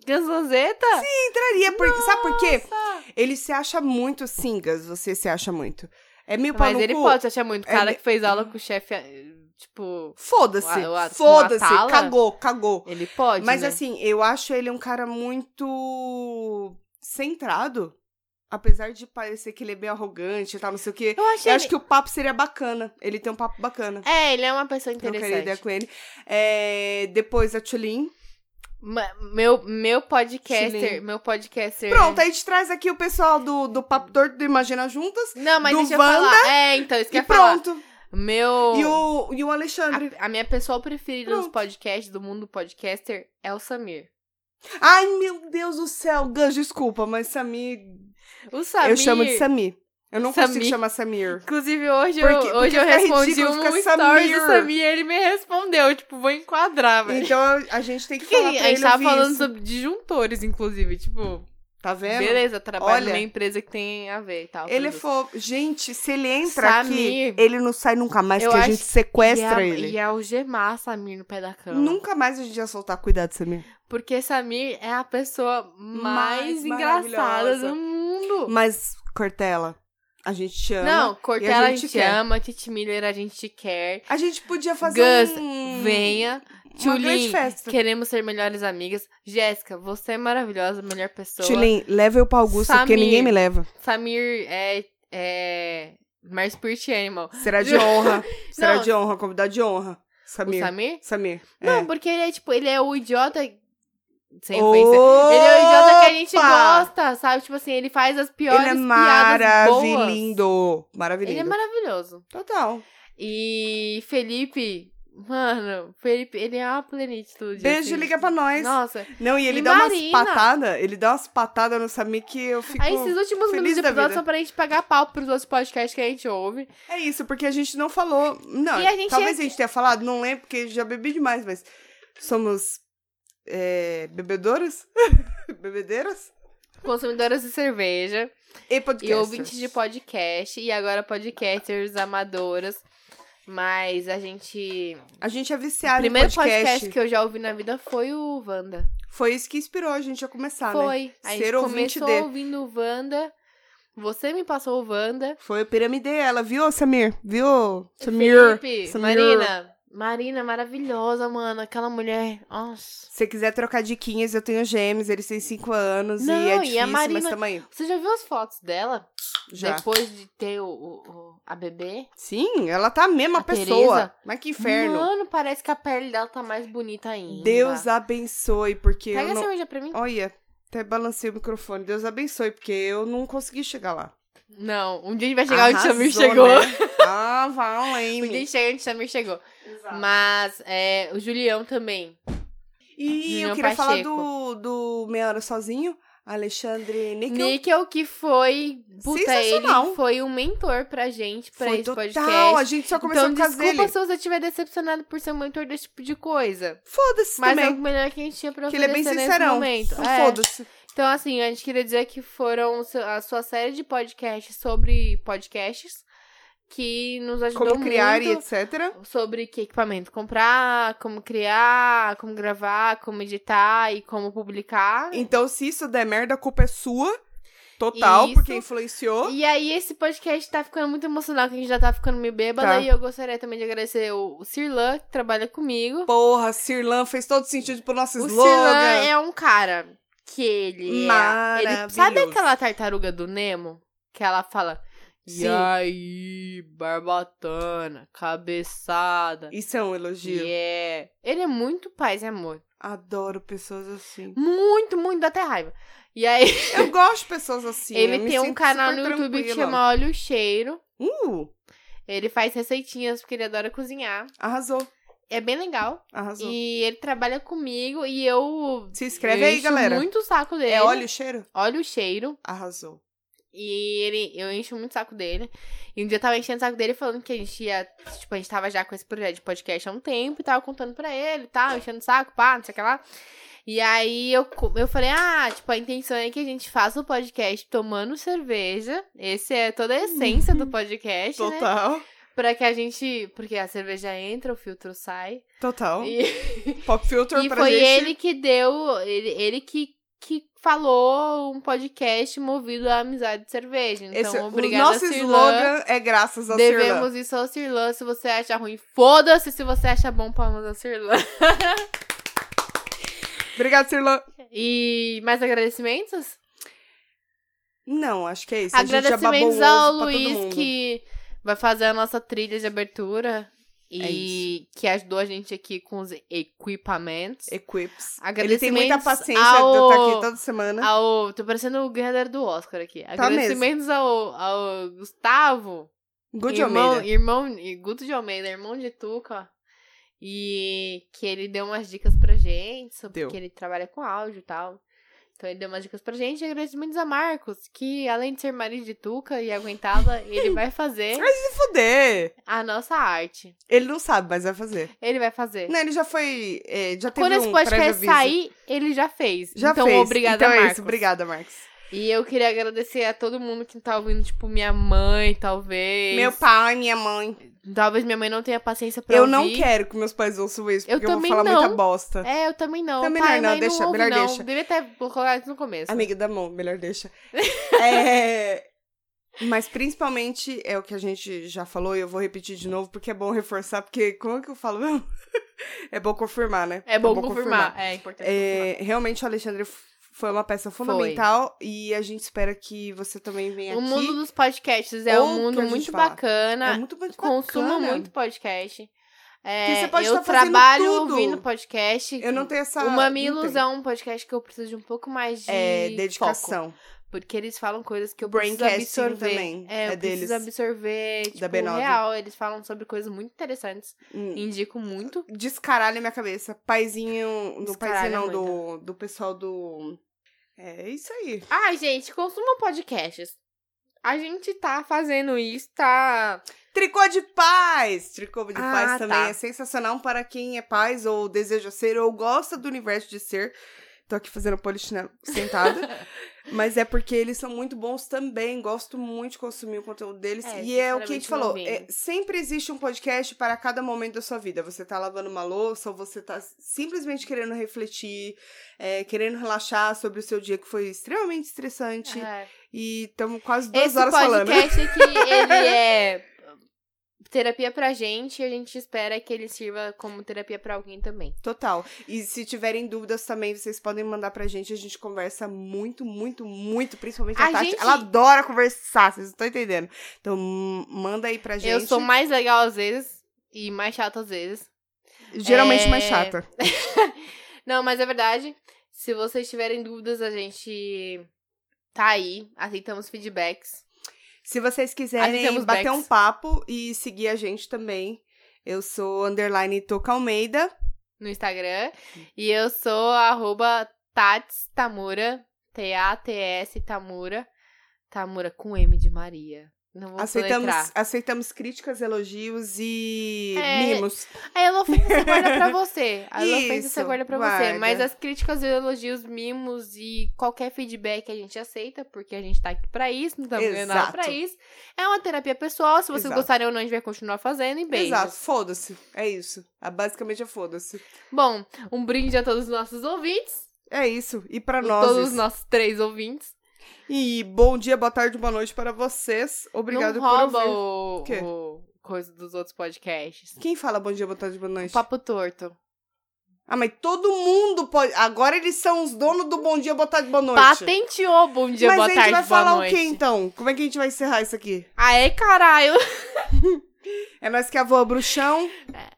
Speaker 1: Gansanzeta?
Speaker 2: Entraria por, sabe por quê?
Speaker 1: Nossa!
Speaker 2: Ele se acha muito assim, Gus, você se acha muito. É meio pau
Speaker 1: Mas
Speaker 2: no
Speaker 1: ele
Speaker 2: cu.
Speaker 1: pode se achar muito. O
Speaker 2: É
Speaker 1: cara
Speaker 2: me-
Speaker 1: que fez aula com o chefe, eh, tipo. O- o-
Speaker 2: Foda-se.
Speaker 1: o
Speaker 2: Foda-se,
Speaker 1: Atala?
Speaker 2: cagou, cagou.
Speaker 1: Ele pode.
Speaker 2: Mas
Speaker 1: né?
Speaker 2: assim, eu acho ele um cara muito centrado. Apesar de parecer que ele é bem arrogante e tal, não sei o quê.
Speaker 1: Eu achei.
Speaker 2: Eu acho que o papo seria bacana. Ele tem um papo bacana.
Speaker 1: É, ele é uma pessoa
Speaker 2: Trocaria ideia
Speaker 1: interessante.
Speaker 2: com ele. É, depois a Tulin.
Speaker 1: Ma- Meu, meu podcaster.
Speaker 2: Chilin.
Speaker 1: Meu podcaster.
Speaker 2: Pronto, aí a gente traz aqui o pessoal do, do Papo Torto do Imagina Juntas.
Speaker 1: Não, mas
Speaker 2: do
Speaker 1: deixa eu
Speaker 2: Wanda
Speaker 1: falar. É, então, isso que
Speaker 2: E
Speaker 1: eu ia falar.
Speaker 2: pronto.
Speaker 1: Meu.
Speaker 2: E o, e o Alexandre.
Speaker 1: A, a minha pessoa preferida dos
Speaker 2: Pronto.
Speaker 1: podcasts, do mundo podcaster, é o Samir.
Speaker 2: Ai, meu Deus do céu. Gus, desculpa, mas Samir...
Speaker 1: O Samir.
Speaker 2: Eu chamo de Samir. Eu não consigo
Speaker 1: Samir.
Speaker 2: chamar Samir.
Speaker 1: Inclusive, hoje
Speaker 2: Porque-
Speaker 1: eu, hoje
Speaker 2: porque
Speaker 1: eu
Speaker 2: fica
Speaker 1: respondi
Speaker 2: ridículo,
Speaker 1: um
Speaker 2: fica
Speaker 1: story do
Speaker 2: Samir.
Speaker 1: Samir e ele me respondeu. Tipo, vou enquadrar, velho.
Speaker 2: Então a gente tem que
Speaker 1: Que
Speaker 2: falar
Speaker 1: a
Speaker 2: pra
Speaker 1: gente
Speaker 2: ele
Speaker 1: tava
Speaker 2: ouvir
Speaker 1: falando
Speaker 2: isso.
Speaker 1: sobre disjuntores, inclusive. Tipo,
Speaker 2: Tá vendo?
Speaker 1: beleza, trabalho
Speaker 2: Olha.
Speaker 1: numa empresa que tem a ver e tal.
Speaker 2: Ele é
Speaker 1: tudo.
Speaker 2: fofo. Gente, se ele entra
Speaker 1: Samir.
Speaker 2: aqui, ele não sai nunca mais,
Speaker 1: Eu
Speaker 2: que a
Speaker 1: acho
Speaker 2: gente sequestra
Speaker 1: e a-
Speaker 2: ele.
Speaker 1: E algemar Samir no pé da cama.
Speaker 2: Nunca mais a gente ia soltar. Cuidado, Samir.
Speaker 1: Porque Samir é a pessoa mais,
Speaker 2: Mais
Speaker 1: engraçada
Speaker 2: maravilhosa.
Speaker 1: do mundo.
Speaker 2: Mas, Cortella, a gente te ama.
Speaker 1: Não, Cortella a
Speaker 2: e a gente
Speaker 1: gente
Speaker 2: quer.
Speaker 1: ama, Titi Miller a gente te quer.
Speaker 2: A gente podia fazer
Speaker 1: Gus,
Speaker 2: um...
Speaker 1: Venha.
Speaker 2: Uma grande
Speaker 1: Tulin,
Speaker 2: festa.
Speaker 1: queremos ser melhores amigas. Jéssica, você é maravilhosa, melhor pessoa.
Speaker 2: Tilin, leva eu pra Augusta, porque
Speaker 1: Samir.
Speaker 2: ninguém me leva.
Speaker 1: Samir é. é... My Spirit Animal.
Speaker 2: Será de honra. Será
Speaker 1: Não.
Speaker 2: de honra, convidado de honra. Samir.
Speaker 1: O Samir?
Speaker 2: Samir.
Speaker 1: Não, porque ele é tipo, ele é o idiota. Sem ofensa.
Speaker 2: Opa!
Speaker 1: Ele é o idiota que a gente gosta, sabe? Tipo assim, ele faz as piores
Speaker 2: Ele é
Speaker 1: piadas boas.
Speaker 2: maravilhoso.
Speaker 1: Ele
Speaker 2: Maravilhoso.
Speaker 1: é maravilhoso.
Speaker 2: Total.
Speaker 1: E Felipe, mano, Felipe, ele é uma plenitude. assim.
Speaker 2: Beijo, liga pra nós.
Speaker 1: Nossa,
Speaker 2: Não, e ele
Speaker 1: E
Speaker 2: dá
Speaker 1: Marina?
Speaker 2: umas patadas, ele dá umas patadas no Samir que eu fico...
Speaker 1: aí esses últimos
Speaker 2: feliz
Speaker 1: minutos de
Speaker 2: da
Speaker 1: episódio
Speaker 2: vida.
Speaker 1: são pra gente pagar pau pros outros podcasts que a gente ouve.
Speaker 2: É isso, porque a gente não falou... Não,
Speaker 1: E a gente é
Speaker 2: talvez a gente tenha falado, não lembro, porque já bebi demais, mas somos é, bebedoras? Bebedeiras?
Speaker 1: Consumidoras de cerveja
Speaker 2: E podcast.
Speaker 1: e ouvintes de podcast e agora podcasters amadoras. Mas a gente.
Speaker 2: A gente é
Speaker 1: O
Speaker 2: viciado
Speaker 1: primeiro
Speaker 2: em podcast.
Speaker 1: podcast que eu já ouvi na vida foi o Wanda.
Speaker 2: Foi isso que inspirou a gente a começar, né?
Speaker 1: Foi. A gente
Speaker 2: Ser ouvinte
Speaker 1: começou
Speaker 2: de.
Speaker 1: ouvindo o Wanda. Você me passou o Wanda.
Speaker 2: Foi eu piramidei ela, viu, Samir? Viu? Samir.
Speaker 1: Felipe,
Speaker 2: Samir.
Speaker 1: Marina. Marina, maravilhosa, mano. Aquela mulher. Nossa.
Speaker 2: Se quiser trocar diquinhas, eu tenho gêmeos, eles têm 5 anos
Speaker 1: Não,
Speaker 2: e
Speaker 1: e
Speaker 2: é
Speaker 1: a
Speaker 2: difícil,
Speaker 1: Marina- Né?
Speaker 2: mas também.
Speaker 1: Você já viu as fotos dela?
Speaker 2: Já.
Speaker 1: Depois de ter o, o- o- a bebê?
Speaker 2: Sim, ela tá a mesma
Speaker 1: A
Speaker 2: pessoa.
Speaker 1: Teresa?
Speaker 2: Mas que inferno.
Speaker 1: Mano, parece que a pele dela tá mais bonita ainda.
Speaker 2: Deus abençoe, porque
Speaker 1: Pega
Speaker 2: eu
Speaker 1: a
Speaker 2: não.
Speaker 1: cerveja pra mim?
Speaker 2: Olha, até balancei o microfone. Deus abençoe, porque eu não consegui chegar lá.
Speaker 1: Não, um dia a gente vai chegar onde o Samir
Speaker 2: Arrasou,
Speaker 1: chegou.
Speaker 2: Né? Ah, valeu,
Speaker 1: Um dia a gente chega onde o Samir chegou.
Speaker 2: Exato.
Speaker 1: Mas é, o Julião também.
Speaker 2: E
Speaker 1: Julião
Speaker 2: eu queria falar
Speaker 1: Pacheco.
Speaker 2: do, do Meia Hora Sozinho, Alexandre Nickel.
Speaker 1: Níquel é que foi. Puta, ele
Speaker 2: É Sensacional.
Speaker 1: foi um mentor pra gente, pra
Speaker 2: Foi
Speaker 1: esse
Speaker 2: total, a
Speaker 1: podcast.
Speaker 2: gente só começou
Speaker 1: Então,
Speaker 2: por causa
Speaker 1: desculpa
Speaker 2: dele.
Speaker 1: se você estiver decepcionado por ser um mentor desse tipo de coisa.
Speaker 2: Foda-se
Speaker 1: Mas é o
Speaker 2: também,
Speaker 1: melhor que a gente tinha pra
Speaker 2: que ele é bem
Speaker 1: oferecer nesse
Speaker 2: sincerão.
Speaker 1: momento.
Speaker 2: Então,
Speaker 1: É.
Speaker 2: Foda-se.
Speaker 1: Então, assim, a gente queria dizer que foram su- a sua série de podcasts sobre podcasts que nos ajudou
Speaker 2: Como criar
Speaker 1: muito.
Speaker 2: e etc.
Speaker 1: Sobre que equipamento comprar, como criar, como gravar, como editar e como publicar.
Speaker 2: Então, se isso der merda, a culpa é sua. Total,
Speaker 1: Isso.
Speaker 2: porque influenciou.
Speaker 1: E aí, esse podcast tá ficando muito emocional, que a gente já tá ficando meio bêbada.
Speaker 2: Tá.
Speaker 1: E eu gostaria também de agradecer o Sirlan, que trabalha comigo.
Speaker 2: Porra, Sirlan fez todo sentido pro nosso
Speaker 1: O
Speaker 2: slogan.
Speaker 1: Sirlan é um cara que ele. é- ele-
Speaker 2: Maravilhoso.
Speaker 1: sabe aquela tartaruga do Nemo? Que ela fala E
Speaker 2: Sim.
Speaker 1: aí, barbatana, cabeçada.
Speaker 2: Isso é um elogio.
Speaker 1: Yeah. Ele é muito paz e amor.
Speaker 2: Adoro pessoas assim.
Speaker 1: Muito, muito, dá até raiva. E aí,
Speaker 2: Eu gosto de pessoas assim. eu
Speaker 1: ele
Speaker 2: me
Speaker 1: tem um
Speaker 2: sinto
Speaker 1: canal no
Speaker 2: super
Speaker 1: YouTube que
Speaker 2: tranquila.
Speaker 1: chama Olha o Cheiro.
Speaker 2: Uh,
Speaker 1: Ele faz receitinhas porque ele adora cozinhar.
Speaker 2: arrasou.
Speaker 1: É bem legal.
Speaker 2: Arrasou.
Speaker 1: E ele trabalha comigo e eu.
Speaker 2: Se inscreve aí,
Speaker 1: encho
Speaker 2: galera.
Speaker 1: muito o saco dele.
Speaker 2: É óleo e cheiro?
Speaker 1: Olha o cheiro.
Speaker 2: Arrasou.
Speaker 1: E ele, eu encho muito o saco dele. E um dia eu tava enchendo o saco dele falando que a gente ia. Tipo, a gente tava já com esse projeto de podcast há um tempo e tava contando pra ele e tal, enchendo o saco, pá, não sei o que lá. E aí eu, co- eu falei, ah, tipo, a intenção é que a gente faça o podcast tomando cerveja. Esse é toda a essência do podcast, né?
Speaker 2: Total.
Speaker 1: Pra que a gente. Porque a cerveja entra, o filtro sai.
Speaker 2: Total.
Speaker 1: E-
Speaker 2: Pop filter
Speaker 1: e
Speaker 2: pra
Speaker 1: foi
Speaker 2: gente.
Speaker 1: ele que deu, ele, ele que, que falou um podcast movido à amizade de cerveja. Então,
Speaker 2: Esse- é o
Speaker 1: obrigada,
Speaker 2: nosso
Speaker 1: Cirlan.
Speaker 2: slogan é graças a Cirlan.
Speaker 1: Devemos isso ao Cirlan. Se você acha ruim, foda-se. Se você acha bom, palmas ao Cirlan.
Speaker 2: Obrigado, Cirlan.
Speaker 1: E mais agradecimentos?
Speaker 2: Não, acho que é isso. a gente
Speaker 1: agradecimentos
Speaker 2: já babou
Speaker 1: ao
Speaker 2: ovo pra todo
Speaker 1: Luiz
Speaker 2: mundo.
Speaker 1: que vai fazer a nossa trilha de abertura.
Speaker 2: É
Speaker 1: E que ajudou a gente aqui com os equipamentos.
Speaker 2: Equips. Ele
Speaker 1: Agradecimentos
Speaker 2: tem muita paciência de eu estar
Speaker 1: ao-
Speaker 2: aqui toda semana.
Speaker 1: Ao, tô parecendo o ganhador do Oscar aqui.
Speaker 2: Tá
Speaker 1: Agradecimentos ao, ao Gustavo,
Speaker 2: Good
Speaker 1: irmão,
Speaker 2: Almeida.
Speaker 1: irmão e Guto de Almeida, irmão de Tuca. E que ele deu umas dicas pra gente, sobre
Speaker 2: Deu.
Speaker 1: que ele trabalha com áudio e tal. Então ele deu umas dicas pra gente. E agradecimentos a Marcos, que além de ser marido de Tuca e aguentá-la, ele vai fazer
Speaker 2: Se fuder.
Speaker 1: a nossa arte.
Speaker 2: Ele não sabe, mas vai fazer.
Speaker 1: Ele vai fazer.
Speaker 2: Não, Né, ele já foi. é, já teve
Speaker 1: Quando esse
Speaker 2: um
Speaker 1: podcast
Speaker 2: prévio aviso.
Speaker 1: sair, ele já fez.
Speaker 2: Já
Speaker 1: então,
Speaker 2: fez.
Speaker 1: obrigada,
Speaker 2: então é
Speaker 1: Marcos.
Speaker 2: isso. Obrigada, Marcos.
Speaker 1: E eu queria agradecer a todo mundo que tá ouvindo, tipo, minha mãe, talvez.
Speaker 2: Meu pai, minha mãe.
Speaker 1: Talvez minha mãe não tenha paciência pra
Speaker 2: Eu
Speaker 1: ouvir.
Speaker 2: não quero que meus pais ouçam isso,
Speaker 1: Eu
Speaker 2: porque eu, vou
Speaker 1: também
Speaker 2: falar
Speaker 1: não.
Speaker 2: muita bosta.
Speaker 1: É, eu também não.
Speaker 2: Então,
Speaker 1: Pai,
Speaker 2: melhor não,
Speaker 1: mãe,
Speaker 2: deixa,
Speaker 1: ouve,
Speaker 2: melhor
Speaker 1: não.
Speaker 2: deixa.
Speaker 1: Devia ter colocado isso no começo.
Speaker 2: Amiga da mão, melhor deixa. É, Mas principalmente é o que a gente já falou e eu vou repetir de novo porque é bom reforçar, porque como é que eu falo? mesmo? é bom confirmar, né?
Speaker 1: É bom, confirmar. É importante confirmar.
Speaker 2: É, realmente o Alexandre f- foi uma peça fundamental e a gente espera que você também venha
Speaker 1: O
Speaker 2: aqui.
Speaker 1: mundo dos podcasts é
Speaker 2: Ou
Speaker 1: um
Speaker 2: que
Speaker 1: mundo
Speaker 2: a gente
Speaker 1: muito
Speaker 2: fala.
Speaker 1: bacana.
Speaker 2: é muito, muito
Speaker 1: Consuma
Speaker 2: bacana.
Speaker 1: muito podcast. É,
Speaker 2: Porque você pode
Speaker 1: eu
Speaker 2: tá fazendo
Speaker 1: trabalho
Speaker 2: tudo.
Speaker 1: ouvindo podcast.
Speaker 2: Eu não tenho essa
Speaker 1: O
Speaker 2: não
Speaker 1: Mamilos
Speaker 2: tenho.
Speaker 1: é um podcast que eu preciso de um pouco mais de
Speaker 2: É,
Speaker 1: foco.
Speaker 2: dedicação.
Speaker 1: Porque eles falam coisas que eu preciso
Speaker 2: Braincasting
Speaker 1: absorver.
Speaker 2: também,
Speaker 1: É, eu
Speaker 2: é
Speaker 1: preciso
Speaker 2: deles.
Speaker 1: absorver, tipo,
Speaker 2: Da B9.
Speaker 1: real. Eles falam sobre coisas muito interessantes.
Speaker 2: Hum,
Speaker 1: Indico muito.
Speaker 2: Descaralho a minha cabeça. Paizinho, do
Speaker 1: Descaralha
Speaker 2: paizinho não,
Speaker 1: muito.
Speaker 2: do, do pessoal do... É isso aí.
Speaker 1: Ah, gente, consuma podcasts. A gente tá fazendo isso, tá...
Speaker 2: Tricô de paz! Tricô de
Speaker 1: Ah,
Speaker 2: paz também
Speaker 1: tá.
Speaker 2: é sensacional para quem é paz ou deseja ser ou gosta do universo de ser. Tô aqui fazendo polichinelo sentada. Mas é porque eles são muito bons também. Gosto muito de consumir o conteúdo deles.
Speaker 1: É,
Speaker 2: e é o que a gente
Speaker 1: sinceramente,
Speaker 2: falou.
Speaker 1: não vi.
Speaker 2: é, sempre existe um podcast para cada momento da sua vida. Você tá lavando uma louça, ou você tá simplesmente querendo refletir, é, querendo relaxar sobre o seu dia que foi extremamente estressante.
Speaker 1: É.
Speaker 2: E estamos quase duas
Speaker 1: Esse
Speaker 2: horas falando.
Speaker 1: podcast aqui, ele é terapia pra gente. E a gente espera que ele sirva como terapia pra alguém também.
Speaker 2: Total. E se tiverem dúvidas também, vocês podem mandar pra gente. A gente conversa muito, muito, muito. Principalmente a,
Speaker 1: A
Speaker 2: Tati.
Speaker 1: gente-
Speaker 2: Ela adora conversar, vocês não estão entendendo. Então, hum, manda aí pra gente.
Speaker 1: Eu sou mais legal às vezes e mais chata às vezes.
Speaker 2: Geralmente
Speaker 1: é,
Speaker 2: mais chata.
Speaker 1: Não, mas é verdade. Se vocês tiverem dúvidas, a gente tá aí. Aceitamos feedbacks.
Speaker 2: Se vocês quiserem
Speaker 1: aceitamos
Speaker 2: bater
Speaker 1: backs.
Speaker 2: um papo e seguir a gente também. Eu sou underline Toca Almeida.
Speaker 1: no Instagram. E eu sou arroba Tats Tamura. T-A-T-S Tamura. Tamura com M de Maria. Não vou
Speaker 2: Aceitamos,
Speaker 1: soletrar.
Speaker 2: aceitamos críticas, elogios e
Speaker 1: É,
Speaker 2: mimos.
Speaker 1: A elofensa você guarda pra você. A elofensa você
Speaker 2: Isso,
Speaker 1: guarda pra você.
Speaker 2: guarda.
Speaker 1: Mas as críticas, os elogios, mimos e qualquer feedback a gente aceita, porque a gente tá aqui pra isso, não estamos ganhando nada
Speaker 2: Exato.
Speaker 1: pra isso. É uma terapia pessoal. Se vocês
Speaker 2: Exato.
Speaker 1: gostarem ou não, a gente vai continuar fazendo. E beijos.
Speaker 2: Exato, foda-se. É isso. Ah, Basicamente é foda-se.
Speaker 1: Bom, um brinde a todos os nossos ouvintes.
Speaker 2: É isso. E pra nós.
Speaker 1: Todos os nossos três ouvintes.
Speaker 2: E bom dia, boa tarde, boa noite para vocês. Obrigado
Speaker 1: não rouba
Speaker 2: por ouvir.
Speaker 1: o,
Speaker 2: Quê?
Speaker 1: o coisa dos outros podcasts.
Speaker 2: Quem fala bom dia, boa tarde, boa
Speaker 1: O
Speaker 2: noite?
Speaker 1: Papo Torto.
Speaker 2: Ah, mas todo mundo pode. Agora eles são os donos do bom dia, boa tarde, boa noite.
Speaker 1: Patenteou bom dia,
Speaker 2: mas
Speaker 1: boa
Speaker 2: a gente
Speaker 1: tarde,
Speaker 2: vai
Speaker 1: boa
Speaker 2: falar
Speaker 1: noite.
Speaker 2: o quê então? Como é que a gente vai encerrar isso aqui?
Speaker 1: Aê, caralho.
Speaker 2: É nós que a voa bruxão.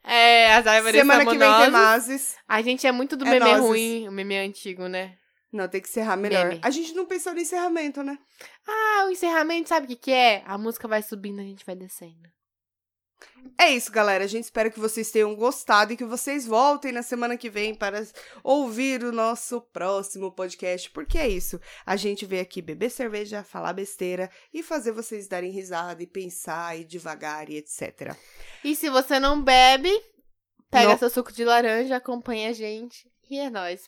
Speaker 1: É, as árvores
Speaker 2: Semana que vem tem
Speaker 1: sabonosas.
Speaker 2: Mazes.
Speaker 1: A gente é muito do
Speaker 2: É
Speaker 1: meme
Speaker 2: nozes.
Speaker 1: ruim, o meme antigo, né?
Speaker 2: Não, tem que encerrar melhor.
Speaker 1: Meme.
Speaker 2: A gente não pensou no encerramento, né?
Speaker 1: Ah, o encerramento, sabe o que que é? A música vai subindo, a gente vai descendo.
Speaker 2: É isso, galera. A gente espera que vocês tenham gostado e que vocês voltem na semana que vem para ouvir o nosso próximo podcast, porque é isso. A gente veio aqui beber cerveja, falar besteira e fazer vocês darem risada e pensar e devagar e etc.
Speaker 1: E se você não bebe, pega
Speaker 2: Não.
Speaker 1: seu suco de laranja, acompanha a gente. E é nóis.